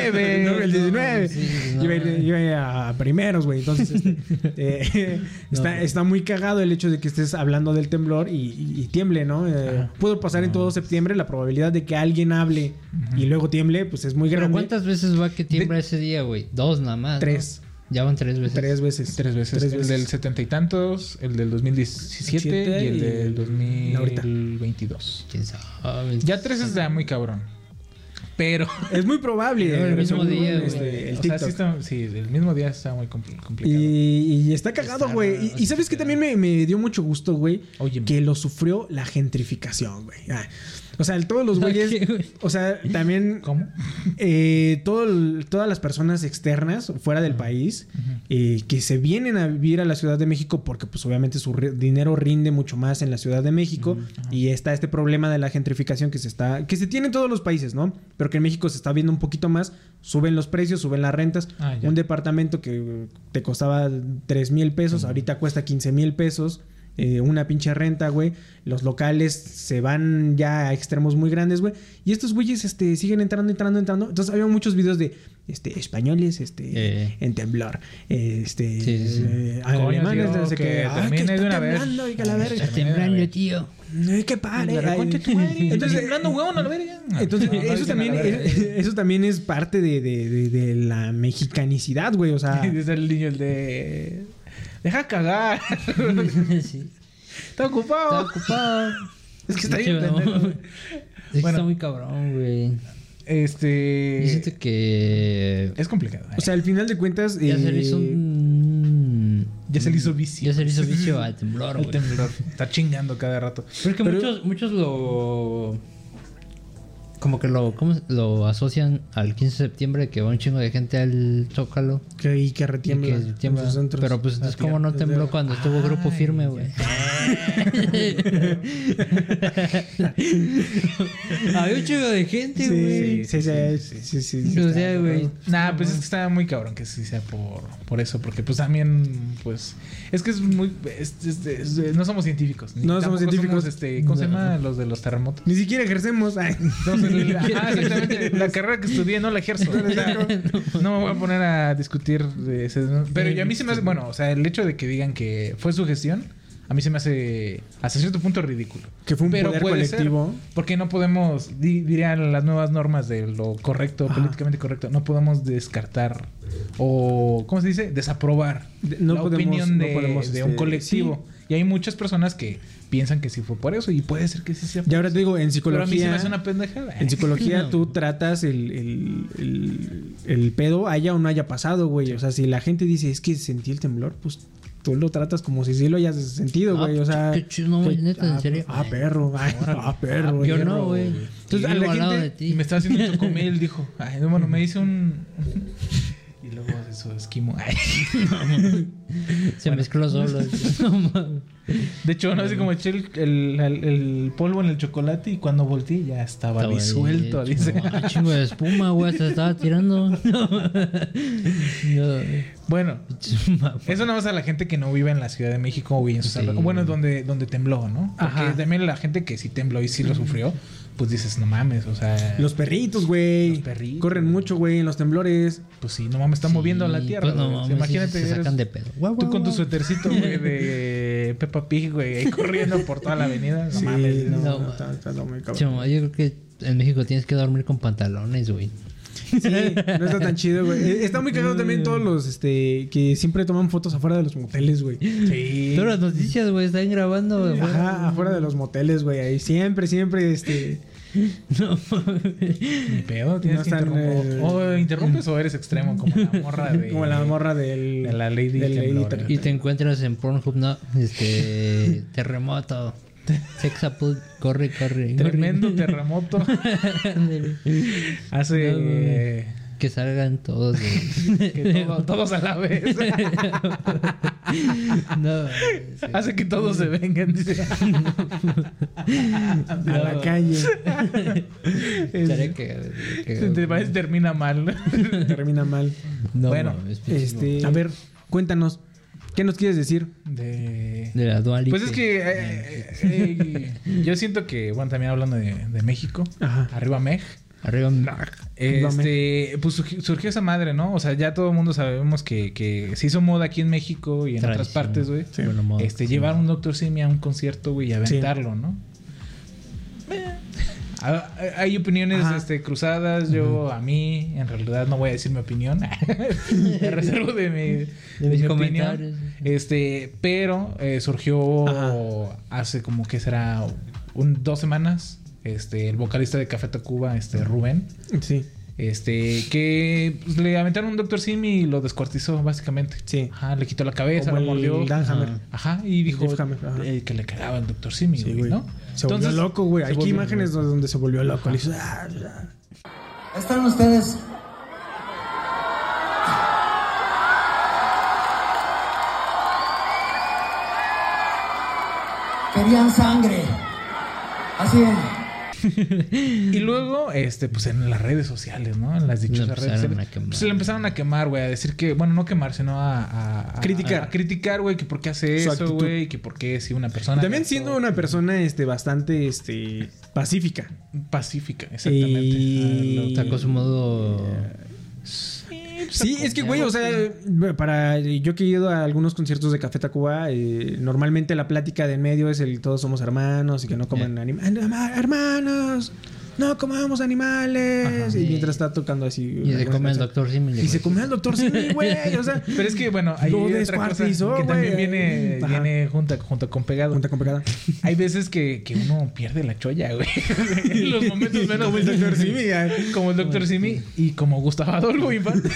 Speaker 1: 19,
Speaker 3: No,
Speaker 1: el 19.
Speaker 3: sí, no,
Speaker 1: Iba a ir- iba a ir a primeros, güey. Entonces, este, eh, está,
Speaker 3: No.
Speaker 1: está muy cagado el hecho de que estés hablando del temblor y, y- y tiemble, ¿no? Eh,
Speaker 2: Ajá.
Speaker 1: pudo pasar en todo septiembre. La probabilidad de que alguien hable y luego tiemble, pues es muy
Speaker 3: Pero
Speaker 1: grande.
Speaker 3: ¿cuántas veces va que tiembla ese día, güey? Dos nada más. ¿no?
Speaker 1: Tres.
Speaker 3: Ya van tres veces.
Speaker 1: Tres veces.
Speaker 2: Tres veces.
Speaker 1: Tres
Speaker 2: el
Speaker 1: veces.
Speaker 2: del setenta y tantos, el del 2017 y el
Speaker 1: y
Speaker 2: del
Speaker 1: ahorita.
Speaker 2: 2022.
Speaker 3: ¿Quién sabe?
Speaker 2: Ya tres está muy cabrón. Pero.
Speaker 1: Es muy probable.
Speaker 3: Pero el
Speaker 1: eh,
Speaker 3: mismo
Speaker 1: según,
Speaker 3: día, güey.
Speaker 1: este, el
Speaker 2: o sea,
Speaker 1: TikTok.
Speaker 2: sí, está- sí, el mismo día está muy compli- complicado.
Speaker 1: Y, y está cagado,
Speaker 3: Está
Speaker 1: güey.
Speaker 3: raro,
Speaker 1: Y- Y,
Speaker 3: sí,
Speaker 1: sabes que
Speaker 3: está
Speaker 1: también me, me dio mucho gusto, güey.
Speaker 2: Óyeme.
Speaker 1: Que lo sufrió la gentrificación, güey. Ah, O sea, todos los
Speaker 3: ¿La
Speaker 1: güeyes.
Speaker 3: qué, güey?
Speaker 1: O sea, también
Speaker 2: ¿Cómo?
Speaker 1: eh, todo el- todas las personas externas fuera del país eh, que se vienen a vivir a la Ciudad de México porque pues obviamente su ri- dinero rinde mucho más en la Ciudad de México y está este problema de la gentrificación que se está que se tiene en todos los países, ¿no? Pero que en México se está viendo un poquito más, suben los precios, suben las rentas,
Speaker 2: Ah, ya.
Speaker 1: un departamento que eh, te costaba 3 mil pesos, ahorita cuesta 15 mil pesos. eh, una pinche renta, güey. Los locales se van ya a extremos muy grandes, güey. Y estos güeyes este, siguen entrando, entrando, entrando. Entonces había muchos videos de este, españoles este,
Speaker 3: Eh.
Speaker 1: en temblor. eh, Este,
Speaker 3: Sí, sí, sí.
Speaker 1: eh,
Speaker 2: Coño,
Speaker 1: alemanes,
Speaker 2: tío,
Speaker 1: no sé
Speaker 2: que
Speaker 1: qué. Ah, que
Speaker 2: termine
Speaker 1: está
Speaker 2: de una vez.
Speaker 1: temblando y que la verga.
Speaker 3: Está temblando, tío.
Speaker 1: Ay, que pare.
Speaker 2: La
Speaker 1: ay.
Speaker 2: reconcha de tu madre.
Speaker 1: Entonces, eh,
Speaker 2: Temblando, huevón, a la verga.
Speaker 1: entonces,
Speaker 2: No, no
Speaker 1: eso,
Speaker 2: dicen
Speaker 1: también,
Speaker 2: a la verga.
Speaker 1: eso, eso también es parte de, de- de- de la mexicanicidad, güey. O sea,
Speaker 2: Y dice el niño el de. Deja cagar.
Speaker 3: sí.
Speaker 2: Está
Speaker 3: Está
Speaker 2: ocupado.
Speaker 3: ocupado.
Speaker 2: Es que está
Speaker 3: Pinche,
Speaker 2: bien
Speaker 3: no.
Speaker 2: pendejo.
Speaker 3: Es que
Speaker 2: Bueno.
Speaker 3: está muy cabrón, güey.
Speaker 2: Este.
Speaker 3: Yo siento que.
Speaker 2: Es complicado. ¿eh?
Speaker 1: o sea, al final de cuentas.
Speaker 3: Ya se
Speaker 1: eh,
Speaker 3: le hizo un.
Speaker 2: ya se le hizo vicio.
Speaker 3: Ya se le hizo vicio al temblor,
Speaker 2: El
Speaker 3: güey.
Speaker 2: temblor. Está chingando cada rato.
Speaker 3: Pero es que
Speaker 1: Pero-
Speaker 3: muchos, muchos lo. Como que lo, ¿cómo se- lo asocian al 15 de septiembre que va un chingo de gente al Zócalo.
Speaker 1: Que, y que
Speaker 3: y
Speaker 1: retiembla.
Speaker 3: que
Speaker 1: en sus
Speaker 3: tiembla.
Speaker 1: centros.
Speaker 3: Pero
Speaker 2: Ah,
Speaker 3: pues entonces, ¿cómo no
Speaker 1: Desde-
Speaker 3: tembló cuando estuvo grupo
Speaker 2: Ay,
Speaker 3: firme,
Speaker 2: ya.
Speaker 3: güey? Había un chingo de gente,
Speaker 1: Sí,
Speaker 3: güey.
Speaker 1: sí, sí, sí, sí, sí, sí,
Speaker 3: o
Speaker 1: está
Speaker 3: sea,
Speaker 1: cabrón.
Speaker 3: güey.
Speaker 2: Nah, pues es que está muy cabrón que sí sea por, por eso. Porque pues también, pues. Es que es muy. es- es- es- no somos científicos. ni
Speaker 1: No somos
Speaker 2: tampoco
Speaker 1: científicos.
Speaker 2: este, ¿Cómo se llama? Los de los terremotos.
Speaker 1: Ni siquiera ejercemos. Ay.
Speaker 2: Entonces, el- ajá, exactamente. La carrera que estudié no la ejerzo. O sea, no me voy a poner a discutir de ese- Pero yo a mí se me hace. Bueno, o sea, el hecho de que digan que fue su gestión, a mí se me hace hasta cierto punto ridículo.
Speaker 1: Que fue un
Speaker 2: Pero
Speaker 1: poder
Speaker 2: puede ser,
Speaker 1: colectivo.
Speaker 2: porque no podemos, di- dirían las nuevas normas de lo correcto,
Speaker 1: Ajá.
Speaker 2: políticamente correcto, no podemos descartar o, ¿cómo se dice? Desaprobar
Speaker 1: De- no
Speaker 2: la
Speaker 1: podemos-
Speaker 2: opinión
Speaker 1: no
Speaker 2: de,
Speaker 1: podemos,
Speaker 2: de
Speaker 1: este,
Speaker 2: un colectivo. Y hay muchas personas que piensan que sí fue por eso y puede ser que sí sea por
Speaker 1: Y ahora te digo, en
Speaker 2: Pero a mí se me
Speaker 1: psicología.
Speaker 2: hace una pendejada.
Speaker 1: En psicología
Speaker 3: No.
Speaker 1: tú tratas el, el, el, el pedo, haya o no haya pasado, güey. O sea, si la gente dice es que sentí el temblor, pues tú lo tratas como si sí lo hayas sentido,
Speaker 3: Ah,
Speaker 1: güey. O sea.
Speaker 3: qué chido, no, güey,
Speaker 1: que-
Speaker 3: neta, en
Speaker 1: ah,
Speaker 3: serio.
Speaker 1: Ah, perro, ay, ah, perro.
Speaker 3: Yo
Speaker 1: perro.
Speaker 3: no, güey.
Speaker 1: Entonces, a la
Speaker 3: Vivo al lado
Speaker 1: gente-
Speaker 3: de ti.
Speaker 2: Y me estaba haciendo un chocomel, dijo. Ay, no, bueno, me hice un... y luego eso, esquimo. Ay.
Speaker 3: Se mezcló solo. No mames.
Speaker 2: De hecho, no sé cómo eché el, el- el- el polvo en el chocolate y cuando volteé ya estaba,
Speaker 3: Estaba
Speaker 2: disuelto,
Speaker 3: ahí,
Speaker 2: dice.
Speaker 3: chingo, ah, chingo de espuma, güey. Se estaba tirando. Yo-
Speaker 2: Bueno, eso nada más a la gente que no vive en la Ciudad de México o en sus
Speaker 3: Sí.
Speaker 2: alrededores. Bueno, donde, donde tembló, ¿no? Porque
Speaker 1: Ajá.
Speaker 2: también la gente que sí tembló y sí lo sufrió, pues dices, no mames, o sea.
Speaker 1: Los perritos, güey.
Speaker 2: Los perritos.
Speaker 1: Corren mucho, güey, en los temblores.
Speaker 2: Pues sí, no mames, están
Speaker 3: Sí,
Speaker 2: moviendo la tierra.
Speaker 3: pues no
Speaker 2: güey. O sea,
Speaker 3: mames, sí,
Speaker 2: imagínate.
Speaker 3: se
Speaker 2: eres
Speaker 3: sacan de pedo. Guau,
Speaker 2: Tú
Speaker 3: guau,
Speaker 2: con tu
Speaker 3: guau.
Speaker 2: suétercito, güey, de Peppa Pig, güey, ahí corriendo por toda la avenida. No
Speaker 1: sí,
Speaker 2: mames.
Speaker 1: no,
Speaker 3: no,
Speaker 1: no, está- está muy cabrón.
Speaker 3: Chimo, yo creo que en México tienes que dormir con pantalones, güey.
Speaker 1: Sí, no está tan chido, güey. Eh, Está muy cagado también todos los este que siempre toman fotos afuera de los moteles, güey.
Speaker 2: Sí.
Speaker 3: Todas las noticias, güey, están grabando, güey.
Speaker 1: Ajá, afuera de los moteles, güey. Ahí siempre, siempre, este.
Speaker 3: No mames.
Speaker 2: Ni pedo, tienes
Speaker 1: No
Speaker 2: que
Speaker 1: están,
Speaker 2: interrumpir.
Speaker 1: eh,
Speaker 2: O interrumpes o eres extremo, como la morra de.
Speaker 1: Como la morra del.
Speaker 2: de la Lady
Speaker 1: del
Speaker 2: Temblor,
Speaker 1: Ter-
Speaker 3: Y te encuentras en Pornhub, no, este terremoto. Sexapult, corre, corre.
Speaker 2: Tremendo
Speaker 3: corre.
Speaker 2: terremoto.
Speaker 3: Ándale.
Speaker 2: Hace.
Speaker 3: No, güey. que salgan todos. güey.
Speaker 2: que todo- todos a la vez.
Speaker 3: no, güey, sí.
Speaker 2: Hace que todos se vengan. dice.
Speaker 1: A la calle.
Speaker 3: Estaría cagado, estaría cagado,
Speaker 2: Te-
Speaker 3: güey.
Speaker 2: Termina mal.
Speaker 1: Termina mal.
Speaker 3: No,
Speaker 2: Bueno,
Speaker 3: mames, pinche
Speaker 1: Este, a ver, cuéntanos. ¿Qué nos quieres decir?
Speaker 2: De-
Speaker 3: De la dualidad.
Speaker 2: Pues es que eh, eh, eh, yo siento que, bueno, también hablando de, de México,
Speaker 1: Ajá.
Speaker 2: arriba Meg,
Speaker 3: Ah, Arriba.
Speaker 2: este, pues surgi- surgió esa madre, ¿no? O sea, ya todo el mundo sabemos que, que se hizo moda aquí en México y en otras
Speaker 3: Tradición.
Speaker 2: partes, güey.
Speaker 1: Sí.
Speaker 3: Bueno, modo,
Speaker 2: Este,
Speaker 3: sí.
Speaker 2: llevar un Dr. Simi a un concierto, güey, y aventarlo, ¿no? Eh, ah, ah, Hay opiniones
Speaker 1: Ajá.
Speaker 2: este, cruzadas, yo a mí, en realidad no voy a decir mi opinión, me reservo de mi, de
Speaker 3: mis
Speaker 2: mi
Speaker 3: comentarios.
Speaker 2: opinión. Este, pero eh, surgió
Speaker 1: Ajá.
Speaker 2: hace como que será un, dos semanas, este, el vocalista de Café Tacuba, este, Rubén,
Speaker 1: Sí.
Speaker 2: este, que pues, le aventaron un Dr. Simi y lo descuartizó, básicamente.
Speaker 1: Sí.
Speaker 2: Ajá, le quitó la cabeza,
Speaker 1: Como
Speaker 2: lo mordió.
Speaker 1: el Dan Hammer.
Speaker 2: Ajá. Ajá, y dijo
Speaker 1: Def Hammer, ajá.
Speaker 2: eh, que le cagaba el Dr. Simi,
Speaker 1: Sí,
Speaker 2: güey,
Speaker 1: güey.
Speaker 2: ¿no?
Speaker 1: Se volvió loco, güey.
Speaker 2: se
Speaker 1: Aquí
Speaker 2: volvió-
Speaker 1: imágenes donde se volvió loco. Le hizo, "Ah, ah".
Speaker 4: Están ustedes. Querían sangre. Así es.
Speaker 2: Y luego, este, pues en las redes sociales, ¿no? En las dichosas
Speaker 3: Lo
Speaker 2: redes
Speaker 3: empezaron
Speaker 2: sociales.
Speaker 3: a quemar.
Speaker 2: Pues, se le empezaron a quemar, güey, a decir que, bueno, no quemar, sino a, a- a-
Speaker 1: Criticar.
Speaker 2: A, criticar, güey, que por qué hace
Speaker 1: Su
Speaker 2: eso,
Speaker 1: actitud.
Speaker 2: güey, que por qué si una
Speaker 1: Y
Speaker 2: persona.
Speaker 1: También siendo una persona este, bastante este, pacífica.
Speaker 2: Pacífica, exactamente.
Speaker 1: Y-
Speaker 2: Ah, lo-
Speaker 3: Sacó su modo.
Speaker 1: Sí, es que, güey, o sea, bueno, para yo que he ido a algunos conciertos de Café Tacuba, eh, normalmente la plática de en medio es el todos somos hermanos y que no coman animales. Hermanos, no comamos animales.
Speaker 2: Ajá.
Speaker 1: y mientras está tocando así.
Speaker 3: Y se
Speaker 1: algunas
Speaker 3: come el
Speaker 1: canciones.
Speaker 3: doctor Simi.
Speaker 1: Y se come al doctor Simi, güey. O sea,
Speaker 2: Pero es que, bueno, hay
Speaker 1: Lo
Speaker 2: otra cosa que
Speaker 1: descuartizó,
Speaker 2: también
Speaker 1: güey.
Speaker 2: viene,
Speaker 1: Ajá.
Speaker 2: viene junta, junto con pegado.
Speaker 1: Junta con pegada.
Speaker 2: Hay veces que, que uno pierde la cholla, güey. En los momentos menos.
Speaker 1: Como el Dr. Simi, ay.
Speaker 2: Como el Dr. Simi y como Gustavo Adolfo Infante.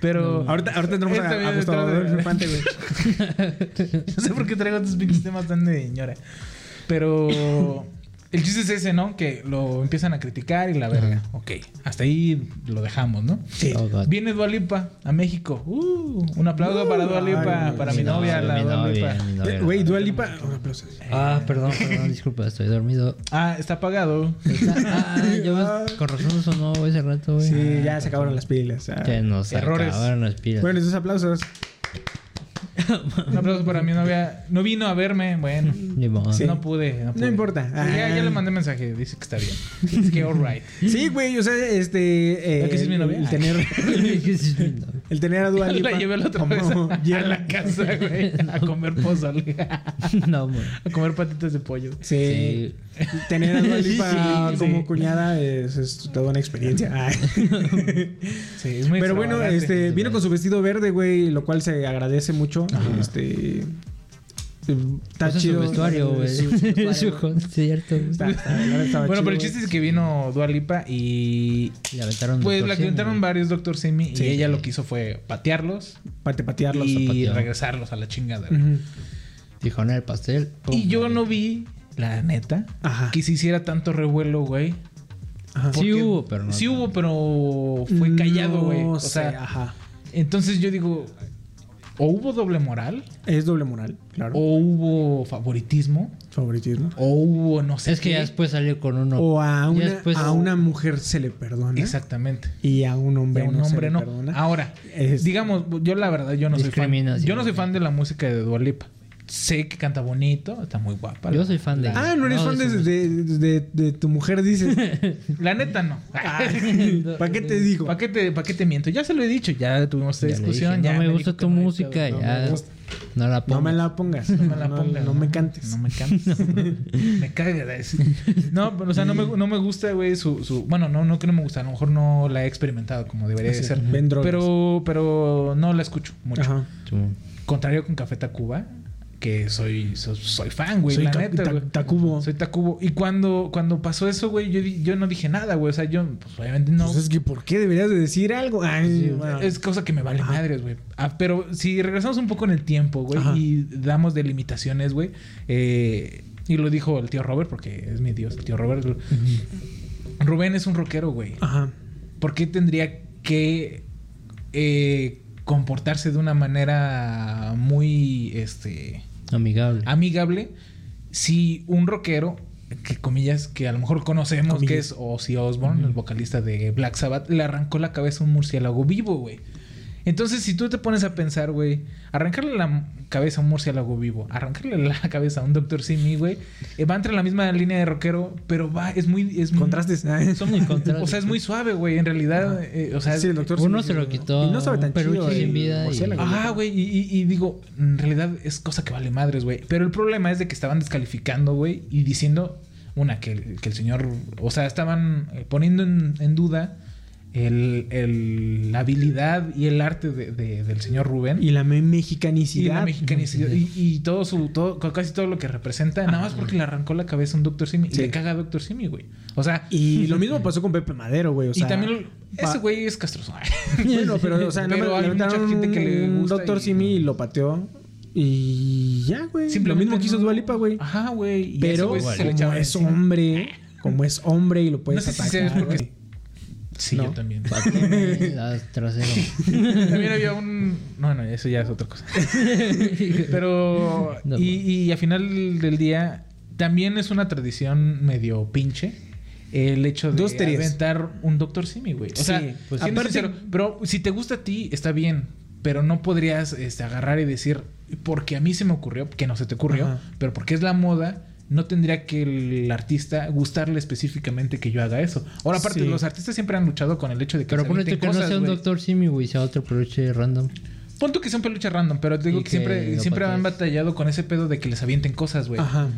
Speaker 2: Pero.
Speaker 1: Ahorita, ahorita entramos
Speaker 2: Esta
Speaker 1: a, a
Speaker 2: viene
Speaker 1: Gustavo
Speaker 2: detrás de-
Speaker 1: Adolfo Infante, güey.
Speaker 2: No sé por qué traigo estos pinches temas tan de señora. Pero. El chiste es ese, ¿no? Que lo empiezan a criticar y la verga. Ok. Hasta ahí lo dejamos, ¿no?
Speaker 1: Sí.
Speaker 3: Oh, God.
Speaker 2: Viene Dualipa a México. Uh, un aplauso para Dualipa,
Speaker 1: ay,
Speaker 2: para mi,
Speaker 1: mi
Speaker 2: novia, la
Speaker 3: mi novia,
Speaker 2: Dualipa.
Speaker 3: mi novia.
Speaker 1: Eh, Güey, Dua Lipa. Un aplauso. Eh,
Speaker 3: Ah, perdón, perdón, disculpa, estoy dormido.
Speaker 2: Ah, está apagado.
Speaker 3: Ah, ya ves, con razón sonó ese rato, güey.
Speaker 1: Sí, ya se acabaron las pilas. ah.
Speaker 3: Que nos
Speaker 2: Errores.
Speaker 3: acabaron las pilas.
Speaker 1: Bueno, esos aplausos.
Speaker 2: Un aplauso para mi novia. No vino a verme, bueno.
Speaker 3: Ni modo.
Speaker 1: Sí.
Speaker 2: No pude. No, pude.
Speaker 1: importa. Ah.
Speaker 2: Sí, ya, ya le mandé mensaje, dice que está bien. Dice que alright.
Speaker 1: Sí, güey, o sea, este. eh,
Speaker 2: ¿Es que sí es mi
Speaker 1: el-
Speaker 2: novia?
Speaker 1: El tener, el tener a Dua Lipa.
Speaker 2: La llevé la otra vez
Speaker 1: como-
Speaker 2: a, a la casa, güey, a comer pozole, a
Speaker 3: no, güey.
Speaker 2: comer patitas de pollo.
Speaker 1: Sí. Tener a Dua Lipa como cuñada es, es toda una experiencia. Ay.
Speaker 2: Sí, es muy
Speaker 1: Pero bueno,
Speaker 2: extravagante.
Speaker 1: este, vino con su vestido verde, güey, lo cual se agradece mucho. Este. em, Está
Speaker 3: Está
Speaker 1: chido.
Speaker 3: Pues su vestuario, güey.
Speaker 1: Su- su vestuario.
Speaker 3: Su concierto, güey.
Speaker 1: Está- está- la verdad estaba
Speaker 2: Bueno,
Speaker 1: chido,
Speaker 2: pero el chiste
Speaker 1: güey.
Speaker 2: es que vino Dualipa y.
Speaker 3: Le aventaron
Speaker 2: Pues
Speaker 3: Dr.
Speaker 2: la
Speaker 3: Simi,
Speaker 2: aventaron
Speaker 3: güey.
Speaker 2: varios Dr. Simi
Speaker 3: Sí.
Speaker 2: y ella lo que hizo fue patearlos
Speaker 1: Pate- patearlos.
Speaker 2: y
Speaker 3: zapateó.
Speaker 2: regresarlos a la chingada. güey.
Speaker 1: Ujú.
Speaker 3: Dijo, no, el pastel. pum,
Speaker 2: Y yo
Speaker 3: güey.
Speaker 2: no vi, la neta,
Speaker 1: Ajá.
Speaker 2: que se hiciera tanto revuelo, güey.
Speaker 1: Ajá.
Speaker 3: Sí
Speaker 2: Porque-
Speaker 3: hubo, pero no.
Speaker 2: Sí hubo, pero fue callado, güey.
Speaker 1: No
Speaker 2: o sea,
Speaker 1: sé, ajá.
Speaker 2: entonces yo digo, o hubo doble moral,
Speaker 1: Es doble moral, claro.
Speaker 2: o hubo favoritismo,
Speaker 1: Favoritismo.
Speaker 2: o hubo no sé
Speaker 3: Es que
Speaker 2: qué.
Speaker 3: ya después salió con uno.
Speaker 1: O a
Speaker 3: Ya
Speaker 1: una,
Speaker 3: después-
Speaker 1: a una mujer se le perdona.
Speaker 2: Exactamente.
Speaker 1: Y a un
Speaker 2: De
Speaker 1: hombre
Speaker 2: un
Speaker 1: no
Speaker 2: hombre
Speaker 1: se
Speaker 2: no. Ah,
Speaker 1: le perdona.
Speaker 2: Ahora,
Speaker 1: Es-
Speaker 2: digamos, yo la verdad, yo no soy fan.
Speaker 3: Discriminación.
Speaker 2: Yo no soy fan de la música de Dualipa. Sé que canta bonito, está muy guapa.
Speaker 3: Yo soy fan de.
Speaker 1: Ah, no eres fan de,
Speaker 3: eso no.
Speaker 1: de, de- de tu mujer, dices.
Speaker 2: La neta no.
Speaker 1: ¿Para qué te Ah, digo?
Speaker 2: ¿Para qué, te, pa' qué te miento? Ya se lo he dicho, ya tuvimos esta
Speaker 3: Ya le
Speaker 2: discusión.
Speaker 3: dije,
Speaker 2: ya
Speaker 3: no me
Speaker 2: dijo
Speaker 3: gusta
Speaker 2: que
Speaker 3: tu
Speaker 2: no me
Speaker 3: música,
Speaker 1: no me
Speaker 3: ya.
Speaker 1: gusta.
Speaker 3: No la
Speaker 1: No
Speaker 3: pongo.
Speaker 1: me la pongas. No
Speaker 2: me la pongas,
Speaker 1: No, me cantes.
Speaker 2: No me cantes. me cagas. No, pero, o sea, no me, no me gusta, güey, su, su... Bueno, no, no que no me gusta. A lo mejor no la he experimentado como debería de
Speaker 1: Sí,
Speaker 2: ser.
Speaker 1: ven drogas.
Speaker 2: Pero, pero no la escucho mucho.
Speaker 1: Ajá.
Speaker 3: Tú-
Speaker 2: Contrario con Café Tacuba, que soy, so- soy fan, güey.
Speaker 1: Soy
Speaker 2: la
Speaker 1: Ta-
Speaker 2: neta,
Speaker 1: Ta-
Speaker 2: güey.
Speaker 1: Tacubo.
Speaker 2: Soy Tacubo. Y cuando, cuando pasó eso, güey, yo, di- yo no dije nada, güey. O sea, yo, pues obviamente no.
Speaker 1: Pues es que, ¿por qué deberías de decir algo? Ay, bueno.
Speaker 2: Mm, Es cosa que me vale
Speaker 1: Ajá.
Speaker 2: madres, güey. Ah, pero si regresamos un poco en el tiempo, güey,
Speaker 1: Ajá.
Speaker 2: y damos delimitaciones, güey. eh, y lo dijo el tío Robert, porque es mi dios, el tío Robert. güey. Rubén es un rockero, güey.
Speaker 1: Ajá.
Speaker 2: ¿Por qué tendría que eh, comportarse de una manera muy este
Speaker 3: Amigable.
Speaker 2: amigable si un rockero que comillas que a lo mejor conocemos
Speaker 1: Comillas.
Speaker 2: que es Ozzy Osbourne, el vocalista de Black Sabbath, le arrancó la cabeza a un murciélago vivo, güey. Entonces, si tú te pones a pensar, güey, arrancarle la m- cabeza a un murciélago vivo, arrancarle la cabeza a un Dr. Simi, güey, eh, va entre la misma línea de rockero, pero va, es muy. Es muy-
Speaker 1: Contrastes. Ay.
Speaker 3: Son muy contrarios.
Speaker 2: O sea, es muy suave, güey, en realidad. eh, o sea,
Speaker 1: Sí, el doctor
Speaker 3: Uno
Speaker 1: Simi
Speaker 3: se lo quitó
Speaker 1: Y no sabe tan
Speaker 3: un peluche
Speaker 1: chido.
Speaker 3: sin
Speaker 1: el
Speaker 3: vida y-
Speaker 1: murciélago.
Speaker 2: Ajá, güey. Y, y- y digo, en realidad es cosa que vale madres, güey. Pero el problema es de que estaban descalificando, güey, y diciendo, una, que, el- que el señor, o sea, estaban eh, poniendo en, en duda el, el- la habilidad y el arte de- de- del señor Rubén.
Speaker 1: Y la me-
Speaker 2: Y
Speaker 1: mexicanicidad.
Speaker 2: la mexicanicidad. Y, y todo su, todo, casi todo lo que representa, nada más porque le arrancó la cabeza a un Dr. Simi.
Speaker 1: Sí.
Speaker 2: Y le caga a Dr. Simi, güey. O sea,
Speaker 1: Y lo mismo pasó con Pepe Madero, güey. O sea,
Speaker 2: y también
Speaker 1: va-
Speaker 2: ese güey es castroso.
Speaker 1: Bueno, pero, o sea,
Speaker 2: Pero
Speaker 1: no me
Speaker 2: hay mucha
Speaker 1: levantaron
Speaker 2: gente que le
Speaker 1: un
Speaker 2: gusta
Speaker 1: Doctor
Speaker 2: y-
Speaker 1: Simi y lo pateó. Y ya, güey. Lo
Speaker 2: Simplemente
Speaker 1: mismo que hizo
Speaker 2: no.
Speaker 1: Dualipa, güey.
Speaker 2: Ajá, güey. y ese
Speaker 1: Pero
Speaker 2: güey se le
Speaker 1: como
Speaker 2: echaba
Speaker 1: es
Speaker 2: encima.
Speaker 1: hombre, como es hombre y lo puedes
Speaker 2: No sé si
Speaker 1: atacar.
Speaker 2: sea porque-
Speaker 1: güey.
Speaker 2: Sí, yo también.
Speaker 3: Pateame las traseras.
Speaker 2: También había un. No, no, eso ya es otra cosa. Pero.
Speaker 3: No,
Speaker 2: y, y al final del día, también es una tradición medio pinche. El hecho de
Speaker 1: Dos teorías.
Speaker 2: inventar un Doctor Simi, güey. O
Speaker 1: Sí,
Speaker 2: sea,
Speaker 1: pues
Speaker 2: siendo
Speaker 1: aparte-
Speaker 2: sincero, pero si te gusta a ti, está bien. Pero no podrías este, agarrar y decir, porque a mí se me ocurrió, que no se te ocurrió,
Speaker 1: Ajá.
Speaker 2: pero porque es la moda, no tendría que el artista gustarle específicamente que yo haga eso. Ahora, aparte,
Speaker 1: Sí.
Speaker 2: los artistas siempre han luchado con el hecho de que
Speaker 3: Pero
Speaker 2: se
Speaker 3: ponete
Speaker 2: avienten
Speaker 3: que no sea un
Speaker 2: güey.
Speaker 3: Doctor Simi, güey, sea otro peluche random.
Speaker 2: Pon tú que sea un peluche random, pero te digo
Speaker 3: Y
Speaker 2: que, siempre,
Speaker 3: que lo
Speaker 2: siempre han
Speaker 3: patees.
Speaker 2: batallado con ese pedo de que les avienten cosas, güey.
Speaker 1: Ajá.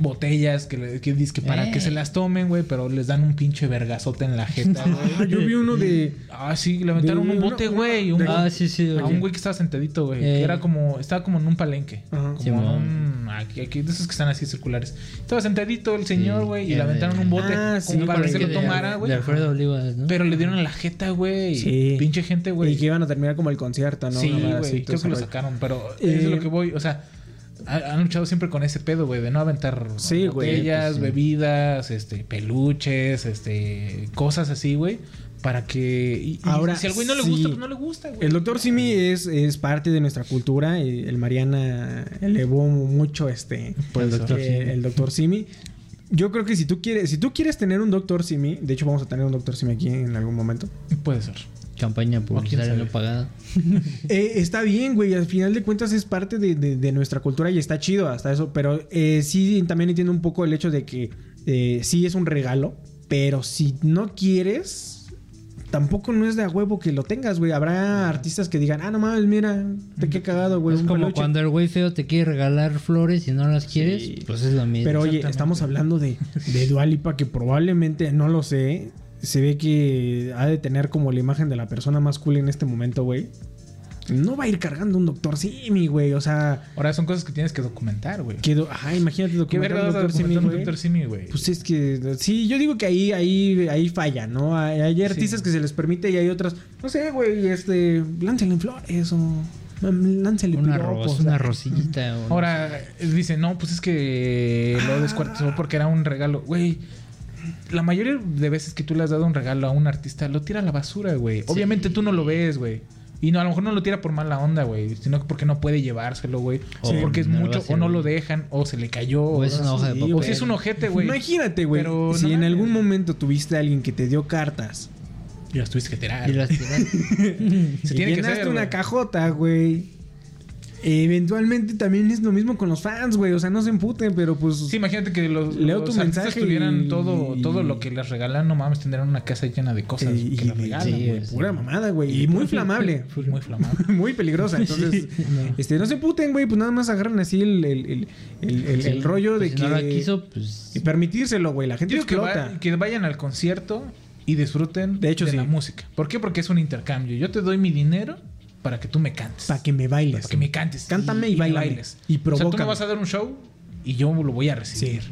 Speaker 2: Botellas que, le- que dizque para
Speaker 3: Eh.
Speaker 2: que se las tomen, güey, pero les dan un pinche vergazote en la jeta,
Speaker 1: Ah,
Speaker 2: güey.
Speaker 1: yo vi uno de.
Speaker 2: Ah, sí, le aventaron
Speaker 1: De-
Speaker 2: un bote, güey. Un,
Speaker 3: Ah, sí, sí.
Speaker 2: a un güey que estaba sentadito, güey. que
Speaker 3: Eh.
Speaker 2: Era como, estaba como en un palenque.
Speaker 1: Ajá.
Speaker 2: Como
Speaker 3: Simón.
Speaker 2: en un- aquí, aquí, de esos que están así circulares. Estaba sentadito el señor, güey, y
Speaker 3: ya,
Speaker 2: le aventaron
Speaker 3: ya.
Speaker 2: un bote
Speaker 1: Ah, sí,
Speaker 2: como para que se lo
Speaker 1: de-
Speaker 2: tomara, güey.
Speaker 3: De Alfredo Olivas, ¿no?
Speaker 2: Pero le dieron en la jeta, güey.
Speaker 1: Sí.
Speaker 2: Pinche gente, güey.
Speaker 1: Y que iban a terminar como el concierto, ¿no?
Speaker 2: Sí,
Speaker 1: Una madre
Speaker 2: güey,
Speaker 1: así, todo
Speaker 2: creo
Speaker 1: ese
Speaker 2: que lo
Speaker 1: rollo.
Speaker 2: sacaron, pero
Speaker 1: Eh,
Speaker 2: eso es lo que voy, o sea, ha- han luchado siempre con ese pedo, güey, de no aventar
Speaker 1: Sí, güey,
Speaker 2: botellas,
Speaker 3: pues sí.
Speaker 2: bebidas, este, peluches, este, cosas así, güey, para que y- y
Speaker 1: Ahora,
Speaker 2: si al güey no le
Speaker 1: sí.
Speaker 2: gusta, pues no le gusta, güey.
Speaker 1: El doctor Simi es, es parte de nuestra cultura. y El Mariana elevó mucho este.
Speaker 2: Pues,
Speaker 3: El Dr.
Speaker 1: eh,
Speaker 3: Simi.
Speaker 1: el doctor Simi. Yo creo que si tú quieres, si tú quieres tener un doctor Simi, de hecho vamos a tener un doctor Simi aquí en algún momento.
Speaker 2: puede ser.
Speaker 3: Campaña publicitaria
Speaker 2: sabe?
Speaker 3: no pagada.
Speaker 1: Eh, está bien, güey. Al final de cuentas es parte de, de- de nuestra cultura y está chido hasta eso. Pero eh, sí, también entiendo un poco el hecho de que eh, sí es un regalo. Pero si no quieres, tampoco no es de a huevo que lo tengas, güey. Habrá artistas que digan, ah, no mames, mira, te qué cagado, güey.
Speaker 3: es
Speaker 1: un
Speaker 3: como
Speaker 1: peluche".
Speaker 3: cuando el güey feo te quiere regalar flores y no las quieres,
Speaker 1: Sí.
Speaker 3: pues es lo mismo.
Speaker 1: Pero oye,
Speaker 2: Exactamente.
Speaker 1: estamos hablando de, de Dualipa que probablemente, no lo sé, se ve que ha de tener como la imagen de la persona más cool en este momento, güey. No va a ir cargando un doctor Simi, güey. O sea,
Speaker 2: Ahora son cosas que tienes que documentar, güey. ¿Qué,
Speaker 1: que do- ajá, imagínate documentar
Speaker 2: verga
Speaker 1: a un
Speaker 2: vas a
Speaker 1: doctor Simi,
Speaker 2: documentar un
Speaker 1: güey.
Speaker 2: Dr. Simi, güey?
Speaker 1: Pues es que sí, yo digo que ahí, ahí, ahí falla, ¿no? Hay, hay artistas
Speaker 2: Sí.
Speaker 1: que se les permite y hay otras, no sé, güey, este, láncenle flores o mm, láncenle
Speaker 3: una,
Speaker 1: piropos,
Speaker 3: ros-
Speaker 1: o sea.
Speaker 3: una rosillita. o no
Speaker 2: Ahora dice, no, pues es que lo descuartizó porque era un regalo. Güey, la mayoría de veces que tú le has dado un regalo a un artista, lo tira a la basura, güey. Obviamente tú no lo ves, güey. Y no, a lo mejor no lo tira por mala onda, güey. Sino porque no puede llevárselo, güey. O
Speaker 3: Sí.
Speaker 2: porque es
Speaker 3: No lo va
Speaker 2: mucho,
Speaker 3: a hacer,
Speaker 2: o no
Speaker 3: güey.
Speaker 2: lo dejan, o se le cayó.
Speaker 3: O es una hoja de
Speaker 1: sí,
Speaker 3: papel.
Speaker 2: o si es un ojete, güey.
Speaker 1: Imagínate, güey,
Speaker 2: Pero
Speaker 1: si
Speaker 2: no
Speaker 1: en
Speaker 2: mames.
Speaker 1: algún momento tuviste a alguien que te dio cartas
Speaker 2: Y las tuviste que tirar.
Speaker 3: Y las tiras.
Speaker 2: Se
Speaker 1: y
Speaker 2: tiene que
Speaker 1: llenaste
Speaker 2: ser,
Speaker 1: una
Speaker 2: güey.
Speaker 1: cajota, güey. Eventualmente también es lo mismo con los fans, güey. O sea, no se emputen, pero pues.
Speaker 2: Sí, imagínate que los,
Speaker 1: Leo
Speaker 2: los
Speaker 1: tu
Speaker 2: artistas
Speaker 1: mensaje
Speaker 2: tuvieran
Speaker 1: y-
Speaker 2: todo, todo lo que les regalan. No mames, tendrían una casa llena de cosas
Speaker 1: y- eh,
Speaker 2: que
Speaker 1: y-
Speaker 2: les regalan,
Speaker 1: sí,
Speaker 2: güey.
Speaker 1: güey, pura mamada, güey. Y muy
Speaker 2: pues,
Speaker 1: flamable.
Speaker 2: Muy flamable.
Speaker 1: muy peligrosa. Entonces, este, no se emputen, güey. Pues nada más agarran así el, el, el, el- el-
Speaker 3: Sí,
Speaker 1: el rollo
Speaker 3: pues
Speaker 1: de
Speaker 3: si
Speaker 1: que.
Speaker 3: no la quiso, pues.
Speaker 1: Y permitírselo, güey. La gente
Speaker 2: Yo digo que,
Speaker 1: explota.
Speaker 2: va- que vayan al concierto y disfruten
Speaker 1: De hecho, sí.
Speaker 2: la música. ¿Por qué? Porque es un intercambio. Yo te doy mi dinero para que tú me cantes.
Speaker 1: Para que me bailes.
Speaker 2: Para que me cantes.
Speaker 1: Cántame y,
Speaker 2: me
Speaker 1: baila Y
Speaker 2: O sea, tú
Speaker 1: provoca.
Speaker 2: me vas a dar un show y yo lo voy a recibir.
Speaker 1: Sí.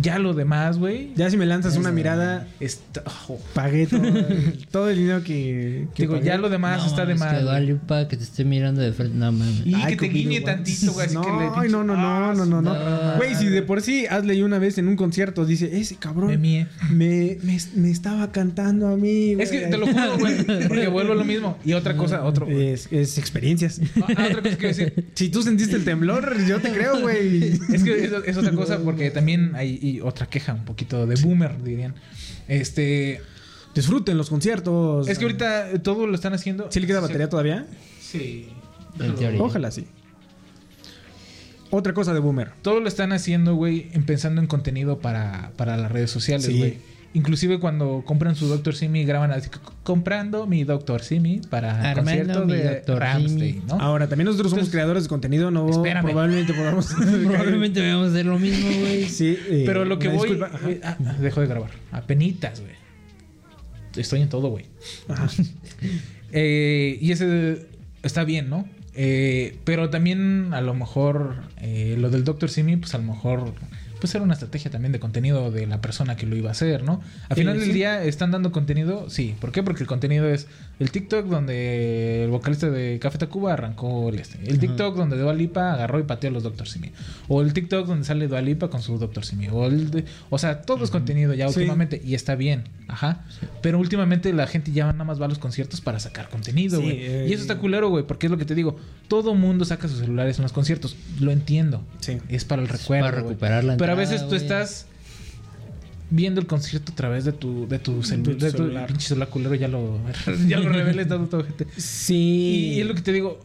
Speaker 2: Ya lo demás, güey.
Speaker 1: Ya si me lanzas una mirada,
Speaker 2: Está, ojo.
Speaker 1: pagué todo el, todo el dinero que, que
Speaker 2: Digo,
Speaker 1: pagué.
Speaker 2: ya lo demás
Speaker 3: No,
Speaker 2: está de
Speaker 3: es
Speaker 2: más.
Speaker 3: Que
Speaker 2: güey.
Speaker 3: vale para que te esté mirando de frente. No mames.
Speaker 2: Y
Speaker 1: Ay,
Speaker 2: que te
Speaker 1: Cupido,
Speaker 2: guiñe
Speaker 1: güey.
Speaker 2: tantito, güey. Así que le
Speaker 1: No, ay, no, no, no, no, no, no.
Speaker 3: No.
Speaker 1: Güey, si de por sí Hazle una vez en un concierto dice, ese cabrón me,
Speaker 2: Me mía.
Speaker 1: me, me estaba cantando a mí.
Speaker 2: Es que
Speaker 1: güey".
Speaker 2: te lo juro, güey. Porque vuelvo a lo mismo. Y otra cosa, otro.
Speaker 1: Es, es experiencias.
Speaker 2: Ah, otra cosa que iba a decir.
Speaker 1: Si tú sentiste el temblor, yo te creo, güey.
Speaker 2: Es que es, es otra cosa porque también hay y otra queja un poquito de boomer, dirían. Este.
Speaker 1: Disfruten los conciertos.
Speaker 2: Es que ahorita eh, todo lo están haciendo.
Speaker 1: Pues ¿Sí le queda batería todavía?
Speaker 2: Sí.
Speaker 3: En teoría.
Speaker 1: Ojalá sí. Otra cosa de Boomer.
Speaker 2: Todo lo están haciendo, güey, en- pensando en contenido para, para las redes sociales,
Speaker 1: Sí.
Speaker 2: güey. Inclusive cuando compran su Doctor Simi, graban así, comprando mi Doctor Simi para el
Speaker 3: Armando
Speaker 2: concierto
Speaker 3: mi
Speaker 2: de
Speaker 3: Dr.
Speaker 2: Rammstein,
Speaker 3: Simi.
Speaker 2: ¿no?
Speaker 1: Ahora, también nosotros somos
Speaker 2: Entonces,
Speaker 1: creadores de contenido, no
Speaker 2: espérame.
Speaker 1: probablemente podamos.
Speaker 3: Probablemente vamos a hacer lo mismo, güey.
Speaker 1: Sí, eh,
Speaker 2: Pero lo que
Speaker 1: una
Speaker 2: voy...
Speaker 1: disculpa. Ajá.
Speaker 2: eh, ah, dejo de grabar. Apenitas, güey. Estoy en todo, güey.
Speaker 1: Ajá.
Speaker 2: Eh, y ese está bien, ¿no? Eh, pero también a lo mejor eh, lo del Dr. Simi, pues a lo mejor pues era una estrategia también de contenido de la persona que lo iba a hacer, ¿no? Al
Speaker 1: Sí,
Speaker 2: final del
Speaker 1: sí.
Speaker 2: día están dando contenido, sí. ¿Por qué? Porque el contenido es el TikTok donde el vocalista de Café Tacuba arrancó el este. El TikTok donde Dua Lipa agarró y pateó a los Dr. Simi. O el TikTok donde sale Dua Lipa con su Dr. Simi. O, el de- o sea, todo es contenido ya
Speaker 1: Sí.
Speaker 2: últimamente y está bien. Ajá. Pero últimamente la gente ya nada más va a los conciertos para sacar contenido,
Speaker 1: Sí,
Speaker 2: güey.
Speaker 1: eh,
Speaker 2: y eso está culero, güey, porque es lo que te digo. Todo mundo saca sus celulares en los conciertos. Lo entiendo.
Speaker 1: Sí.
Speaker 2: Es para el recuerdo.
Speaker 3: para
Speaker 2: güey.
Speaker 3: recuperar la
Speaker 2: Pero a
Speaker 3: entrada,
Speaker 2: veces tú
Speaker 3: güey.
Speaker 2: estás viendo el concierto a través de tu, de tu, celu-
Speaker 1: De tu
Speaker 2: de tu
Speaker 1: celular.
Speaker 2: pinche celular culero, ya lo, ya lo reveles dando todo gente.
Speaker 1: Sí.
Speaker 2: Y es lo que te digo.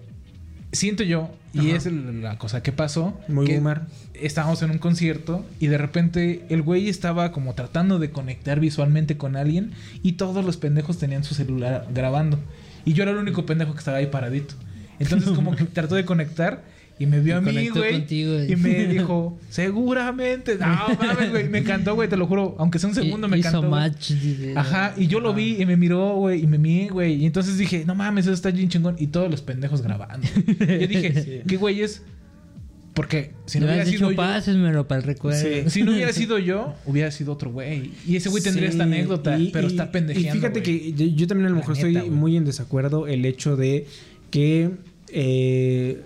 Speaker 2: Siento yo, y es el- la cosa que pasó.
Speaker 1: Muy
Speaker 2: que
Speaker 1: boomer.
Speaker 2: Estábamos en un concierto y de repente el güey estaba como tratando de conectar visualmente con alguien y todos los pendejos tenían su celular grabando. Y yo era el único pendejo que estaba ahí paradito. Entonces como que trató de conectar y me vio
Speaker 3: Y
Speaker 2: a mí,
Speaker 3: conectó contigo,
Speaker 2: güey.
Speaker 3: güey.
Speaker 2: Y me dijo, seguramente. No, mames, güey. Me cantó, güey, te lo juro. Aunque sea un segundo, me
Speaker 3: Hizo
Speaker 2: cantó. güey.
Speaker 3: match, dice,
Speaker 2: Ajá, y yo lo vi y me miró, güey, y me mié, güey. Y entonces dije, no mames, eso está bien chingón. Y todos los pendejos grabando. Yo dije, ¿qué güey es? Porque si
Speaker 3: Me
Speaker 2: no hubiera
Speaker 3: hubieras
Speaker 2: sido
Speaker 3: dicho,
Speaker 2: yo.
Speaker 3: pásenmelo para el recuerdo.
Speaker 1: Sí.
Speaker 2: Si no hubiera sido yo, hubiera sido otro güey. Y ese güey tendría
Speaker 1: Sí,
Speaker 2: esta anécdota,
Speaker 1: y-
Speaker 2: pero
Speaker 1: y-
Speaker 2: está pendejeando.
Speaker 1: Y fíjate que
Speaker 2: güey.
Speaker 1: yo, yo también a lo
Speaker 2: La
Speaker 1: mejor
Speaker 2: neta,
Speaker 1: estoy
Speaker 2: güey.
Speaker 1: muy en desacuerdo el hecho de que eh,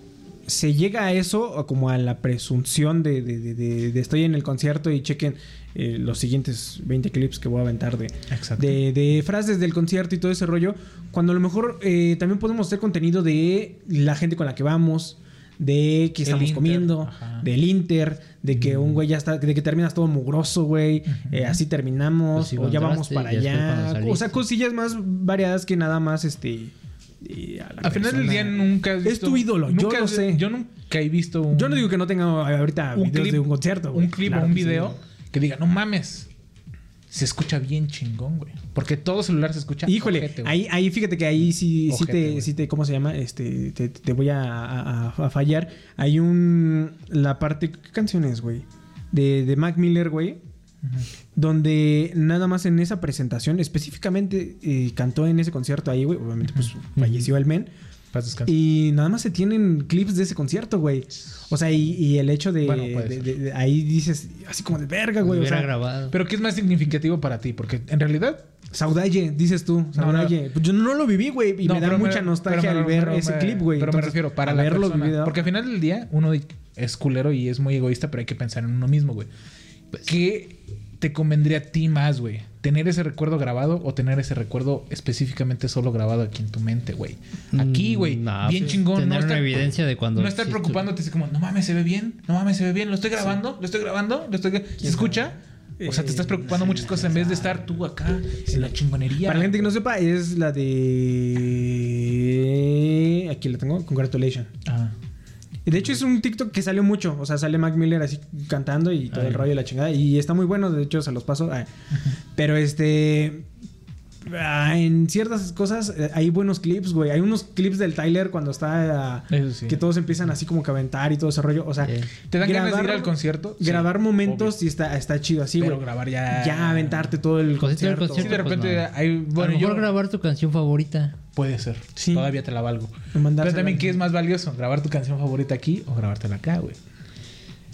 Speaker 1: se llega a eso o como a la presunción de, de- de- de- de estoy en el concierto y chequen eh, los siguientes 20 clips que voy a aventar de,
Speaker 2: Exacto.
Speaker 1: de, de frases del concierto y todo ese rollo, cuando a lo mejor eh, también podemos hacer contenido de la gente con la que vamos, de qué
Speaker 2: El
Speaker 1: estamos
Speaker 2: Inter,
Speaker 1: comiendo,
Speaker 2: ajá.
Speaker 1: del Inter, de que
Speaker 3: Mm.
Speaker 1: un güey ya está, de que terminas todo mugroso, güey, eh, así terminamos,
Speaker 3: Pues si
Speaker 1: o ya vamos
Speaker 3: entraste y
Speaker 1: para
Speaker 3: ya después
Speaker 1: allá,
Speaker 3: cuando
Speaker 1: o sea,
Speaker 3: saliste.
Speaker 1: cosillas más variadas que nada más, este... eh, a la
Speaker 2: Al final del
Speaker 1: persona.
Speaker 2: día nunca. has
Speaker 1: Es tu ídolo, yo
Speaker 2: nunca
Speaker 1: lo
Speaker 2: has-
Speaker 1: sé.
Speaker 2: Yo nunca he visto un.
Speaker 1: Yo no digo que no tenga ahorita
Speaker 2: un
Speaker 1: videos
Speaker 2: clip,
Speaker 1: de un concierto, güey.
Speaker 2: un clip
Speaker 1: Claro
Speaker 2: o un
Speaker 1: que sí.
Speaker 2: video que diga, no mames. Se escucha bien chingón, güey. Porque todo celular se escucha.
Speaker 1: Híjole,
Speaker 2: ojete, güey.
Speaker 1: ahí, ahí fíjate que ahí sí, sí
Speaker 2: Ojete,
Speaker 1: te,
Speaker 2: güey.
Speaker 1: sí te, ¿cómo se llama? Este, te, te voy a, a- a- a fallar. Hay un, la parte, ¿qué canciones, güey? De, de Mac Miller, güey. Donde nada más en esa presentación, específicamente eh, cantó en ese concierto ahí, güey. Obviamente, pues falleció el men.
Speaker 2: Paz descanse.
Speaker 1: Y nada más se tienen clips de ese concierto, güey. O sea, y, y el hecho de,
Speaker 2: Bueno, puede
Speaker 1: de-
Speaker 2: ser.
Speaker 1: de- de- ahí dices, así como de verga,
Speaker 3: Lo
Speaker 1: güey. O
Speaker 3: hubiera
Speaker 1: sea,
Speaker 3: grabado.
Speaker 2: Pero ¿qué es más significativo para ti? Porque en realidad...
Speaker 1: Saudalle, dices tú, Saudalle. Pues Yo no lo viví, güey, y me da
Speaker 2: pero
Speaker 1: mucha
Speaker 2: pero
Speaker 1: nostalgia
Speaker 2: me-
Speaker 1: al ver
Speaker 2: pero
Speaker 1: ese
Speaker 2: me-
Speaker 1: clip, güey.
Speaker 2: Pero me
Speaker 1: Entonces,
Speaker 2: refiero para
Speaker 1: al
Speaker 2: la
Speaker 1: verlo
Speaker 2: persona.
Speaker 1: vivido.
Speaker 2: Porque al final del día uno es culero y es muy egoísta, pero hay que pensar en uno mismo, güey.
Speaker 1: Pues
Speaker 2: ¿Qué te convendría a ti más, güey? ¿Tener ese recuerdo grabado o tener ese recuerdo específicamente solo grabado aquí en tu mente, güey? Aquí,
Speaker 3: Mm,
Speaker 2: güey.
Speaker 3: no,
Speaker 2: bien
Speaker 3: pues,
Speaker 2: chingón.
Speaker 3: Tener
Speaker 2: no
Speaker 3: una
Speaker 2: estar-
Speaker 3: evidencia de cuando.
Speaker 2: No estar
Speaker 3: sí
Speaker 2: preocupándote así como, no mames, se ve bien, no mames, se ve bien, lo estoy grabando, lo estoy grabando, lo estoy... ¿Se escucha? O sea, te estás preocupando muchas cosas en vez de estar tú acá en la chingonería.
Speaker 1: Para la gente que no sepa, es la de. Aquí la tengo, Congratulations.
Speaker 2: Ah.
Speaker 1: De hecho, es un TikTok que salió mucho. O sea, sale Mac Miller así cantando y todo el rollo de la chingada. Y está muy bueno, de hecho, se los paso. Ah, Pero este. ah, En ciertas cosas eh, hay buenos clips, güey. Hay unos clips del Tyler cuando está. ah,
Speaker 2: Eso sí.
Speaker 1: Que todos empiezan así como que a aventar y todo ese rollo. O sea,
Speaker 3: Sí.
Speaker 2: ¿Te dan ganas de ir
Speaker 1: grabar-
Speaker 2: al concierto? Sí,
Speaker 1: Grabar momentos
Speaker 2: obvio.
Speaker 1: y está, está chido así,
Speaker 2: Pero
Speaker 1: güey.
Speaker 2: grabar ya...
Speaker 1: Ya aventarte todo el
Speaker 3: Cosita del
Speaker 1: concierto.
Speaker 2: Sí, de
Speaker 3: Pues
Speaker 2: repente
Speaker 3: no.
Speaker 2: hay...
Speaker 3: a lo
Speaker 2: Bueno,
Speaker 3: mejor
Speaker 2: yo...
Speaker 3: grabar tu canción favorita.
Speaker 2: Puede ser.
Speaker 1: Sí.
Speaker 2: Todavía te la valgo.
Speaker 1: O mandársela
Speaker 2: Pero también,
Speaker 1: al-
Speaker 2: ¿qué es más valioso? ¿Grabar tu canción favorita aquí o grabártela acá, güey?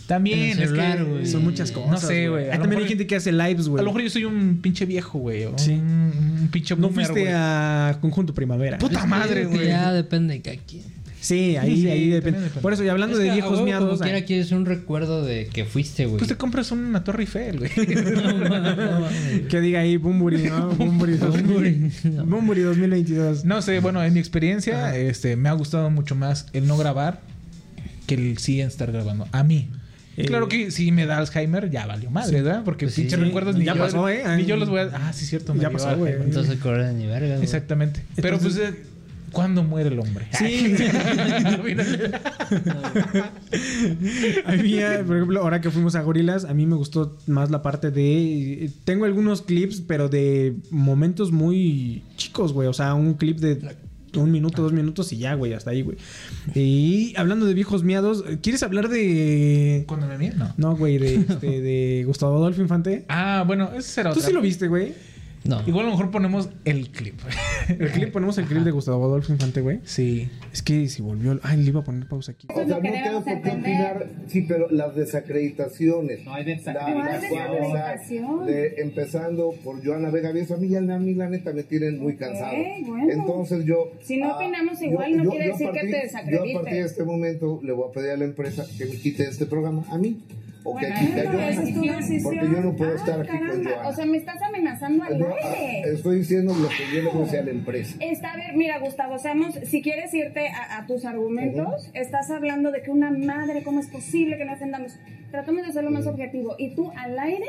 Speaker 2: También,
Speaker 3: En el
Speaker 2: es
Speaker 3: celular,
Speaker 2: que
Speaker 3: güey.
Speaker 1: Son muchas cosas.
Speaker 2: No sé, güey.
Speaker 1: Ahí
Speaker 2: A lo
Speaker 1: también
Speaker 2: mejor-
Speaker 1: hay gente que hace lives,
Speaker 2: A
Speaker 1: güey.
Speaker 2: lo mejor yo soy un pinche viejo, güey. o
Speaker 1: Sí.
Speaker 2: Un, un pinche
Speaker 1: No
Speaker 2: boomer,
Speaker 1: fuiste
Speaker 2: güey. Pues
Speaker 1: a Conjunto Primavera.
Speaker 2: Puta madre,
Speaker 3: Es que
Speaker 2: güey.
Speaker 3: Pues Ya depende de cada quien.
Speaker 1: Sí, ahí,
Speaker 2: Sí,
Speaker 1: ahí depende.
Speaker 2: también depende.
Speaker 1: Por eso, y hablando
Speaker 3: Es que
Speaker 1: de
Speaker 3: a
Speaker 1: viejos
Speaker 3: huevo,
Speaker 1: miados.
Speaker 3: Como
Speaker 1: ah,
Speaker 3: quiera quieres un recuerdo de que fuiste, güey.
Speaker 2: Pues te compras una Torre Eiffel, güey.
Speaker 1: Que diga ahí Bumburi, ¿no? Bumburi 2000, Bumburi 2022.
Speaker 2: no sé, bueno, en mi experiencia, este, me ha gustado mucho más el no grabar que el sí estar grabando. A mí.
Speaker 1: Eh,
Speaker 2: claro que si me da Alzheimer, ya valió madre, ¿verdad? Porque
Speaker 3: Pues sí.
Speaker 2: pinche recuerdos ni
Speaker 1: Ya
Speaker 2: yo,
Speaker 1: pasó, ¿eh?
Speaker 2: ni yo los voy a. Ah, sí, cierto, me
Speaker 1: Ya
Speaker 2: dio
Speaker 1: pasó, güey.
Speaker 2: Alzheimer.
Speaker 3: Entonces corre ni verga, güey.
Speaker 2: Exactamente. Pero pues,
Speaker 1: Entonces-
Speaker 2: eh, ¿cuándo muere el hombre?
Speaker 1: Sí. Había, por ejemplo, ahora que fuimos a Gorilas, a mí me gustó más la parte de. eh, Tengo algunos clips, pero de momentos muy chicos, güey. O sea, un clip de un minuto, dos minutos y ya, güey, hasta ahí, güey. Y hablando de viejos miados, ¿quieres hablar de.
Speaker 2: ¿Cuándo me mía? No.
Speaker 1: No, güey, de, este, de Gustavo Adolfo Infante?
Speaker 2: Ah, bueno, ese será
Speaker 1: Tú
Speaker 2: otro.
Speaker 1: sí lo viste, güey.
Speaker 3: No.
Speaker 2: Igual a lo mejor ponemos el clip.
Speaker 1: El clip, ponemos el clip de Gustavo Adolfo Infante, güey.
Speaker 2: Sí.
Speaker 1: Es que si volvió. Ay, le iba a poner pausa aquí.
Speaker 5: O sea, no tengo por qué opinar, sí, pero las desacreditaciones. No hay
Speaker 6: desacreditación. ¿Cuál desacreditación?
Speaker 5: empezando por Joana Vega Bielsa, a mí ya la, a mí la neta me tienen muy cansado.
Speaker 6: bueno.
Speaker 5: Entonces yo...
Speaker 6: Si no
Speaker 5: ah,
Speaker 6: opinamos igual, no quiere
Speaker 5: a
Speaker 6: decir que
Speaker 5: partir-
Speaker 6: te desacredites.
Speaker 5: Yo a partir de este momento le voy a pedir a la empresa que me quite este programa, a mí. O
Speaker 6: Bueno,
Speaker 5: que quite a
Speaker 6: esa
Speaker 5: Joana,
Speaker 6: es tu decisión.
Speaker 5: porque yo no puedo
Speaker 6: Ah,
Speaker 5: estar aquí con
Speaker 6: caramba.
Speaker 5: Joana.
Speaker 6: O sea, me estás amenazando al
Speaker 5: No, ah,
Speaker 6: aire.
Speaker 5: estoy diciendo lo que yo le voy a decir a la empresa.
Speaker 6: Está a ver, mira, Gustavo, seamos, si quieres irte a, a tus argumentos, estás hablando de que una madre, ¿cómo es posible que no entendamos? Tratamos de ser lo más objetivo. Y tú al aire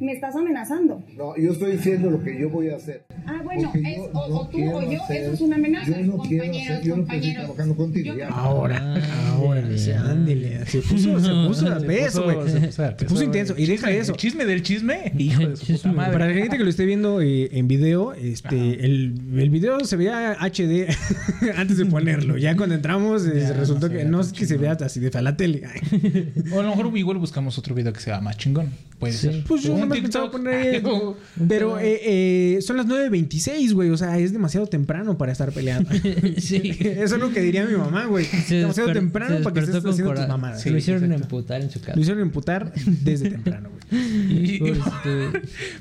Speaker 6: me estás amenazando.
Speaker 5: No, yo estoy diciendo lo que yo voy a hacer.
Speaker 6: Ah, bueno,
Speaker 5: Porque
Speaker 6: es,
Speaker 5: yo
Speaker 6: o,
Speaker 5: no
Speaker 6: o tú
Speaker 5: quiero
Speaker 6: o yo,
Speaker 5: hacer-
Speaker 6: eso es una amenaza.
Speaker 5: Yo no quiero
Speaker 6: compañeros,
Speaker 5: hacer- yo no quiero seguir
Speaker 6: compañeros.
Speaker 5: trabajando contigo,
Speaker 6: Yo
Speaker 5: ya.
Speaker 6: creo-
Speaker 1: Ahora,
Speaker 3: Ah,
Speaker 1: ahora, sí,
Speaker 3: ya.
Speaker 1: ándele. Se puso, se puso la pez,
Speaker 2: puso-
Speaker 1: güey.
Speaker 2: se puso la
Speaker 1: Se
Speaker 2: pez,
Speaker 1: puso
Speaker 2: güey.
Speaker 1: intenso. Y deja
Speaker 2: Chisme,
Speaker 1: eso.
Speaker 2: el chisme del chisme, hijo de su puta
Speaker 3: Chisme.
Speaker 2: madre.
Speaker 1: Para la gente que lo esté viendo eh, en video, este, el, el video se veía HD antes de ponerlo. Ya cuando entramos, eh,
Speaker 2: Ya,
Speaker 1: resultó
Speaker 2: no se
Speaker 1: que
Speaker 2: veía
Speaker 1: no
Speaker 2: tan
Speaker 1: es que se vea así de a la tele.
Speaker 2: O a lo mejor igual buscamos otro video que sea más chingón. Puede
Speaker 3: Sí.
Speaker 2: ser.
Speaker 1: Pues yo
Speaker 2: Un
Speaker 1: no me
Speaker 2: TikTok.
Speaker 1: pensaba poner.
Speaker 2: O-
Speaker 1: Pero eh, eh, son las 9.26, güey. O sea, es demasiado temprano para estar peleando.
Speaker 3: sí.
Speaker 1: Eso es lo que diría mi mamá, güey. Demasiado
Speaker 3: desper-
Speaker 1: temprano
Speaker 3: se
Speaker 1: para que
Speaker 3: despertó
Speaker 1: estés haciendo
Speaker 3: con
Speaker 1: tus
Speaker 3: coraje.
Speaker 1: mamadas.
Speaker 3: lo
Speaker 1: Sí,
Speaker 3: hicieron
Speaker 1: exacto.
Speaker 3: emputar en su casa. este,
Speaker 1: Lo hicieron imputar desde temprano, güey.
Speaker 2: y- y-
Speaker 3: Pobrecito, güey.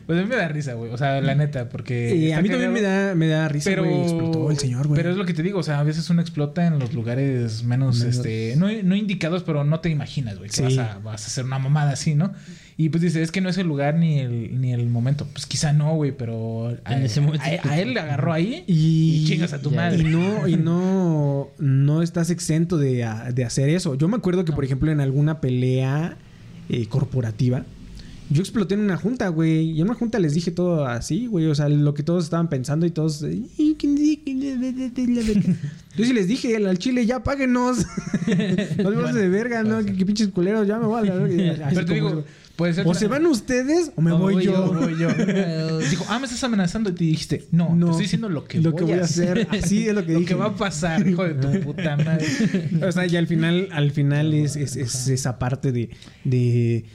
Speaker 2: pues a mí me da risa, güey. O sea, la neta, porque.
Speaker 1: Eh,
Speaker 2: está
Speaker 1: a mí también
Speaker 2: cagado,
Speaker 1: me da, me da risa,
Speaker 2: Pero.
Speaker 1: güey. Explotó el señor, güey.
Speaker 2: Pero es lo que te digo, o sea, a veces uno explota en los lugares menos,
Speaker 3: Menos-
Speaker 2: este. No, no indicados, pero no te imaginas, güey, que
Speaker 1: Sí.
Speaker 2: vas, a, vas a hacer una mamada así, ¿no? Y pues dice, es que no es el lugar ni el, ni el momento. Pues quizá no, güey, pero. A,
Speaker 3: En ese momento
Speaker 2: a- a él le agarró ahí
Speaker 1: Y,
Speaker 2: y chingas a tu
Speaker 1: y
Speaker 2: madre.
Speaker 1: no, y no, no estás exento de, a- de hacer eso. Yo me acuerdo que, por ejemplo, en alguna pelea eh, corporativa, yo exploté en una junta, güey. Y en una junta les dije todo así, güey. O sea, lo que todos estaban pensando y todos. eh, "Y que di- que le- le- le- le- le- le". Yo sí les dije, al chile, ya páguenos. no les pasen de verga, ¿no? Que, que pinches culeros, ya me voy a la verga. Así
Speaker 2: Pero te
Speaker 1: como-
Speaker 2: digo, puede ser.
Speaker 1: o
Speaker 2: que-
Speaker 1: se van ustedes o me
Speaker 3: O
Speaker 1: voy,
Speaker 3: voy
Speaker 1: yo.
Speaker 3: yo, voy yo.
Speaker 2: Dijo, ah, me estás amenazando. Y te dijiste, no,
Speaker 1: No.
Speaker 2: te estoy diciendo lo que,
Speaker 1: Lo
Speaker 2: voy,
Speaker 1: que voy a hacer. Así es lo que
Speaker 2: lo
Speaker 1: dije.
Speaker 2: que va a pasar, hijo de tu puta madre.
Speaker 1: O sea, y al final, al final es, es- es esa parte de. de,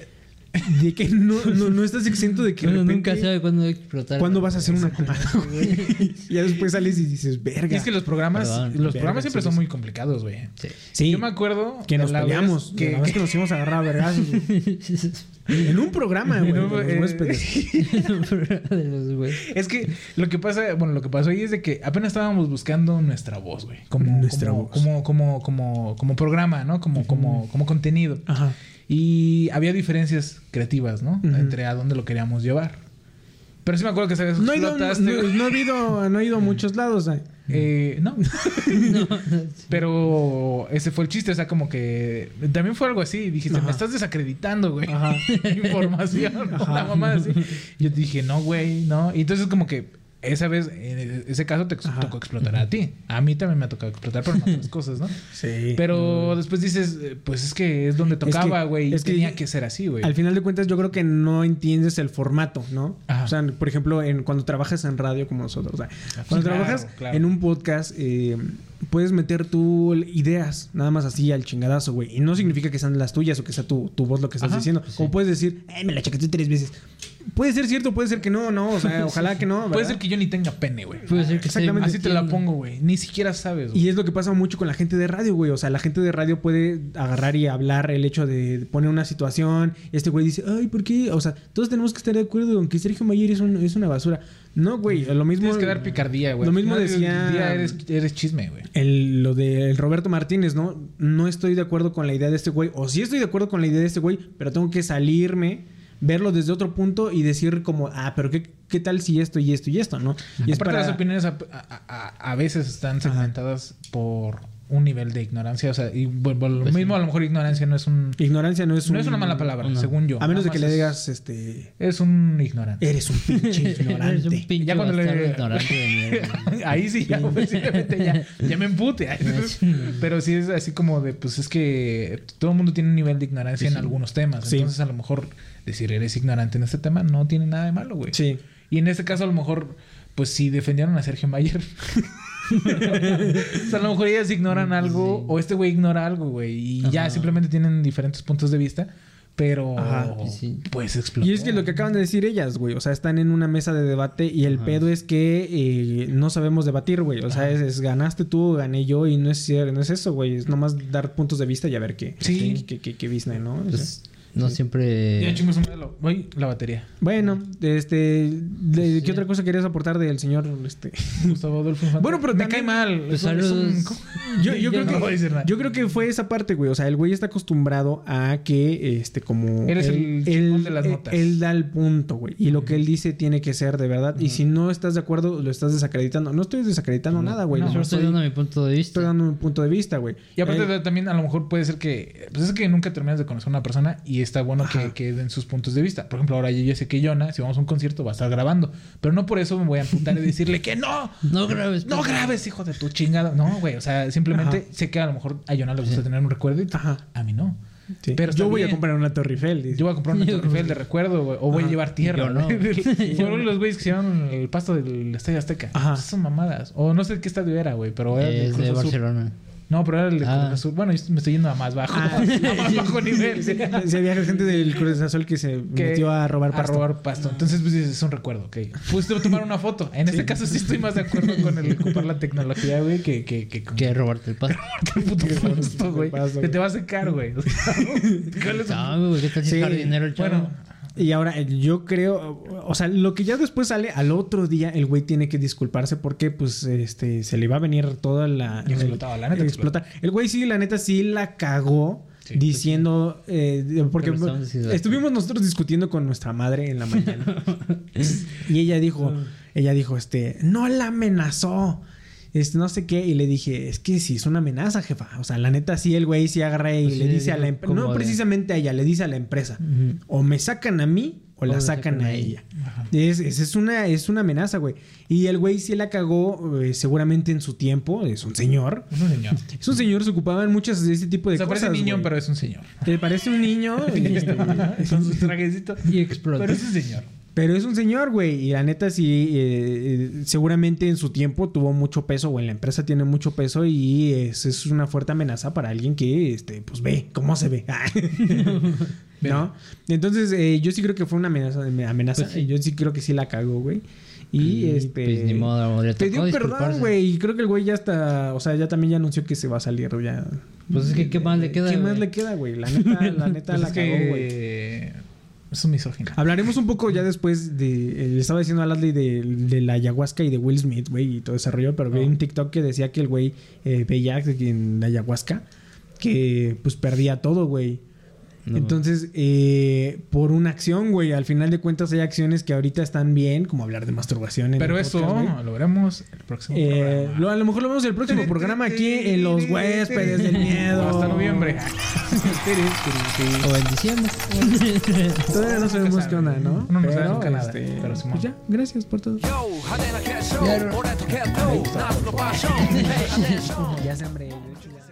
Speaker 1: de que no, no, no estás exento de que de
Speaker 3: Uno nunca
Speaker 1: repente,
Speaker 3: sabe cuándo va a explotar.
Speaker 1: cuándo vas a hacer una mamada, güey. Y ya después sales y dices,
Speaker 2: Y
Speaker 1: verga.
Speaker 2: es que los programas,
Speaker 3: Perdón.
Speaker 2: los
Speaker 1: Verga,
Speaker 2: programas siempre
Speaker 1: sí,
Speaker 2: son
Speaker 1: sí.
Speaker 2: muy complicados, güey.
Speaker 3: Sí.
Speaker 1: sí,
Speaker 2: Yo me acuerdo
Speaker 1: que
Speaker 2: de
Speaker 1: nos
Speaker 2: la vez
Speaker 1: peleamos. Que,
Speaker 2: que-
Speaker 1: la vez que nos íbamos a agarrar a vergazos, güey. En un programa, güey.
Speaker 2: No,
Speaker 1: de los
Speaker 2: eh,
Speaker 1: huéspedes.
Speaker 3: de los güey.
Speaker 2: Es que lo que pasa, bueno, lo que pasó ahí es de que apenas estábamos buscando nuestra voz, güey. Como,
Speaker 1: Nuestra
Speaker 2: como,
Speaker 1: voz.
Speaker 2: Como, como, como, como programa, ¿no? Como, como, como contenido.
Speaker 1: Ajá.
Speaker 2: Y había diferencias creativas, ¿no?
Speaker 1: Ujú.
Speaker 2: Entre a dónde lo queríamos llevar. Pero sí me acuerdo que esa vez
Speaker 1: No he, ido, no,
Speaker 2: explotaste, güey.
Speaker 1: no he ido, no he ido a muchos lados. eh.
Speaker 2: Eh, no. Pero ese fue el chiste, o sea, como que también fue algo así. Dijiste,
Speaker 1: Ajá.
Speaker 2: me estás desacreditando, güey.
Speaker 1: Ajá.
Speaker 2: Información, una mamá así. Yo te dije, no, güey, no. Y entonces, como que esa vez, en ese caso, te ex-
Speaker 1: Ajá.
Speaker 2: tocó explotar a ti. A mí también me ha tocado explotar por otras cosas, ¿no?
Speaker 1: Sí.
Speaker 2: Pero después dices, eh, pues es que es donde
Speaker 1: que-
Speaker 2: tocaba, güey.
Speaker 1: es
Speaker 2: Es
Speaker 1: que
Speaker 2: que tenía que ser así, güey.
Speaker 1: Al final de cuentas, yo creo que no entiendes el formato, ¿no?
Speaker 2: Ajá.
Speaker 1: O sea, por ejemplo, en, cuando trabajas en radio como nosotros, o sea, cuando
Speaker 2: claro,
Speaker 1: trabajas
Speaker 2: claro.
Speaker 1: en un podcast, eh, puedes meter tú ideas, nada más así al chingadazo, güey. Y no significa que sean las tuyas o que sea tu, tu voz lo que estás
Speaker 2: Ajá,
Speaker 1: diciendo. Como puedes decir, ay, me la chaqueté tres veces. puede ser cierto, puede ser que no, no, o sea, ojalá que no.
Speaker 2: Puede
Speaker 1: ¿verdad?
Speaker 2: ser que yo ni tenga pene, güey.
Speaker 3: Puede ser que sea-
Speaker 1: Exactamente.
Speaker 2: Así te la
Speaker 3: entiendo.
Speaker 2: pongo, güey. Ni siquiera sabes, güey.
Speaker 1: Y es lo que pasa mucho con la gente de radio, güey. O sea, la gente de radio puede agarrar y hablar el hecho de poner una situación. Este güey dice, ay, ¿por qué? O sea, todos tenemos que estar de acuerdo con que Sergio Mayer es, un- es una basura. No, güey, lo mismo.
Speaker 2: Tienes que dar picardía,
Speaker 1: Lo
Speaker 2: güey. Al
Speaker 1: mismo
Speaker 2: final del
Speaker 1: decía-
Speaker 2: día eres, eres chisme, güey.
Speaker 1: El- lo de Roberto Martínez, ¿no? No estoy de acuerdo con la idea de este güey. O sí estoy de acuerdo con la idea de este güey, pero tengo que salirme, verlo desde otro punto y decir como, ah, pero qué, qué tal si esto y esto y esto, ¿no? Y
Speaker 2: Y Aparte, las opiniones a, a- a- a veces están segmentadas por un nivel de ignorancia. O sea, y bueno, lo
Speaker 3: Pues sí.
Speaker 2: mismo a lo mejor ignorancia no es un...
Speaker 1: Ignorancia no es
Speaker 2: No es una mala palabra,
Speaker 3: no.
Speaker 2: según yo.
Speaker 1: A menos de
Speaker 2: Nada
Speaker 1: que le
Speaker 2: más es-
Speaker 1: digas, este...
Speaker 2: Es un ignorante.
Speaker 1: Eres un pinche
Speaker 3: Eres un
Speaker 1: ignorante.
Speaker 3: pinche
Speaker 2: Ya cuando le-
Speaker 3: bastardo ignorante de mierda.
Speaker 2: Ahí sí, ya, güey, simplemente ya, ya me empute. Pero sí es así como de, pues es que todo el mundo tiene un nivel de ignorancia en algunos temas.
Speaker 1: Sí.
Speaker 2: Entonces, a lo mejor decir eres ignorante en este tema no tiene nada de malo, güey.
Speaker 1: Sí.
Speaker 2: Y en este caso, a lo mejor, pues si defendieron a Sergio Mayer. o sea, a lo mejor ellas ignoran algo, o este güey ignora algo, güey. Y ya simplemente tienen diferentes puntos de vista, pero
Speaker 1: Ajá.
Speaker 3: Sí.
Speaker 2: pues explotó.
Speaker 1: Y es que lo que acaban de decir ellas, güey, o sea, están en una mesa de debate y el pedo es que eh, no sabemos debatir, güey. O sea, es, es ganaste tú, gané yo y no es cier- no es eso, güey. Es nomás dar puntos de vista y a ver qué.
Speaker 2: Sí.
Speaker 1: Qué, qué, qué business, ¿no? O sea.
Speaker 3: Pues, no
Speaker 2: Ya
Speaker 3: siempre.
Speaker 2: chingó su madre la- Uy, la batería.
Speaker 1: Bueno, este, de- ¿qué otra cosa querías aportar del señor? Este?
Speaker 2: Gustavo Adolfo Infante.
Speaker 1: Bueno, pero
Speaker 2: me
Speaker 1: también-
Speaker 2: cae mal. Es
Speaker 3: Pues,
Speaker 2: un- es un-
Speaker 3: saludos.
Speaker 2: ¿cómo?
Speaker 1: Yo, yo creo
Speaker 2: no voy a decir
Speaker 1: que,
Speaker 2: nada.
Speaker 1: yo creo que fue esa parte, güey. O sea, el güey está acostumbrado a que, este, como.
Speaker 2: Eres el chingón de las
Speaker 1: él- e-
Speaker 2: notas.
Speaker 1: Él da el punto, güey. Y lo que él dice tiene que ser de verdad. Y si no estás de acuerdo, lo estás desacreditando. No estoy desacreditando nada, güey.
Speaker 3: Yo
Speaker 1: Yo
Speaker 3: estoy
Speaker 1: estoy,
Speaker 3: dando mi punto de vista.
Speaker 1: estoy dando un punto de vista, güey.
Speaker 2: Y aparte
Speaker 1: Eh,
Speaker 2: de- también a lo mejor puede ser que... Pues es que nunca terminas de conocer a una persona y está bueno que, que den sus puntos de vista. Por ejemplo, ahora yo, yo sé que Jonah, si vamos a un concierto, va a estar grabando. Pero no por eso me voy a apuntar y decirle que no. pues,
Speaker 3: No grabes. pues.
Speaker 2: No
Speaker 3: puta.
Speaker 2: grabes, hijo de tu chingada. No, güey. O sea, simplemente
Speaker 1: Ajá.
Speaker 2: sé que a lo mejor a Jonah le gusta tener un recuerdo y tú-
Speaker 1: Ajá.
Speaker 2: a mí no.
Speaker 1: sí.
Speaker 2: pero está
Speaker 1: yo voy a
Speaker 2: bien.
Speaker 1: comprar una Torre Eiffel. dice.
Speaker 2: Yo voy a comprar un
Speaker 3: Yo-
Speaker 2: Torre Eiffel de recuerdo, güey. O voy a
Speaker 1: Ajá.
Speaker 2: llevar tierra.
Speaker 3: Yo no.
Speaker 2: güey. Fueron los güeyes que hicieron el pasto del Estadio Azteca.
Speaker 1: Ajá.
Speaker 2: Esas son mamadas. O no sé qué estadio era, güey, pero era el
Speaker 3: Es
Speaker 2: Cruz
Speaker 3: de
Speaker 2: Azul.
Speaker 3: Barcelona.
Speaker 2: No, pero era el de
Speaker 3: Ah.
Speaker 2: Cruz Azul. Bueno, yo me estoy yendo a más bajo.
Speaker 1: Ah,
Speaker 2: a más bajo nivel.
Speaker 1: Sí, sí, había gente del Cruz Azul que se
Speaker 2: Que-
Speaker 1: metió a robar pasto.
Speaker 2: A robar pasto. Entonces, pues dices, es un recuerdo, ok. Fuiste a tomar una foto. En este caso, sí estoy más de acuerdo con el ocupar la tecnología, güey, que, que, que con
Speaker 3: Que robarte el pasto.
Speaker 2: el puto pasto, güey.
Speaker 1: pasto,
Speaker 2: Que
Speaker 1: güey.
Speaker 2: te va a secar, güey. O sea, ¿cuál es-
Speaker 3: No, Ah, güey, ¿qué tal si
Speaker 1: Sí.
Speaker 3: es jardinero el chavo?
Speaker 2: Bueno,
Speaker 1: Y ahora eh, yo creo, o sea, lo que ya después sale al otro día, el güey tiene que disculparse porque pues este se le va a venir toda la
Speaker 2: Y explotaba, la neta
Speaker 1: el explota. El güey sí, la neta sí la cagó
Speaker 2: Sí,
Speaker 1: diciendo eh, de- porque
Speaker 3: Pero estamos diciendo-
Speaker 1: estuvimos nosotros discutiendo con nuestra madre en la mañana. y ella dijo,
Speaker 2: Ah.
Speaker 1: ella dijo este, "No la amenazó." Este, no sé qué, y le dije, es que sí, es una amenaza, jefa. O sea, la neta, sí, el güey sí agarra y
Speaker 3: Pues sí,
Speaker 1: le
Speaker 3: le
Speaker 1: dice a la
Speaker 3: dijo
Speaker 1: empresa, no
Speaker 3: como de-
Speaker 1: precisamente a ella, le dice a la empresa,
Speaker 3: Ujú.
Speaker 1: o me sacan a mí o la
Speaker 3: me
Speaker 1: sacan,
Speaker 3: sacan
Speaker 1: a
Speaker 3: a
Speaker 1: ella. Es, es, es una, es una amenaza, güey. Y el güey sí la cagó eh, seguramente en su tiempo. Es un señor.
Speaker 2: es un señor.
Speaker 1: Es un señor, se ocupaban muchas de este tipo de
Speaker 2: O sea,
Speaker 1: cosas.
Speaker 2: parece niño,
Speaker 1: güey.
Speaker 2: pero es un señor.
Speaker 1: Te parece un niño. este,
Speaker 2: Con su trajecito.
Speaker 3: Y explota.
Speaker 2: Pero es un señor.
Speaker 1: pero es un señor, güey. Y la neta sí, eh, eh, seguramente en su tiempo tuvo mucho peso o en la empresa tiene mucho peso y es, es una fuerte amenaza para alguien que, este, pues ve cómo se ve. ¿No? Entonces, eh, yo sí creo que fue una amenaza. amenaza.
Speaker 3: Pues sí.
Speaker 1: Yo sí creo que sí la cagó, güey. Y,
Speaker 3: Y,
Speaker 1: este.
Speaker 3: pues, ni modo, le
Speaker 1: Te
Speaker 3: tocó
Speaker 1: dio perdón,
Speaker 3: disculparse.
Speaker 1: güey. Y creo que el güey ya está. O sea, ya también ya anunció que se va a salir, ya.
Speaker 3: Pues es que, ¿qué más le queda?
Speaker 1: ¿Qué más
Speaker 3: güey?
Speaker 1: le queda, güey? La neta, la neta
Speaker 2: Pues
Speaker 1: la
Speaker 2: es
Speaker 1: cagó, güey. Ah,
Speaker 2: que... Es un misógino.
Speaker 1: Hablaremos un poco ya después de. eh, le estaba diciendo a Ladley de, de la ayahuasca y de Will Smith, güey, y todo ese rollo, pero
Speaker 2: Ah.
Speaker 1: vi un TikTok que decía que el güey eh, veía en la ayahuasca que pues perdía todo, güey.
Speaker 3: No,
Speaker 1: Entonces, eh, por una acción, güey, al final de cuentas hay acciones que ahorita están bien, como hablar de masturbación. en
Speaker 2: Pero
Speaker 1: el
Speaker 2: eso
Speaker 1: podcast, güey.
Speaker 2: lo veremos el próximo
Speaker 1: Eh,
Speaker 2: programa.
Speaker 1: lo- a lo mejor lo vemos el próximo programa aquí en Los Huéspedes del Miedo.
Speaker 2: Hasta noviembre.
Speaker 3: O en diciembre.
Speaker 1: Todavía no sabemos
Speaker 2: sabe.
Speaker 1: qué onda, ¿no?
Speaker 2: Uno no sabe nunca nada,
Speaker 1: este,
Speaker 2: pero Simón.
Speaker 1: pues ya, gracias por todo.
Speaker 7: Yo, 派手な決勝俺と決闘夏のパッション
Speaker 1: Ya se hambre, de hecho ya.